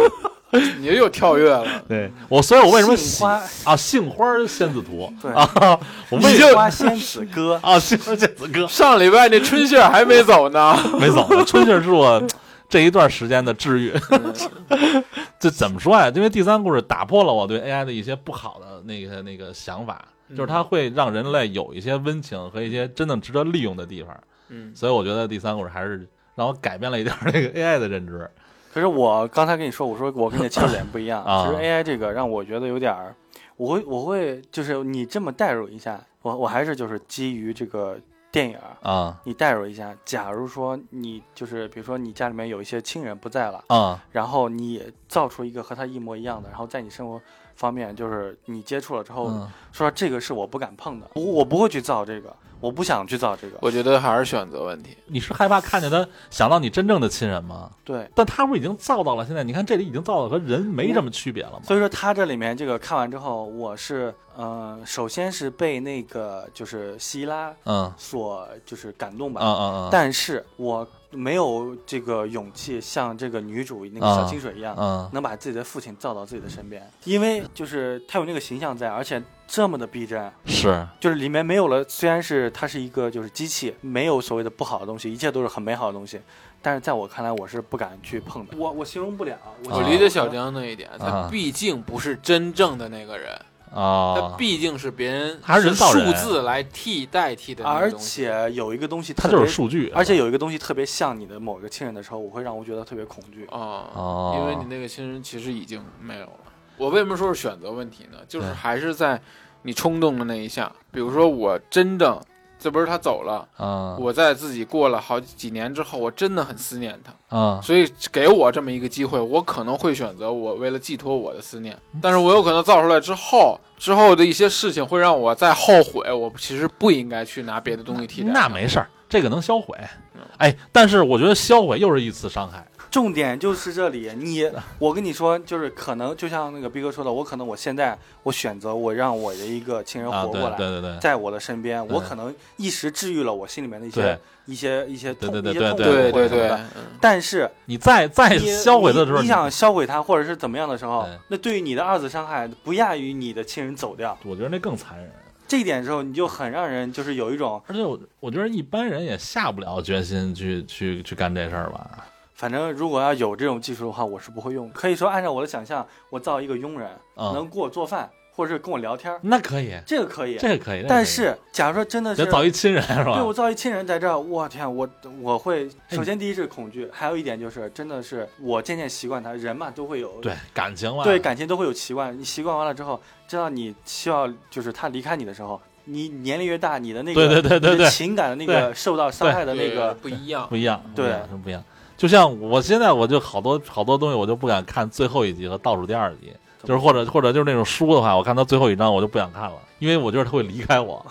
[SPEAKER 4] *laughs* 你又跳跃了，
[SPEAKER 2] 对我，所以 *laughs* 我为什么
[SPEAKER 3] 杏
[SPEAKER 2] 喜
[SPEAKER 3] 花
[SPEAKER 2] 啊杏花仙子图
[SPEAKER 3] 对
[SPEAKER 2] 啊？
[SPEAKER 3] *laughs*
[SPEAKER 2] 我为
[SPEAKER 3] 你
[SPEAKER 2] 什么
[SPEAKER 3] 花仙子哥
[SPEAKER 2] 啊杏花仙子歌
[SPEAKER 4] 上礼拜那春杏还没
[SPEAKER 2] *laughs*
[SPEAKER 4] 走呢。
[SPEAKER 2] 没走，春杏是我这一段时间的治愈。
[SPEAKER 3] 嗯
[SPEAKER 2] *laughs* 这怎么说呀、因为第三故事打破了我对 AI 的一些不好的那个那个想法，
[SPEAKER 3] 嗯
[SPEAKER 2] 就是它会让人类有一些温情和一些真正值得利用的地方。
[SPEAKER 4] 嗯，
[SPEAKER 2] 所以我觉得第三故事还是让我改变了一点儿这个 AI 的认知。
[SPEAKER 3] 可是我刚才跟你说， *laughs* 我说我跟你的切入点不一样，
[SPEAKER 2] 啊
[SPEAKER 3] 其实 AI 这个让我觉得有点儿，我会我会就是你这么代入一下，我我还是就是基于这个电影儿，
[SPEAKER 2] 啊
[SPEAKER 3] 你代入一下，假如说你就是比如说你家里面有一些亲人不在了，
[SPEAKER 2] 啊
[SPEAKER 3] 然后你造出一个和他一模一样的，然后在你生活方面就是你接触了之后，
[SPEAKER 2] 嗯，
[SPEAKER 3] 说这个是我不敢碰的，我我不会去造这个，我不想去造这个，
[SPEAKER 4] 我觉得还是选择问题。
[SPEAKER 2] 你是害怕看见他想到你真正的亲人吗？
[SPEAKER 3] 对。
[SPEAKER 2] 但他不是已经造到了现在？你看这里已经造的和人没什么区别了吗？
[SPEAKER 3] 所以说他这里面这个看完之后，我是呃，首先是被那个就是希拉
[SPEAKER 2] 嗯
[SPEAKER 3] 所就是感动吧，
[SPEAKER 2] 嗯嗯嗯，
[SPEAKER 3] 但是我没有这个勇气像这个女主那个
[SPEAKER 2] 啊
[SPEAKER 3] 小清水一样，
[SPEAKER 2] 嗯
[SPEAKER 3] 能把自己的父亲造到自己的身边，因为就是他有那个形象在，而且这么的逼真。
[SPEAKER 2] 是啊
[SPEAKER 3] 就是里面没有了，虽然是它是一个就是机器，没有所谓的不好的东西，一切都是很美好的东西，但是在我看来，我是不敢去碰的，我我形容不了。
[SPEAKER 4] 我
[SPEAKER 2] 啊
[SPEAKER 4] 理解小江那一点，他
[SPEAKER 2] 啊
[SPEAKER 4] 毕竟不是真正的那个人，他
[SPEAKER 3] 呃
[SPEAKER 2] 啊，
[SPEAKER 4] 毕竟是别人，
[SPEAKER 2] 还是人造人
[SPEAKER 4] 数字来替代替的那个
[SPEAKER 3] 而
[SPEAKER 4] 东西，
[SPEAKER 3] 且有一个东西
[SPEAKER 2] 它
[SPEAKER 3] 特别，
[SPEAKER 2] 就是数据，
[SPEAKER 3] 而且有一个东西特别像你的某个亲人的时候，我会让我觉得特别恐惧。
[SPEAKER 4] 哦，
[SPEAKER 2] 哦，
[SPEAKER 4] 因为你那个亲人其实已经没有了。我为什么说是选择问题呢？就是
[SPEAKER 2] 对
[SPEAKER 4] 还是在你冲动的那一下，比如说我真正，这不是他走了，
[SPEAKER 2] 啊
[SPEAKER 4] 我在自己过了好几年之后，我真的很思念他，
[SPEAKER 2] 啊，
[SPEAKER 4] 所以给我这么一个机会，我可能会选择我为了寄托我的思念，
[SPEAKER 2] 嗯
[SPEAKER 4] 但是我有可能造出来之后，之后的一些事情会让我再后悔，我其实不应该去拿别的东西替代。
[SPEAKER 2] 那没事儿，这个能销毁。
[SPEAKER 3] 嗯
[SPEAKER 2] 哎，但是我觉得销毁又是一次伤害。
[SPEAKER 3] 重点就是这里，你我跟你说，就是可能就像那个逼哥说的，我可能我现在我选择我让我的一个亲人
[SPEAKER 2] 啊，
[SPEAKER 3] 活
[SPEAKER 2] 对
[SPEAKER 3] 过来，
[SPEAKER 2] 对对对
[SPEAKER 3] 在我的身边，
[SPEAKER 2] 对
[SPEAKER 3] 我可能一时治愈了我心里面的一些
[SPEAKER 2] 对，
[SPEAKER 3] 一些一些痛
[SPEAKER 2] 对对
[SPEAKER 3] 一些
[SPEAKER 2] 对
[SPEAKER 3] 痛苦
[SPEAKER 4] 对
[SPEAKER 3] 或者
[SPEAKER 4] 对
[SPEAKER 3] 什么
[SPEAKER 4] 对，
[SPEAKER 3] 的。
[SPEAKER 4] 嗯
[SPEAKER 3] 但
[SPEAKER 2] *laughs*
[SPEAKER 3] 是
[SPEAKER 2] 你再再
[SPEAKER 3] 你
[SPEAKER 2] 销毁的时候，嗯
[SPEAKER 3] 你你想销毁它或者是怎么样的时候
[SPEAKER 2] 对，
[SPEAKER 3] 那对于你的二次伤害不亚于你的亲人走掉。
[SPEAKER 2] 我觉得那更残忍。
[SPEAKER 3] 这一点的时候，你就很让人就是有一种，
[SPEAKER 2] 而且我我觉得一般人也下不了决心去去去干这事儿吧。
[SPEAKER 3] 反正如果要有这种技术的话，我是不会用的。可以说，按照我的想象，我造一个佣人，
[SPEAKER 2] 嗯
[SPEAKER 3] 能给我做饭，或者是跟我聊天儿，
[SPEAKER 2] 那可以，
[SPEAKER 3] 这个可以。
[SPEAKER 2] 这个可以。
[SPEAKER 3] 但是假如说真的
[SPEAKER 2] 得
[SPEAKER 3] 是
[SPEAKER 2] 找一亲人哎是
[SPEAKER 3] 对
[SPEAKER 2] 吧
[SPEAKER 3] 我？造一亲人在这儿，我天，我我会首先第一是恐惧，还有一点就是真的是我渐渐习惯他，人嘛都会有
[SPEAKER 2] 对感情嘛，
[SPEAKER 3] 对感情都会有习惯，你习惯完了之后，知道你需要就是他离开你的时候，你年龄越大，你的那个
[SPEAKER 2] 对对对对
[SPEAKER 3] 你的
[SPEAKER 2] 对
[SPEAKER 3] 情感的那个受到伤害的那个
[SPEAKER 4] 不一样
[SPEAKER 2] 不，一样，
[SPEAKER 3] 对
[SPEAKER 2] 不一样真不一样。就像我现在，我就好多好多东西，我就不敢看最后一集和倒数第二集，就是或者或者就是那种书的话，我看到最后一章我就不想看了，因为我觉得他会离开
[SPEAKER 4] *laughs*
[SPEAKER 2] 我，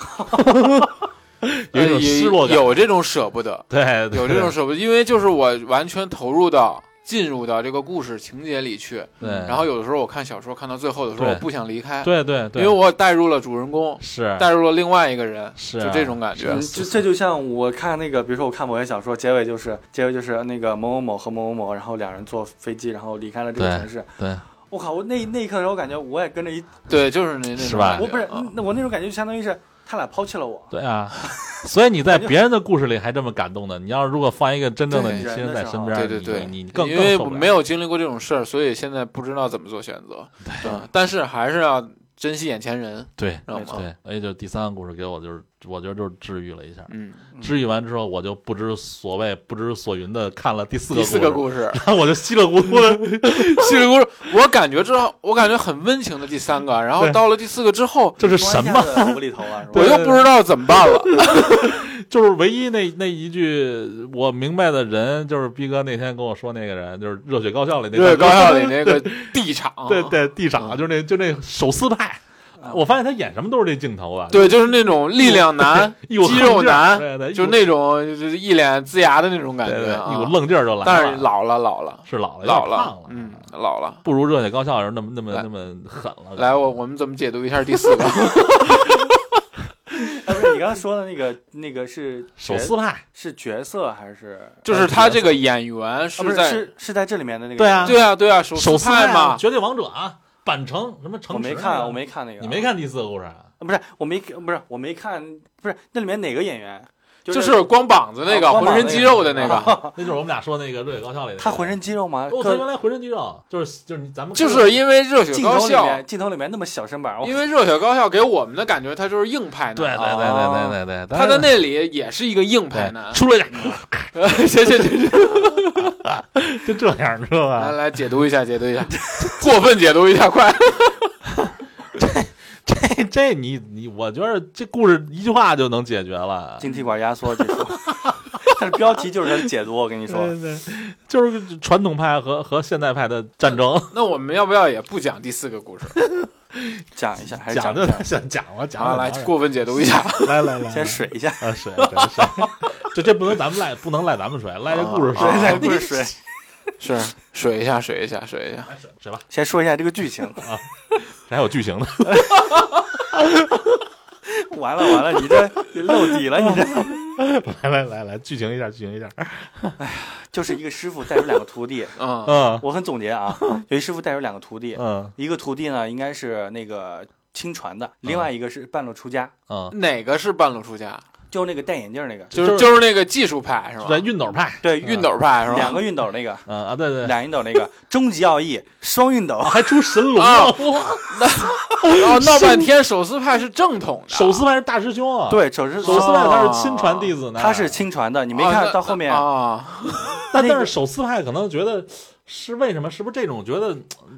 [SPEAKER 2] 有一种失落感。
[SPEAKER 4] 呃有这种舍不得，
[SPEAKER 2] 对， *laughs* 对
[SPEAKER 4] 有这种舍不得，因为就是我完全投入到进入到这个故事情节里去，
[SPEAKER 2] 对，
[SPEAKER 4] 然后有的时候我看小说看到最后的时候，
[SPEAKER 2] 嗯对
[SPEAKER 4] 我不想离开，
[SPEAKER 2] 对对
[SPEAKER 4] 因
[SPEAKER 2] 对，
[SPEAKER 4] 为我带入了主人公，
[SPEAKER 2] 是
[SPEAKER 4] 带入了另外一个人，
[SPEAKER 2] 是啊
[SPEAKER 4] 就这种感觉
[SPEAKER 3] 嗯，。这这就像我看那个，比如说我看某些小说，结尾就是结尾就是那个某某某和某某某，然后两人坐飞机，然后离开了这个
[SPEAKER 2] 对
[SPEAKER 3] 城市。
[SPEAKER 2] 对
[SPEAKER 3] 我靠！我那那一刻的时候，我感觉我也跟着一，
[SPEAKER 4] 对，就是那那种
[SPEAKER 2] 是吧
[SPEAKER 4] 感觉
[SPEAKER 3] 我不是
[SPEAKER 4] 嗯，
[SPEAKER 3] 那我那种感觉就相当于是他俩抛弃了我。
[SPEAKER 2] 对啊，所以你在别人的故事里还这么感动呢，你要是如果放一个真正的
[SPEAKER 4] 对
[SPEAKER 2] 你亲人在身边，
[SPEAKER 4] 对对对，
[SPEAKER 2] 你你更
[SPEAKER 4] 因为
[SPEAKER 2] 更受不了
[SPEAKER 4] 没有经历过这种事儿，所以现在不知道怎么做选择。对，
[SPEAKER 2] 嗯
[SPEAKER 4] 但是还是要珍惜眼前人，
[SPEAKER 2] 对
[SPEAKER 4] 知道
[SPEAKER 3] 没错
[SPEAKER 4] 吗？
[SPEAKER 2] 对，哎，就第三个故事给我就是，我觉得就是治愈了一下。
[SPEAKER 4] 嗯，
[SPEAKER 2] 治愈完之后，我就不知所谓、不知所云的看了第四个
[SPEAKER 4] 第四个
[SPEAKER 2] 故事，
[SPEAKER 4] 故事，
[SPEAKER 2] 然后 *laughs* 我就稀里糊涂的，
[SPEAKER 4] *laughs* 稀里糊涂，我感觉之后，我感觉很温情的第三个，然后
[SPEAKER 2] 对
[SPEAKER 4] 到了第四个之后，
[SPEAKER 2] 这是
[SPEAKER 3] 突然
[SPEAKER 2] 什
[SPEAKER 3] 一下
[SPEAKER 2] 么？
[SPEAKER 3] 子无 *laughs* 厘头啊了，是吧？
[SPEAKER 4] 我又不知道怎么办了。
[SPEAKER 2] 就是唯一那那一句我明白的人，就是逼哥那天跟我说那个人，就是《热血高校》里那
[SPEAKER 4] 热
[SPEAKER 2] 个
[SPEAKER 4] 血高校里那个地场，
[SPEAKER 2] *laughs* 对对地
[SPEAKER 4] 啊
[SPEAKER 2] 长，就是那就那手撕派，我发现他演什么都是这镜头啊，
[SPEAKER 4] *laughs* 嗯对，就是那种力量男、
[SPEAKER 2] 一股
[SPEAKER 4] 肌肉男
[SPEAKER 2] 对哎对，一股
[SPEAKER 4] 就是那种就是一脸龇牙的那种感
[SPEAKER 2] 对对
[SPEAKER 4] 觉啊
[SPEAKER 2] 对，一股愣劲儿就来了。
[SPEAKER 4] 但是老了，老了，
[SPEAKER 2] 是老了，
[SPEAKER 4] 老
[SPEAKER 2] 有点
[SPEAKER 4] 了
[SPEAKER 2] 胖，
[SPEAKER 4] 嗯，老了。
[SPEAKER 2] 不如《热血高校》时候那么那么
[SPEAKER 4] 来
[SPEAKER 2] 那么狠了。
[SPEAKER 4] 来，我我们怎么解读一下第四个？
[SPEAKER 3] 哎，不是你刚刚说的那个那个是
[SPEAKER 2] 手
[SPEAKER 3] 角
[SPEAKER 2] 撕派，
[SPEAKER 3] 是角色还是
[SPEAKER 4] 就是他这个演员
[SPEAKER 3] 啊？不
[SPEAKER 4] 是
[SPEAKER 3] 是
[SPEAKER 4] 在
[SPEAKER 3] 是是在这里面的那个
[SPEAKER 2] 对啊
[SPEAKER 3] 人
[SPEAKER 4] 对啊对啊，手
[SPEAKER 2] 手
[SPEAKER 4] 撕
[SPEAKER 2] 撕派啊
[SPEAKER 4] 嘛，
[SPEAKER 2] 绝对王者啊，板城什么城
[SPEAKER 3] 我没
[SPEAKER 2] 池啊
[SPEAKER 3] 看，我没看那个，
[SPEAKER 2] 你没看第四个故事啊？
[SPEAKER 3] 啊？不是，我没不是我没看，不是那里面哪个演员？
[SPEAKER 4] 就是是光膀子那个
[SPEAKER 3] 啊光膀子
[SPEAKER 4] 浑身肌肉的那
[SPEAKER 3] 那啊 *laughs*
[SPEAKER 4] 个，
[SPEAKER 2] 那就是我们俩说那个《热血高校》里的
[SPEAKER 3] 他浑身肌肉吗？
[SPEAKER 2] 哦，他
[SPEAKER 3] 各
[SPEAKER 2] 原来浑身肌肉，就是就是你咱们
[SPEAKER 4] 就是因为热血
[SPEAKER 3] 镜
[SPEAKER 4] 高
[SPEAKER 3] 头里
[SPEAKER 4] 校
[SPEAKER 3] 面，，镜头里面那么小身板，我
[SPEAKER 4] 因为热血高校给我们的感觉，他就是硬派
[SPEAKER 2] 对对
[SPEAKER 4] 男，
[SPEAKER 2] 对对对对对，
[SPEAKER 4] 他在那里也是一个硬派男
[SPEAKER 2] 对。哎
[SPEAKER 4] *laughs*
[SPEAKER 2] 出来点，
[SPEAKER 4] 行行行，
[SPEAKER 2] 就这样，你知道
[SPEAKER 4] 来
[SPEAKER 2] 吧？
[SPEAKER 4] 来解读一下，解读一 *laughs* 下，过分解读一下，快！
[SPEAKER 2] 这这你你，我觉得这故事一句话就能解决了。
[SPEAKER 3] 晶体管压缩技术。 *laughs* 但是标题就是他解读，我跟你说，
[SPEAKER 2] 对对，就是传统派和和现代派的战争，
[SPEAKER 4] *laughs* 那我们要不要也不讲第四个 *laughs* 故事？
[SPEAKER 3] 讲一下还是
[SPEAKER 2] 讲
[SPEAKER 3] 一下
[SPEAKER 2] 的，想讲了讲
[SPEAKER 4] 啊，
[SPEAKER 2] 了
[SPEAKER 4] 来
[SPEAKER 2] 讲了
[SPEAKER 4] 过分解读一下，
[SPEAKER 2] 来来来，
[SPEAKER 3] 先水一 *laughs* 下，
[SPEAKER 2] 啊，水水水，这这不能咱们赖，不能赖咱们水，赖这故事水，
[SPEAKER 4] 啊
[SPEAKER 3] 对，
[SPEAKER 2] 赖
[SPEAKER 3] 对 *laughs* 不是水，
[SPEAKER 4] *laughs* 是水一下，水一下，水一下。
[SPEAKER 2] 水水吧，
[SPEAKER 3] 先说一下这个剧情。
[SPEAKER 2] 这还有剧情呢。
[SPEAKER 3] *laughs* 完了完了，你 *laughs* 这你露底了，你这
[SPEAKER 2] 来来来来，剧情一下，剧情一下。
[SPEAKER 3] *laughs* 就是一个师傅带着两个徒弟。 *laughs*
[SPEAKER 4] 嗯，
[SPEAKER 2] 嗯
[SPEAKER 3] 我很总结啊，有一师傅带着两个徒弟，
[SPEAKER 2] 嗯
[SPEAKER 3] 一个徒弟呢应该是那个亲传的，另外一个是半路出家，
[SPEAKER 2] 嗯，
[SPEAKER 4] 哪个是半路出家？
[SPEAKER 3] 就那个戴眼镜那个，
[SPEAKER 2] 就
[SPEAKER 4] 就
[SPEAKER 2] 是是
[SPEAKER 4] 就是那个技术派是吧
[SPEAKER 2] 在？熨斗派，
[SPEAKER 3] 对，
[SPEAKER 4] 熨斗派是吧？
[SPEAKER 3] 两个熨斗那个，
[SPEAKER 2] 嗯啊，对对，
[SPEAKER 3] 俩熨斗那个，终极奥义双熨斗，
[SPEAKER 2] *laughs* 还出神龙
[SPEAKER 4] 啊
[SPEAKER 2] 啊，
[SPEAKER 4] *laughs* 然后闹半天，手撕派是正统的，
[SPEAKER 2] 手撕派是大师兄啊，，哦
[SPEAKER 3] 对，手是
[SPEAKER 2] 手
[SPEAKER 3] 手
[SPEAKER 2] 撕派他是亲传弟子呢，
[SPEAKER 3] 他是，亲传的，你
[SPEAKER 4] 你
[SPEAKER 2] 哦
[SPEAKER 3] 没看到后面
[SPEAKER 4] 哦啊？
[SPEAKER 2] 但
[SPEAKER 3] 那
[SPEAKER 2] 但
[SPEAKER 3] 个
[SPEAKER 2] 是手撕派可能觉得是为什么？是不是这种觉得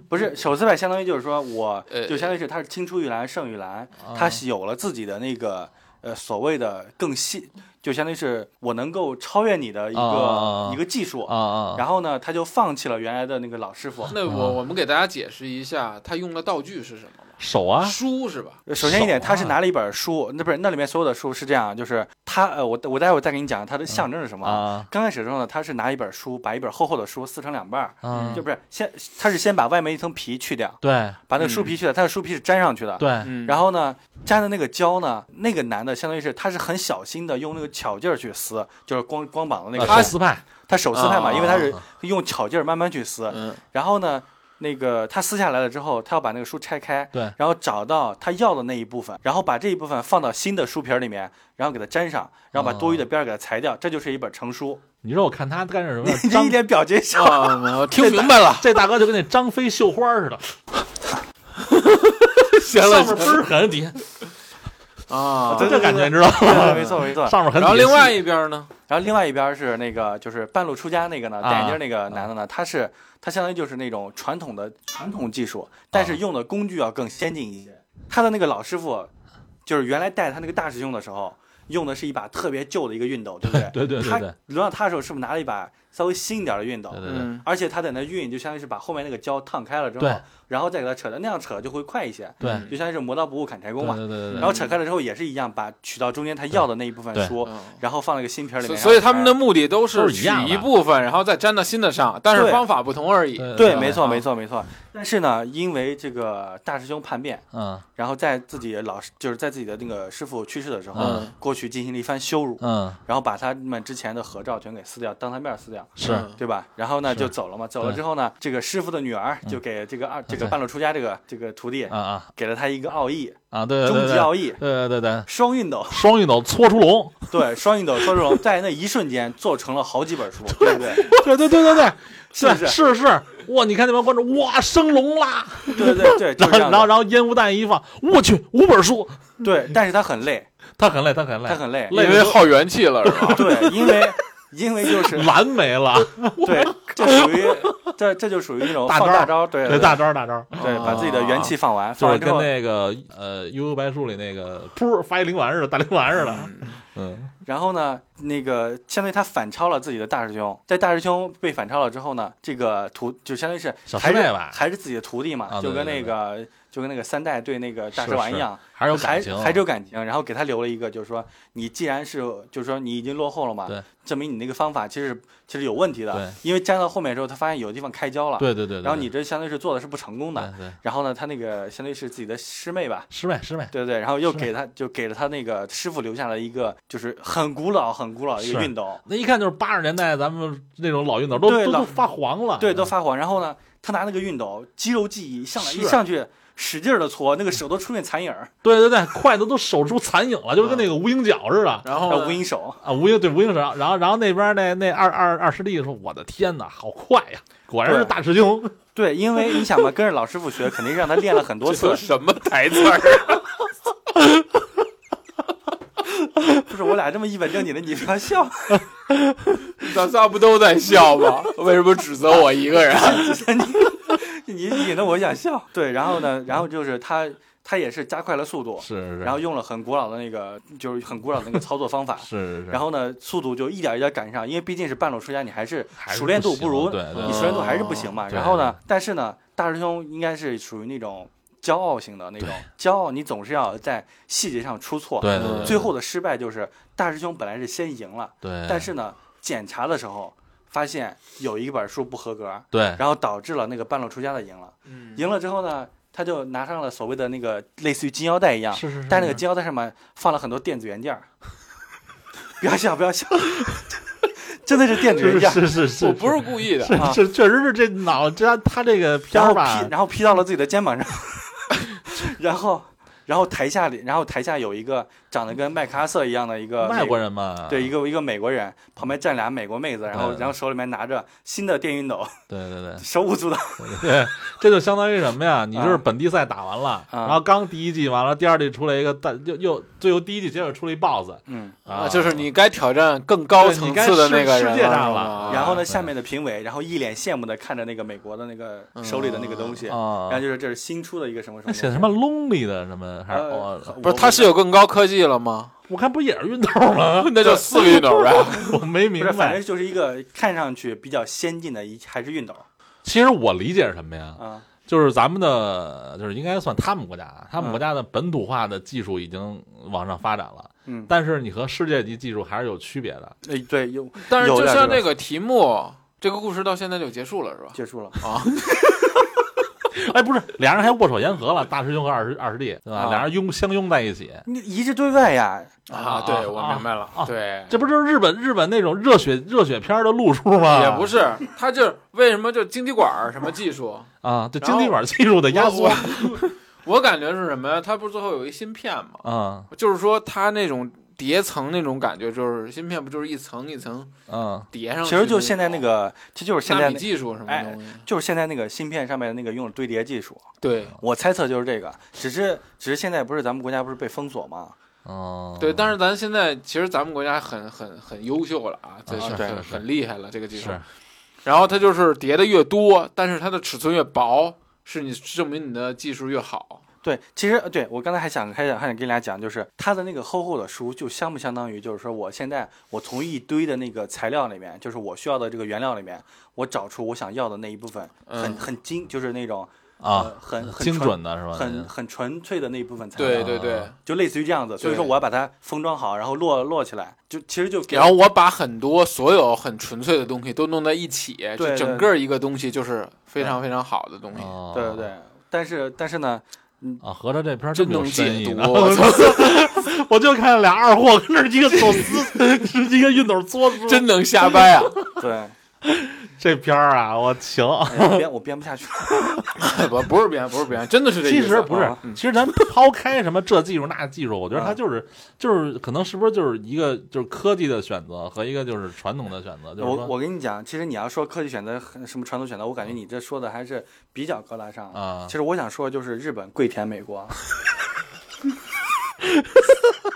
[SPEAKER 3] 不是手撕派，相当于就是说我
[SPEAKER 4] 呃
[SPEAKER 3] 就相当于是他是青出于蓝胜于蓝，
[SPEAKER 2] 哦嗯
[SPEAKER 3] 他是有了自己的那个呃所谓的更细，就相当于是我能够超越你的一
[SPEAKER 2] 啊
[SPEAKER 3] 个一个技术
[SPEAKER 2] 啊，啊啊
[SPEAKER 3] 然后呢，他就放弃了原来的那个老师傅。
[SPEAKER 4] 那我我们给大家解释一下，他用的道具是什么吧？
[SPEAKER 2] 手啊？
[SPEAKER 4] 书是吧？
[SPEAKER 3] 呃首先一点，
[SPEAKER 2] 手啊
[SPEAKER 3] 他是拿了一本书，那不是那里面所有的书是这样，就是他呃，我我待会儿再给你讲它的象征是什么。
[SPEAKER 2] 嗯啊
[SPEAKER 3] 刚开始的时候呢，他是拿一本书，把一本厚厚的书撕成两半儿，
[SPEAKER 2] 啊
[SPEAKER 3] 嗯就不是啊先，他是先把外面一层皮去掉，
[SPEAKER 2] 对
[SPEAKER 3] 把那个书皮去掉，他的书皮是粘上去的。
[SPEAKER 2] 对，啊
[SPEAKER 4] 嗯，
[SPEAKER 3] 然后呢，粘的那个胶呢，那个男的相当于是他是很小心的用那个巧劲儿去撕，就是光光膀子那个，
[SPEAKER 2] 啊手撕派，
[SPEAKER 3] 他手撕派嘛，
[SPEAKER 4] 啊
[SPEAKER 3] 因为他是用巧劲儿慢慢去撕。
[SPEAKER 4] 嗯，
[SPEAKER 3] 然后呢，那个他撕下来了之后，他要把那个书拆开，
[SPEAKER 2] 对
[SPEAKER 3] 然后找到他要的那一部分，然后把这一部分放到新的书皮儿里面，然后给它粘上，然后把多余的边儿给它裁掉，这就是一本成书。
[SPEAKER 2] 你说我看他干什么？
[SPEAKER 3] *laughs* 你这
[SPEAKER 2] 张 *laughs*
[SPEAKER 3] 一脸表情笑，
[SPEAKER 4] 嗯哦 *laughs* 啊，我听明白了，
[SPEAKER 3] *laughs*
[SPEAKER 2] 这大哥就跟那张飞绣花似的，上面倍儿狠，底下
[SPEAKER 3] *laughs*
[SPEAKER 4] 啊
[SPEAKER 3] 对
[SPEAKER 2] 这感觉你知道
[SPEAKER 3] 对对啊没
[SPEAKER 2] 吗？
[SPEAKER 3] 错没
[SPEAKER 2] *laughs*
[SPEAKER 3] 错。
[SPEAKER 2] 上面狠，
[SPEAKER 4] 然后另外
[SPEAKER 2] 一
[SPEAKER 4] 一边呢，
[SPEAKER 3] 然后另外一边是那个就是半路出家那个呢，
[SPEAKER 2] 啊
[SPEAKER 3] 戴眼镜那个男的呢，他是他相当于就是那种传统的传统技
[SPEAKER 2] 啊
[SPEAKER 3] 术，但是用的工具要更先进一些。他的那个老师傅，就是原来带他那个大师兄的时候，用的是一把特别旧的一个熨斗，对不对？
[SPEAKER 2] *laughs* 对对对
[SPEAKER 3] 他
[SPEAKER 2] 对
[SPEAKER 3] 轮到他的时候，是不是拿了一把稍微新一点的熨斗？
[SPEAKER 2] 对对对
[SPEAKER 4] 嗯，
[SPEAKER 3] 而且他在那熨，就相当于是把后面那个胶烫开了之后
[SPEAKER 2] 对，
[SPEAKER 3] 然后再给它扯的，那样扯就会快一些，
[SPEAKER 2] 对
[SPEAKER 4] 嗯
[SPEAKER 3] 就相当于是磨刀不误砍柴工嘛。
[SPEAKER 2] 对对对对
[SPEAKER 3] 然后扯开了之后也是一样，把取到中间他要的那一部分
[SPEAKER 2] 对
[SPEAKER 3] 书，
[SPEAKER 4] 嗯
[SPEAKER 3] 然后放了一个新皮儿里
[SPEAKER 4] 所
[SPEAKER 3] 面。
[SPEAKER 4] 所以他们的
[SPEAKER 3] 然后
[SPEAKER 4] 目的都是
[SPEAKER 2] 都是一
[SPEAKER 4] 取
[SPEAKER 2] 样的
[SPEAKER 4] 一部分，然后再粘到新的上，但是
[SPEAKER 3] 对
[SPEAKER 4] 方法不同而已。
[SPEAKER 2] 对
[SPEAKER 3] 对，没错，
[SPEAKER 4] 嗯
[SPEAKER 3] 没错，没错。但是呢，因为这个大师兄叛变，
[SPEAKER 2] 嗯
[SPEAKER 3] 然后在自己老师就是在自己的那个师傅去世的时候
[SPEAKER 2] 嗯，
[SPEAKER 3] 过去进行了一番羞辱，
[SPEAKER 2] 嗯
[SPEAKER 3] 然后把他们之前的合照全给撕掉，当他面撕掉。
[SPEAKER 2] 是
[SPEAKER 4] 嗯
[SPEAKER 3] 对吧？然后呢，
[SPEAKER 2] 是嗯
[SPEAKER 3] 就走了嘛。走了
[SPEAKER 2] 对
[SPEAKER 3] 之后呢，这个师傅的女儿就给这个二、这个
[SPEAKER 2] 对
[SPEAKER 3] 半路出家这个这个徒弟
[SPEAKER 2] 啊啊
[SPEAKER 3] 给了他一个奥义，
[SPEAKER 2] 啊！对对
[SPEAKER 3] 终
[SPEAKER 2] 对
[SPEAKER 3] 极
[SPEAKER 2] 对
[SPEAKER 3] 奥义，
[SPEAKER 2] 对对对，
[SPEAKER 3] 双熨斗。
[SPEAKER 2] 双熨斗搓出龙，
[SPEAKER 3] 对，双熨斗说这种，在那一瞬间做成了好几本书，对不 *laughs* 对？
[SPEAKER 2] 对对对对 *laughs* 对，
[SPEAKER 3] 是不
[SPEAKER 2] 对是
[SPEAKER 3] 是
[SPEAKER 2] 是，哇！你看那帮观众，哇，升龙啦！
[SPEAKER 3] 对对对，哎就
[SPEAKER 2] 然后
[SPEAKER 3] 是这样
[SPEAKER 2] *laughs* 然后
[SPEAKER 3] 的。
[SPEAKER 2] 然后烟雾弹一放，我去，五本书，
[SPEAKER 3] 对，但是他很累，
[SPEAKER 2] 他很累，他很累，
[SPEAKER 3] 他很累，啊
[SPEAKER 4] 因为耗元气了，是
[SPEAKER 3] *laughs*
[SPEAKER 4] 吧？
[SPEAKER 2] *laughs*
[SPEAKER 3] 对，因为因为就是
[SPEAKER 2] 蓝没了，
[SPEAKER 3] 对，这属于这这就属于那种
[SPEAKER 2] 大
[SPEAKER 3] 放
[SPEAKER 2] 招
[SPEAKER 3] 大招，对
[SPEAKER 2] 对，
[SPEAKER 3] 对
[SPEAKER 2] 大招大招，啊
[SPEAKER 3] 对，把自己的元气放完，
[SPEAKER 2] 就
[SPEAKER 3] 放
[SPEAKER 2] 是
[SPEAKER 3] 完之
[SPEAKER 2] 跟
[SPEAKER 3] 后，
[SPEAKER 2] 那个呃《幽游白书》里那个噗发一灵丸似的，大灵丸似的，嗯
[SPEAKER 3] 然后呢，那个相当于他反超了自己的大师兄，在大师兄被反超了之后呢，这个徒就相当于是
[SPEAKER 2] 小师
[SPEAKER 3] 还是
[SPEAKER 2] 妹吧
[SPEAKER 3] 还是自己的徒弟嘛，
[SPEAKER 2] 啊
[SPEAKER 3] 就
[SPEAKER 2] 对
[SPEAKER 3] 跟
[SPEAKER 2] 对
[SPEAKER 3] 那
[SPEAKER 2] 对
[SPEAKER 3] 个就跟那个三代对那个大
[SPEAKER 2] 是
[SPEAKER 3] 蛇丸一
[SPEAKER 2] 是
[SPEAKER 3] 样，
[SPEAKER 2] 还是有
[SPEAKER 3] 还
[SPEAKER 2] 感情，
[SPEAKER 3] 还是有感情，然后给他留了一个，就是说你既然是就是说你已经落后了嘛
[SPEAKER 2] 对，
[SPEAKER 3] 证明你那个方法其实其实有问题的
[SPEAKER 2] 对，
[SPEAKER 3] 因为粘到后面之后，他发现有地方开胶了，
[SPEAKER 2] 对对对对，嗯
[SPEAKER 3] 然后你这相当于是做的是不成功
[SPEAKER 2] 对
[SPEAKER 3] 的，
[SPEAKER 2] 对
[SPEAKER 3] 然后呢，他那个相当于是自己的师妹吧，
[SPEAKER 2] 师妹师妹，
[SPEAKER 3] 对对，然后又
[SPEAKER 2] 是
[SPEAKER 3] 给他就给了他那个师傅留下了一个就是很古老很古老的一个
[SPEAKER 2] 是
[SPEAKER 3] 熨斗，
[SPEAKER 2] 那一看就是八十年代咱们那种老熨斗都
[SPEAKER 3] 对
[SPEAKER 2] 都
[SPEAKER 3] 老
[SPEAKER 2] 都发黄了，
[SPEAKER 3] 对，都发黄。然后呢，他拿那个熨斗肌肉记忆上来一
[SPEAKER 2] 是
[SPEAKER 3] 上去使劲的搓，那个手都出现残影儿，
[SPEAKER 2] 对对对，筷子都手出残影了，就是
[SPEAKER 3] 啊
[SPEAKER 2] 跟那个无影脚似的。
[SPEAKER 4] 然后
[SPEAKER 3] 呃无
[SPEAKER 4] 呢
[SPEAKER 3] 影手。
[SPEAKER 2] 啊，无影对无影手，然后然后那边那那二二二师弟说：“我的天哪，好快呀！果然是
[SPEAKER 3] 对
[SPEAKER 2] 大师兄。
[SPEAKER 3] *laughs* 对，因为你想嘛，跟着老师傅学，肯定让他练了很多
[SPEAKER 4] 这
[SPEAKER 3] 次
[SPEAKER 4] 都。什么台词儿？
[SPEAKER 3] 不是我俩这么一本正经的，你不要笑， *laughs*
[SPEAKER 4] 咱仨不都在笑吗？为什么指责我一个人？
[SPEAKER 3] 你引得我想笑。对，然后呢，然后就是他他也是加快了速度”，
[SPEAKER 2] *laughs* 是是是，，
[SPEAKER 3] 然后用了很古老的那个就是很古老的那个操作方法
[SPEAKER 2] *laughs* 是是是，
[SPEAKER 3] 然后呢，速度就一点一点赶上，因为毕竟是半路出家，你还是
[SPEAKER 2] 还是
[SPEAKER 3] 熟练度
[SPEAKER 2] 不行
[SPEAKER 3] 如，嗯
[SPEAKER 2] 对对
[SPEAKER 3] 你熟练度还是不行嘛。
[SPEAKER 2] 哦
[SPEAKER 3] 然后呢，但是呢，大师兄应该是属于那种骄傲型的那种
[SPEAKER 2] 对，
[SPEAKER 3] 骄傲你总是要在细节上出错。
[SPEAKER 2] 对对对，
[SPEAKER 3] 最后的失败就是大师兄本来是先赢了，
[SPEAKER 2] 对，
[SPEAKER 3] 但是呢，检查的时候发现有一本书不合格，
[SPEAKER 2] 对
[SPEAKER 3] 然后导致了那个半路出家的赢了。赢了之后呢，他就拿上了所谓的那个类似于金腰带一样，
[SPEAKER 2] 是是是
[SPEAKER 3] 但那个金腰带上面放了很多电子元件儿。不要笑，不要笑， *laughs* 真的是电子元
[SPEAKER 2] 是
[SPEAKER 3] 件儿，
[SPEAKER 2] 是 *laughs* 是是，
[SPEAKER 4] 我不是故意的。
[SPEAKER 3] 啊
[SPEAKER 2] 是确实是这脑这他这个片
[SPEAKER 3] 然
[SPEAKER 2] 儿
[SPEAKER 3] 后
[SPEAKER 2] 吧
[SPEAKER 3] 劈，，然后劈到了自己的肩膀上， *laughs* 然后，然后台下里，然后台下有一个长得跟麦克阿瑟一样的一个
[SPEAKER 2] 外
[SPEAKER 3] 美
[SPEAKER 2] 国人啊嘛，
[SPEAKER 3] 对，一个一个美国人，旁边站俩美国妹子，然后
[SPEAKER 2] 对
[SPEAKER 3] 然后手里面拿着新的电熨斗，
[SPEAKER 2] 对对对
[SPEAKER 3] 手舞足蹈。
[SPEAKER 2] 对， *laughs* 这就相当于什么呀？你
[SPEAKER 3] 啊
[SPEAKER 2] 就是本地赛打完了，然后刚第一季完了，第二季出来一个大，又又最后第一季结果出了一 BOSS
[SPEAKER 3] 嗯，
[SPEAKER 2] 啊，
[SPEAKER 4] 就是你该挑战更高层次的那
[SPEAKER 2] 对
[SPEAKER 4] 个人
[SPEAKER 2] 你该世世界上了
[SPEAKER 4] 了。啊
[SPEAKER 3] 然后呢，
[SPEAKER 2] 啊对
[SPEAKER 3] 下面的评委，然后一脸羡慕的看着那个美国的那个手里的那个东西，
[SPEAKER 2] 啊
[SPEAKER 3] 然后，就是这是新出的一个什么什
[SPEAKER 2] 那
[SPEAKER 3] 么
[SPEAKER 2] 写
[SPEAKER 3] 东
[SPEAKER 2] 的什
[SPEAKER 3] 西。
[SPEAKER 2] 么 lonely 的什么还是
[SPEAKER 3] 呃，
[SPEAKER 2] 哦，
[SPEAKER 4] 不是，他是有更高科技了吗？
[SPEAKER 2] 我看不也是熨斗吗？ *laughs*
[SPEAKER 4] 那就四个熨斗呗。
[SPEAKER 2] 我没明
[SPEAKER 3] 不是，反
[SPEAKER 2] 白
[SPEAKER 3] 正。就是一个看上去比较先进的一还是啊熨斗
[SPEAKER 2] 其实我理解是什么呀？
[SPEAKER 3] 啊，
[SPEAKER 2] 就是咱们的，就是应该算他们国家啊，他
[SPEAKER 3] 嗯
[SPEAKER 2] 们国家的本土化的技术已经往上发展了，
[SPEAKER 3] 嗯，
[SPEAKER 2] 但是你和世界级技术还是有区别的。
[SPEAKER 3] 哎对，又
[SPEAKER 4] *laughs* 但是
[SPEAKER 3] 有
[SPEAKER 4] 就
[SPEAKER 3] 点
[SPEAKER 4] 像
[SPEAKER 3] 这
[SPEAKER 4] 这个题目，这个故事到现在就结束了，是吧？
[SPEAKER 3] 结束了，
[SPEAKER 4] 啊，
[SPEAKER 2] 哎，不是，俩人还握手言和了，大师兄和二师二师弟，对吧？
[SPEAKER 3] 啊
[SPEAKER 2] 俩人拥相拥在一起，
[SPEAKER 3] 你一致对外呀，
[SPEAKER 4] 啊，对，我明白了，
[SPEAKER 2] 啊
[SPEAKER 4] 对，
[SPEAKER 2] 这不就是日本日本那种热血热血片的路数吗？
[SPEAKER 3] 啊
[SPEAKER 4] 也不是，他就是为什么就经济管儿什么技
[SPEAKER 3] *laughs*
[SPEAKER 4] 术，
[SPEAKER 2] 啊，这
[SPEAKER 4] 然后
[SPEAKER 2] 经济管技术的压缩
[SPEAKER 4] 我我我感觉是什么呀？他不是最后有一芯片吗？
[SPEAKER 2] 啊，
[SPEAKER 4] 就是说他那种叠层那种感觉，就是芯片不就是一层一层
[SPEAKER 2] 嗯，
[SPEAKER 4] 叠上去
[SPEAKER 3] 其
[SPEAKER 4] 种？
[SPEAKER 3] 实就现在那个，其实就是现
[SPEAKER 4] 纳
[SPEAKER 3] 在
[SPEAKER 4] 米
[SPEAKER 3] 那
[SPEAKER 4] 技术什么
[SPEAKER 3] 哎
[SPEAKER 4] 东西？
[SPEAKER 3] 就是现在那个芯片上面的那个用的堆叠技术，
[SPEAKER 4] 对
[SPEAKER 3] 我猜测就是这个。只是只是现在不是咱们国家不是被封锁吗？
[SPEAKER 2] 哦，
[SPEAKER 4] 对，但是咱现在其实咱们国家很很很优秀了啊，这
[SPEAKER 2] 啊是
[SPEAKER 4] 很
[SPEAKER 2] 是是
[SPEAKER 4] 很厉害了这个技术。
[SPEAKER 2] 是
[SPEAKER 4] 然后它就是叠的越多，但是它的尺寸越薄，是你证明你的技术越好。
[SPEAKER 3] 对，其实对我刚才还想还想还想跟你俩讲，就是它的那个厚厚的书，就相不相当于就是说我现在我从一堆的那个材料里面，就是我需要的这个原料里面，我找出我想要的那一部分，很
[SPEAKER 4] 嗯
[SPEAKER 3] 很精，就是那种
[SPEAKER 2] 啊
[SPEAKER 3] 呃，很很
[SPEAKER 2] 精
[SPEAKER 3] 纯
[SPEAKER 2] 准的是吧？
[SPEAKER 3] 很很纯粹的那一部分材料，
[SPEAKER 4] 对对对。
[SPEAKER 3] 就类似于这样子。所以说
[SPEAKER 4] 对
[SPEAKER 3] 我要把它封装好，然后摞摞起来，就其实就给
[SPEAKER 4] 然后我把很多所有很纯粹的东西都弄在一起，
[SPEAKER 3] 对嗯
[SPEAKER 4] 就整个一个东西就是非常非常好的东西。
[SPEAKER 2] 哦
[SPEAKER 3] 对对对。但是但是呢，
[SPEAKER 2] 啊，合着这片儿
[SPEAKER 4] 真
[SPEAKER 2] 这么有
[SPEAKER 4] 能
[SPEAKER 2] 深
[SPEAKER 4] 解
[SPEAKER 2] 意
[SPEAKER 4] 读，
[SPEAKER 2] 呢
[SPEAKER 4] 我操
[SPEAKER 2] *laughs* 我就看见俩二货跟那儿一个走私，是一个熨斗搓出来
[SPEAKER 4] 真能瞎掰啊！ *laughs*
[SPEAKER 3] 对，
[SPEAKER 2] 这片儿啊，我行。
[SPEAKER 3] 哎呀我编我编不
[SPEAKER 2] *laughs*
[SPEAKER 3] 下去。
[SPEAKER 4] 不不是别人，不是别人，真的是这意
[SPEAKER 2] 其
[SPEAKER 4] 思。
[SPEAKER 2] 实不是
[SPEAKER 4] 啊，
[SPEAKER 2] 其实咱抛开什么这技术那技术，我觉得它
[SPEAKER 3] 嗯
[SPEAKER 2] 就是就是可能是不是就是一个就是科技的选择和一个就是传统的选择，就是
[SPEAKER 3] 我
[SPEAKER 2] 说
[SPEAKER 3] 我跟你讲，其实你要说科技选择和什么传统选择，我感觉你这说的还是比较高大上的。
[SPEAKER 2] 啊
[SPEAKER 3] 其，实我想说，就是日本跪舔美国， *laughs*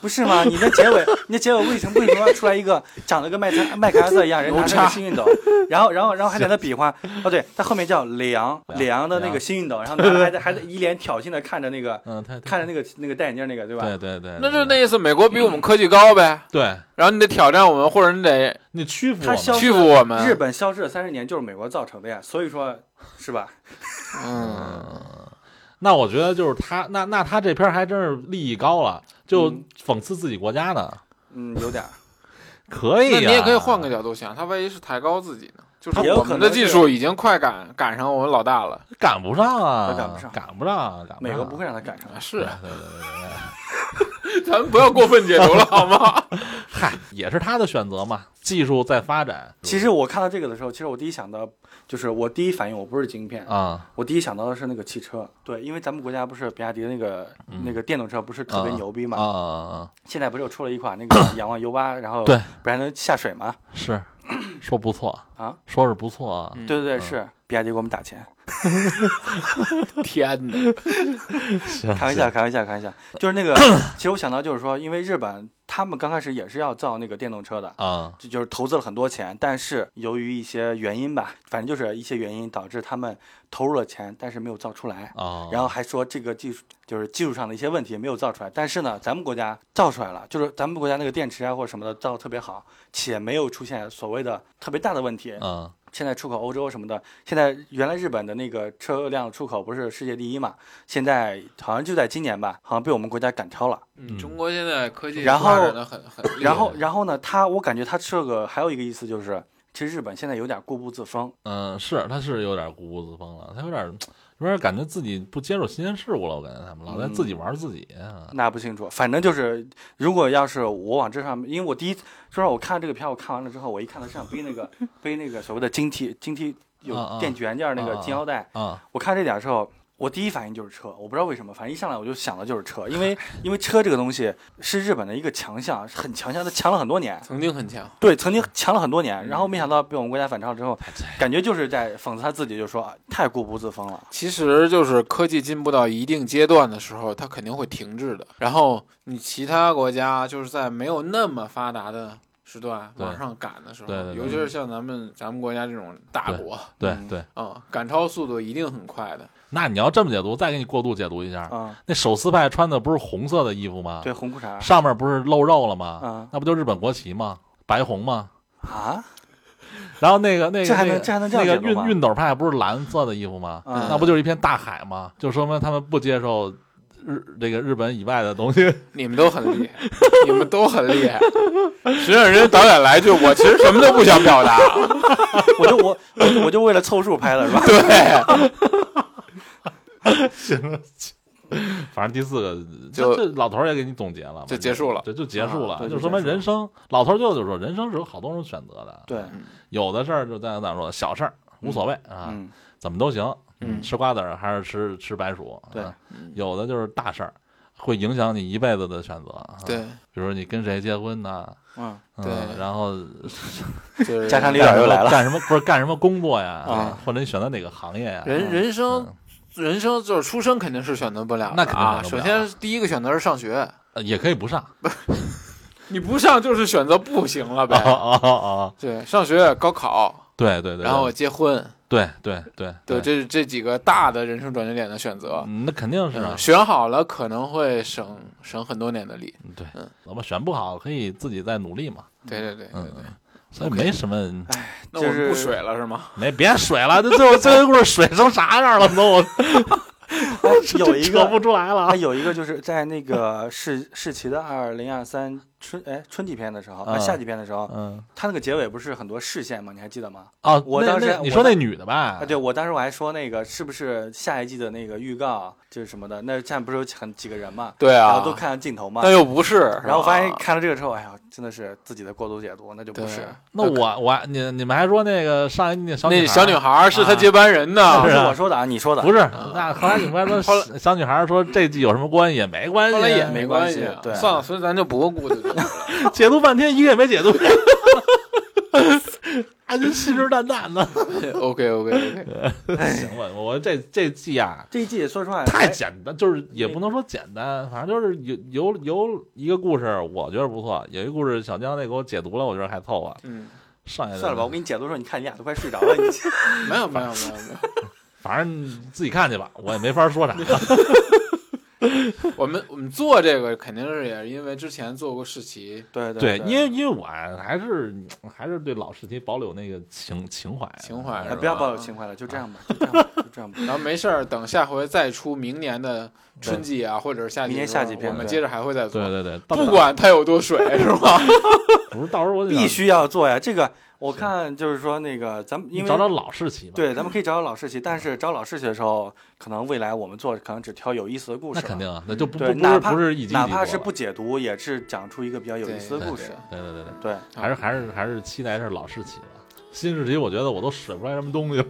[SPEAKER 3] 不是吗？你的结尾，你的结尾为什么为什么要出来一个长得跟麦克麦克阿瑟一样，人拿着
[SPEAKER 4] 牛
[SPEAKER 3] 个
[SPEAKER 4] 叉
[SPEAKER 3] 新熨斗，然后然后然后还在那比划？哦，对，他后面叫里昂，里昂的那个新熨斗，然后拿着还在还在一脸挑衅的看着那个
[SPEAKER 2] 嗯，他
[SPEAKER 3] 看着那个那个戴眼镜那个，对吧？
[SPEAKER 2] 对对对，
[SPEAKER 4] 那就那意思，美国比我们科技高呗，
[SPEAKER 2] 对
[SPEAKER 4] 然后你得挑战我们，或者你得
[SPEAKER 2] 你屈服
[SPEAKER 3] 他消
[SPEAKER 4] 屈服我们。
[SPEAKER 3] 日本消失了三十年就是美国造成的呀，所以说是吧？
[SPEAKER 4] 嗯，
[SPEAKER 2] 那我觉得就是他那那他这片儿还真是利益高了，就
[SPEAKER 3] 嗯
[SPEAKER 2] 讽刺自己国家呢，
[SPEAKER 3] 嗯，有点儿。
[SPEAKER 2] 可以啊
[SPEAKER 4] 那
[SPEAKER 2] 哎呀，
[SPEAKER 4] 你也可以换个角度想，他万一是抬高自己呢？就是
[SPEAKER 3] 也有
[SPEAKER 4] 我
[SPEAKER 3] 可能
[SPEAKER 4] 们
[SPEAKER 3] 是
[SPEAKER 4] 的技术已经快赶赶上我们老大了。
[SPEAKER 2] 赶不上啊，
[SPEAKER 3] 他赶不上
[SPEAKER 2] 赶不上，啊赶不上，
[SPEAKER 3] 美国不会让他赶上
[SPEAKER 4] 啊
[SPEAKER 3] 的。
[SPEAKER 4] 是啊，
[SPEAKER 2] 对对对对
[SPEAKER 4] 咱们不要过分解读了，好吗？ *laughs*
[SPEAKER 2] 嗨，也是他的选择嘛，技术在发展，
[SPEAKER 3] 其实我看到这个的时候，其实我第一想到就是我第一反应我不是晶片，
[SPEAKER 2] 啊，
[SPEAKER 3] 我第一想到的是那个汽车。对，因为咱们国家不是比亚迪的那个、
[SPEAKER 2] 嗯
[SPEAKER 3] 那个电动车不是特别
[SPEAKER 2] 啊
[SPEAKER 3] 牛逼
[SPEAKER 2] 啊
[SPEAKER 3] 嘛？
[SPEAKER 2] 啊啊，
[SPEAKER 3] 现在不是又出了
[SPEAKER 2] *coughs*
[SPEAKER 3] 一款那个仰望 U 八，然后
[SPEAKER 2] 对
[SPEAKER 3] 不然能下水吗？
[SPEAKER 2] 是说不错
[SPEAKER 3] 啊，
[SPEAKER 2] 说是不错啊，
[SPEAKER 4] 嗯
[SPEAKER 3] 对对对，
[SPEAKER 2] 嗯
[SPEAKER 3] 是比亚迪给我们打钱，
[SPEAKER 4] 天哪！
[SPEAKER 2] 行
[SPEAKER 3] 嗯开玩笑，开玩笑，开玩笑。
[SPEAKER 2] 呃
[SPEAKER 3] 就
[SPEAKER 2] *coughs*
[SPEAKER 3] 是那个，其实我想到就是说，因为日本他们刚开始也是要造那个电动车的，
[SPEAKER 2] 啊，
[SPEAKER 3] 这就是投资了很多钱，但是由于一些原因吧，反正就是一些原因导致他们投入了钱，但是没有造出来。
[SPEAKER 2] 啊，
[SPEAKER 3] 然后还说这个技术就是技术上的一些问题没有造出来，但是呢，咱们国家造出来了，就是咱们国家那个电池啊或者什么的造的特别好，且没有出现所谓的特别大的问题。
[SPEAKER 2] 啊
[SPEAKER 3] 现在出口欧洲什么的，现在原来日本的那个车辆出口不是世界第一嘛，现在好像就在今年吧，好像被我们国家赶超了。
[SPEAKER 4] 嗯，中国现在科技
[SPEAKER 3] 然后
[SPEAKER 4] 发展的很很厉害，
[SPEAKER 3] 然后，然后呢？他我感觉他这个还有一个意思就是，其实日本现在有点固步自封。
[SPEAKER 2] 嗯，是他是有点固步自封了，他有点有点感觉自己不接受新鲜事物了，我感觉他们老在自
[SPEAKER 3] 嗯
[SPEAKER 2] 己玩自己啊，
[SPEAKER 3] 那不清楚，反正就是，如果要是我往这上面，因为我第一，说实话，我看这个片儿，我看完了之后，我一看他身上背那个背那个所谓的晶体晶体
[SPEAKER 2] 啊
[SPEAKER 3] 有
[SPEAKER 2] 啊
[SPEAKER 3] 电子元件儿那个
[SPEAKER 2] 啊啊
[SPEAKER 3] 金腰带，
[SPEAKER 2] 啊
[SPEAKER 3] 我看这点儿的时候，我第一反应就是车，我不知道为什么，反正一上来我就想的就是车，因为因为车这个东西是日本的一个强项，是很强项，它强了很多年，
[SPEAKER 4] 曾经很强，
[SPEAKER 3] 对，曾经强了很多年，然后没想到被我们国家反超之后，感觉就是在讽刺他自己，就说啊太固步自封了。
[SPEAKER 4] 其实就是科技进步到一定阶段的时候，它肯定会停滞的。然后你其他国家就是在没有那么发达的时段
[SPEAKER 2] 对
[SPEAKER 4] 往上赶的时候，
[SPEAKER 2] 对对对
[SPEAKER 4] 尤其是像咱们咱们国家这种大国啊、
[SPEAKER 2] 对
[SPEAKER 3] 嗯
[SPEAKER 2] 对，
[SPEAKER 4] 嗯赶超速度一定很快的。
[SPEAKER 2] 那你要这么解读，再给你过度解读一下，
[SPEAKER 3] 嗯，
[SPEAKER 2] 那手撕派穿的不是红色的衣服吗？
[SPEAKER 3] 对，红裤衩
[SPEAKER 2] 上面不是露肉了吗？
[SPEAKER 3] 啊
[SPEAKER 2] 那不就日本国旗吗？白红吗？
[SPEAKER 3] 啊， *laughs*
[SPEAKER 2] 然后那个那个
[SPEAKER 3] 这还能
[SPEAKER 2] 那个
[SPEAKER 3] 这还能这
[SPEAKER 2] 那
[SPEAKER 3] 样
[SPEAKER 2] 个
[SPEAKER 3] 解读
[SPEAKER 2] 运
[SPEAKER 3] 吗
[SPEAKER 2] 运斗派不是蓝色的衣服吗？
[SPEAKER 3] 嗯
[SPEAKER 2] 那不就是一片大海吗？就说明他们不接受日这个日本以外的东西。 *laughs*
[SPEAKER 4] 你们都很厉害，你们都很厉害。实际上，人家导演来一句：“我其实什么都不想表达。
[SPEAKER 3] 我就我我我就为了凑数拍的
[SPEAKER 4] *laughs*
[SPEAKER 3] 是吧”？
[SPEAKER 4] *laughs* 对，
[SPEAKER 2] 反正第四个，
[SPEAKER 4] 就
[SPEAKER 2] 这这老头儿也给你总结了嘛，
[SPEAKER 4] 就结束了
[SPEAKER 2] 这就结束了，
[SPEAKER 3] 啊对
[SPEAKER 2] 就
[SPEAKER 3] 就
[SPEAKER 2] 说明
[SPEAKER 3] 结束了
[SPEAKER 2] 人生，老头儿就就说人生是有好多种选择的，
[SPEAKER 3] 对，
[SPEAKER 2] 有的事儿就咱咱说小事儿无所谓啊，
[SPEAKER 3] 嗯，
[SPEAKER 2] 怎么都行，
[SPEAKER 4] 嗯
[SPEAKER 2] 吃瓜子儿还是吃吃白薯，
[SPEAKER 3] 对
[SPEAKER 2] 啊有的就是大事儿。会影响你一辈子的选择。啊
[SPEAKER 4] 对，
[SPEAKER 2] 比如说你跟谁结婚呐、
[SPEAKER 3] 嗯，
[SPEAKER 2] 嗯
[SPEAKER 4] 对
[SPEAKER 2] 然
[SPEAKER 4] *laughs*
[SPEAKER 2] 后
[SPEAKER 4] 就是
[SPEAKER 3] 家长里
[SPEAKER 2] 干
[SPEAKER 3] 短
[SPEAKER 2] 什
[SPEAKER 3] 又来
[SPEAKER 2] 么
[SPEAKER 3] 了，
[SPEAKER 2] 干什么不是干什么工作
[SPEAKER 4] *laughs*
[SPEAKER 2] 呀，
[SPEAKER 3] 啊
[SPEAKER 2] 或者你选择哪个行业呀？
[SPEAKER 4] 人人生。人生就是出生肯定是选择不了的
[SPEAKER 2] 嗯那肯定
[SPEAKER 4] 啊。
[SPEAKER 2] 选择
[SPEAKER 4] 首
[SPEAKER 2] 不了
[SPEAKER 4] 先第一个选择是上学，
[SPEAKER 2] 呃也可以不上。
[SPEAKER 4] 你不上就是选择不行了
[SPEAKER 2] *laughs* 啊
[SPEAKER 4] 呗。
[SPEAKER 2] 啊啊！
[SPEAKER 4] 对，上学、高考，
[SPEAKER 2] 对对对，
[SPEAKER 4] 然后结婚，
[SPEAKER 2] 对对对
[SPEAKER 4] 对，，这这几个大的人生转折点的选择，
[SPEAKER 2] 嗯那肯定是啊
[SPEAKER 4] 嗯，选好了可能会省省很多年的力。
[SPEAKER 2] 对
[SPEAKER 4] 嗯，
[SPEAKER 2] 那么选不好可以自己再努力嘛。
[SPEAKER 4] 对对对对
[SPEAKER 2] 嗯
[SPEAKER 4] 对，，
[SPEAKER 2] 所以没什么，
[SPEAKER 4] 那我
[SPEAKER 3] 就
[SPEAKER 4] 们
[SPEAKER 3] 是
[SPEAKER 4] 不 *laughs* 水了是吗？
[SPEAKER 2] 没别水了，这最后最后一棍儿水成啥样了都，我
[SPEAKER 3] 哎有一
[SPEAKER 2] *laughs* 扯不
[SPEAKER 3] 个。
[SPEAKER 2] 出来了
[SPEAKER 3] 啊，。有一个就是在那个世世奇的二零二三春哎春季片的时候，啊
[SPEAKER 2] 嗯
[SPEAKER 3] 夏季片的时候，
[SPEAKER 2] 嗯，
[SPEAKER 3] 它那个结尾不是很多视线吗？你还记得吗？
[SPEAKER 2] 哦，
[SPEAKER 3] 我
[SPEAKER 2] 那
[SPEAKER 3] 当时
[SPEAKER 2] 那
[SPEAKER 3] 我
[SPEAKER 2] 你说那
[SPEAKER 3] 当
[SPEAKER 2] 女的吧
[SPEAKER 3] 啊，？对，我当时我还说那个是不是下一季的那个预告就是什么的？那现在不是有很几个人嘛，
[SPEAKER 4] 对
[SPEAKER 3] 然
[SPEAKER 4] 啊
[SPEAKER 3] 后，都看镜头嘛
[SPEAKER 4] 但，又不是。
[SPEAKER 3] 然后我发
[SPEAKER 4] 是
[SPEAKER 3] 现
[SPEAKER 4] 吧
[SPEAKER 3] 看了这个之后，哎呀，真的是自己的过度解读，那就不是
[SPEAKER 4] 对。
[SPEAKER 2] 那我我你你们还说那个上一季那小
[SPEAKER 4] 那
[SPEAKER 2] 孩
[SPEAKER 4] 小女孩是他接班人呢
[SPEAKER 3] 不
[SPEAKER 2] 是
[SPEAKER 3] 是
[SPEAKER 2] 啊
[SPEAKER 3] 我说的啊，你说的
[SPEAKER 2] 不是？那后来你们还说小女孩说这季有什么关系？也没关系，
[SPEAKER 4] 后来也
[SPEAKER 3] 没
[SPEAKER 4] 关
[SPEAKER 3] 关系对
[SPEAKER 4] 算了，所以咱就不
[SPEAKER 2] *laughs*
[SPEAKER 4] 顾虑了。
[SPEAKER 2] 啊解读半天，一个也没解读。 *laughs* 还就信誓旦旦的，
[SPEAKER 4] OK OK OK，
[SPEAKER 2] 行吧，我这这季啊，
[SPEAKER 3] 这一季说实话
[SPEAKER 2] 太
[SPEAKER 3] 哎
[SPEAKER 2] 简单，就是也不能说简单，反正就是有有有一个故事，我觉得不错，有一个故事小江那给我解读了，我觉得还凑合。
[SPEAKER 4] 嗯，
[SPEAKER 2] 剩下的
[SPEAKER 3] 算了吧，我给你解读的时候，你看你俩都快睡着了，你
[SPEAKER 4] 没有没有没有没有，
[SPEAKER 2] 反正自己看去吧，我也没法说啥。
[SPEAKER 4] 我们我们做这个肯定是也是因为之前做过试题，
[SPEAKER 3] *laughs* 对
[SPEAKER 2] 对，因为
[SPEAKER 3] 为
[SPEAKER 2] 因为我还是还是对老试题保留那个情情怀，啊
[SPEAKER 4] 情怀是吧
[SPEAKER 3] 不要抱有情怀了，就这样吧，就这样
[SPEAKER 2] *laughs*
[SPEAKER 3] 吧，就这样吧。
[SPEAKER 4] 然后没事儿等下回再出明年的春季啊，或者是夏季
[SPEAKER 3] 明年
[SPEAKER 4] 的时候，
[SPEAKER 3] 夏季片
[SPEAKER 4] 我们
[SPEAKER 3] 对
[SPEAKER 4] 接着还会再做
[SPEAKER 2] 对。对对，到时
[SPEAKER 4] 不
[SPEAKER 2] 候
[SPEAKER 4] 管它有多
[SPEAKER 3] *laughs*
[SPEAKER 4] 水，是吧？
[SPEAKER 2] 不是到时候我得
[SPEAKER 3] 必须要做呀！这个我看就是说那个咱们因为
[SPEAKER 2] 找找老试题吧。，
[SPEAKER 3] 对，咱们可以找找老世奇，但是找老世奇的时候，可能未来我们做可能只挑有意思的故
[SPEAKER 2] 那
[SPEAKER 3] 事，
[SPEAKER 2] 肯定，啊，那就不不
[SPEAKER 3] 对，
[SPEAKER 2] 不
[SPEAKER 3] 哪
[SPEAKER 2] 是
[SPEAKER 3] 怕
[SPEAKER 2] 不是一集一集
[SPEAKER 3] 哪怕
[SPEAKER 2] 播
[SPEAKER 3] 是
[SPEAKER 2] 了
[SPEAKER 3] 不解读，也是讲出一个比较有意思的故事。
[SPEAKER 2] 对对对对，
[SPEAKER 3] 对，
[SPEAKER 2] 还是还是还是期待是老试题吧。新试题我觉得我都使不出来什么东西了。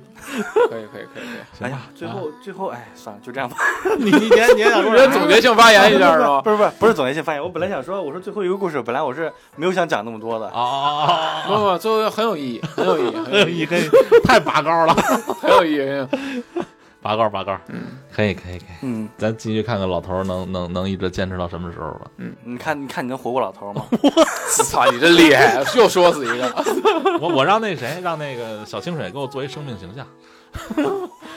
[SPEAKER 4] 可以可以可以可以。
[SPEAKER 2] 行吧
[SPEAKER 3] 哎呀，，
[SPEAKER 2] *laughs*
[SPEAKER 3] 最后最后哎，算了，就这样吧。
[SPEAKER 2] 你你你你也想
[SPEAKER 4] 我
[SPEAKER 2] 说
[SPEAKER 4] 觉
[SPEAKER 2] 啥
[SPEAKER 4] 得总结性发言一下是吧？
[SPEAKER 3] 不是不是不是总结性发言，我本来想说，我说最后一个故事，本来我是没有想讲那么多的。
[SPEAKER 2] 啊啊啊啊！
[SPEAKER 4] 不不，最后很有意义，很有意义，很有
[SPEAKER 2] 可
[SPEAKER 4] 意义，
[SPEAKER 2] 以可以，太拔高了，
[SPEAKER 4] 很有意
[SPEAKER 3] *laughs*
[SPEAKER 4] 义。
[SPEAKER 2] 拔高拔高，可以可以可以，
[SPEAKER 3] 嗯，
[SPEAKER 2] 咱继续看看老头儿能能能一直坚持到什么时候吧。
[SPEAKER 3] 你看你看你能活过老头吗？
[SPEAKER 4] 操，你这厉害， *laughs* 又说死一个。
[SPEAKER 2] 我我让那谁让那个小清水给我做一生命形象，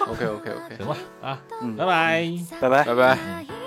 [SPEAKER 4] OK OK OK，
[SPEAKER 2] 行吧啊，
[SPEAKER 3] 嗯
[SPEAKER 2] 拜拜。
[SPEAKER 3] 拜拜。
[SPEAKER 4] 拜拜。
[SPEAKER 1] 拜。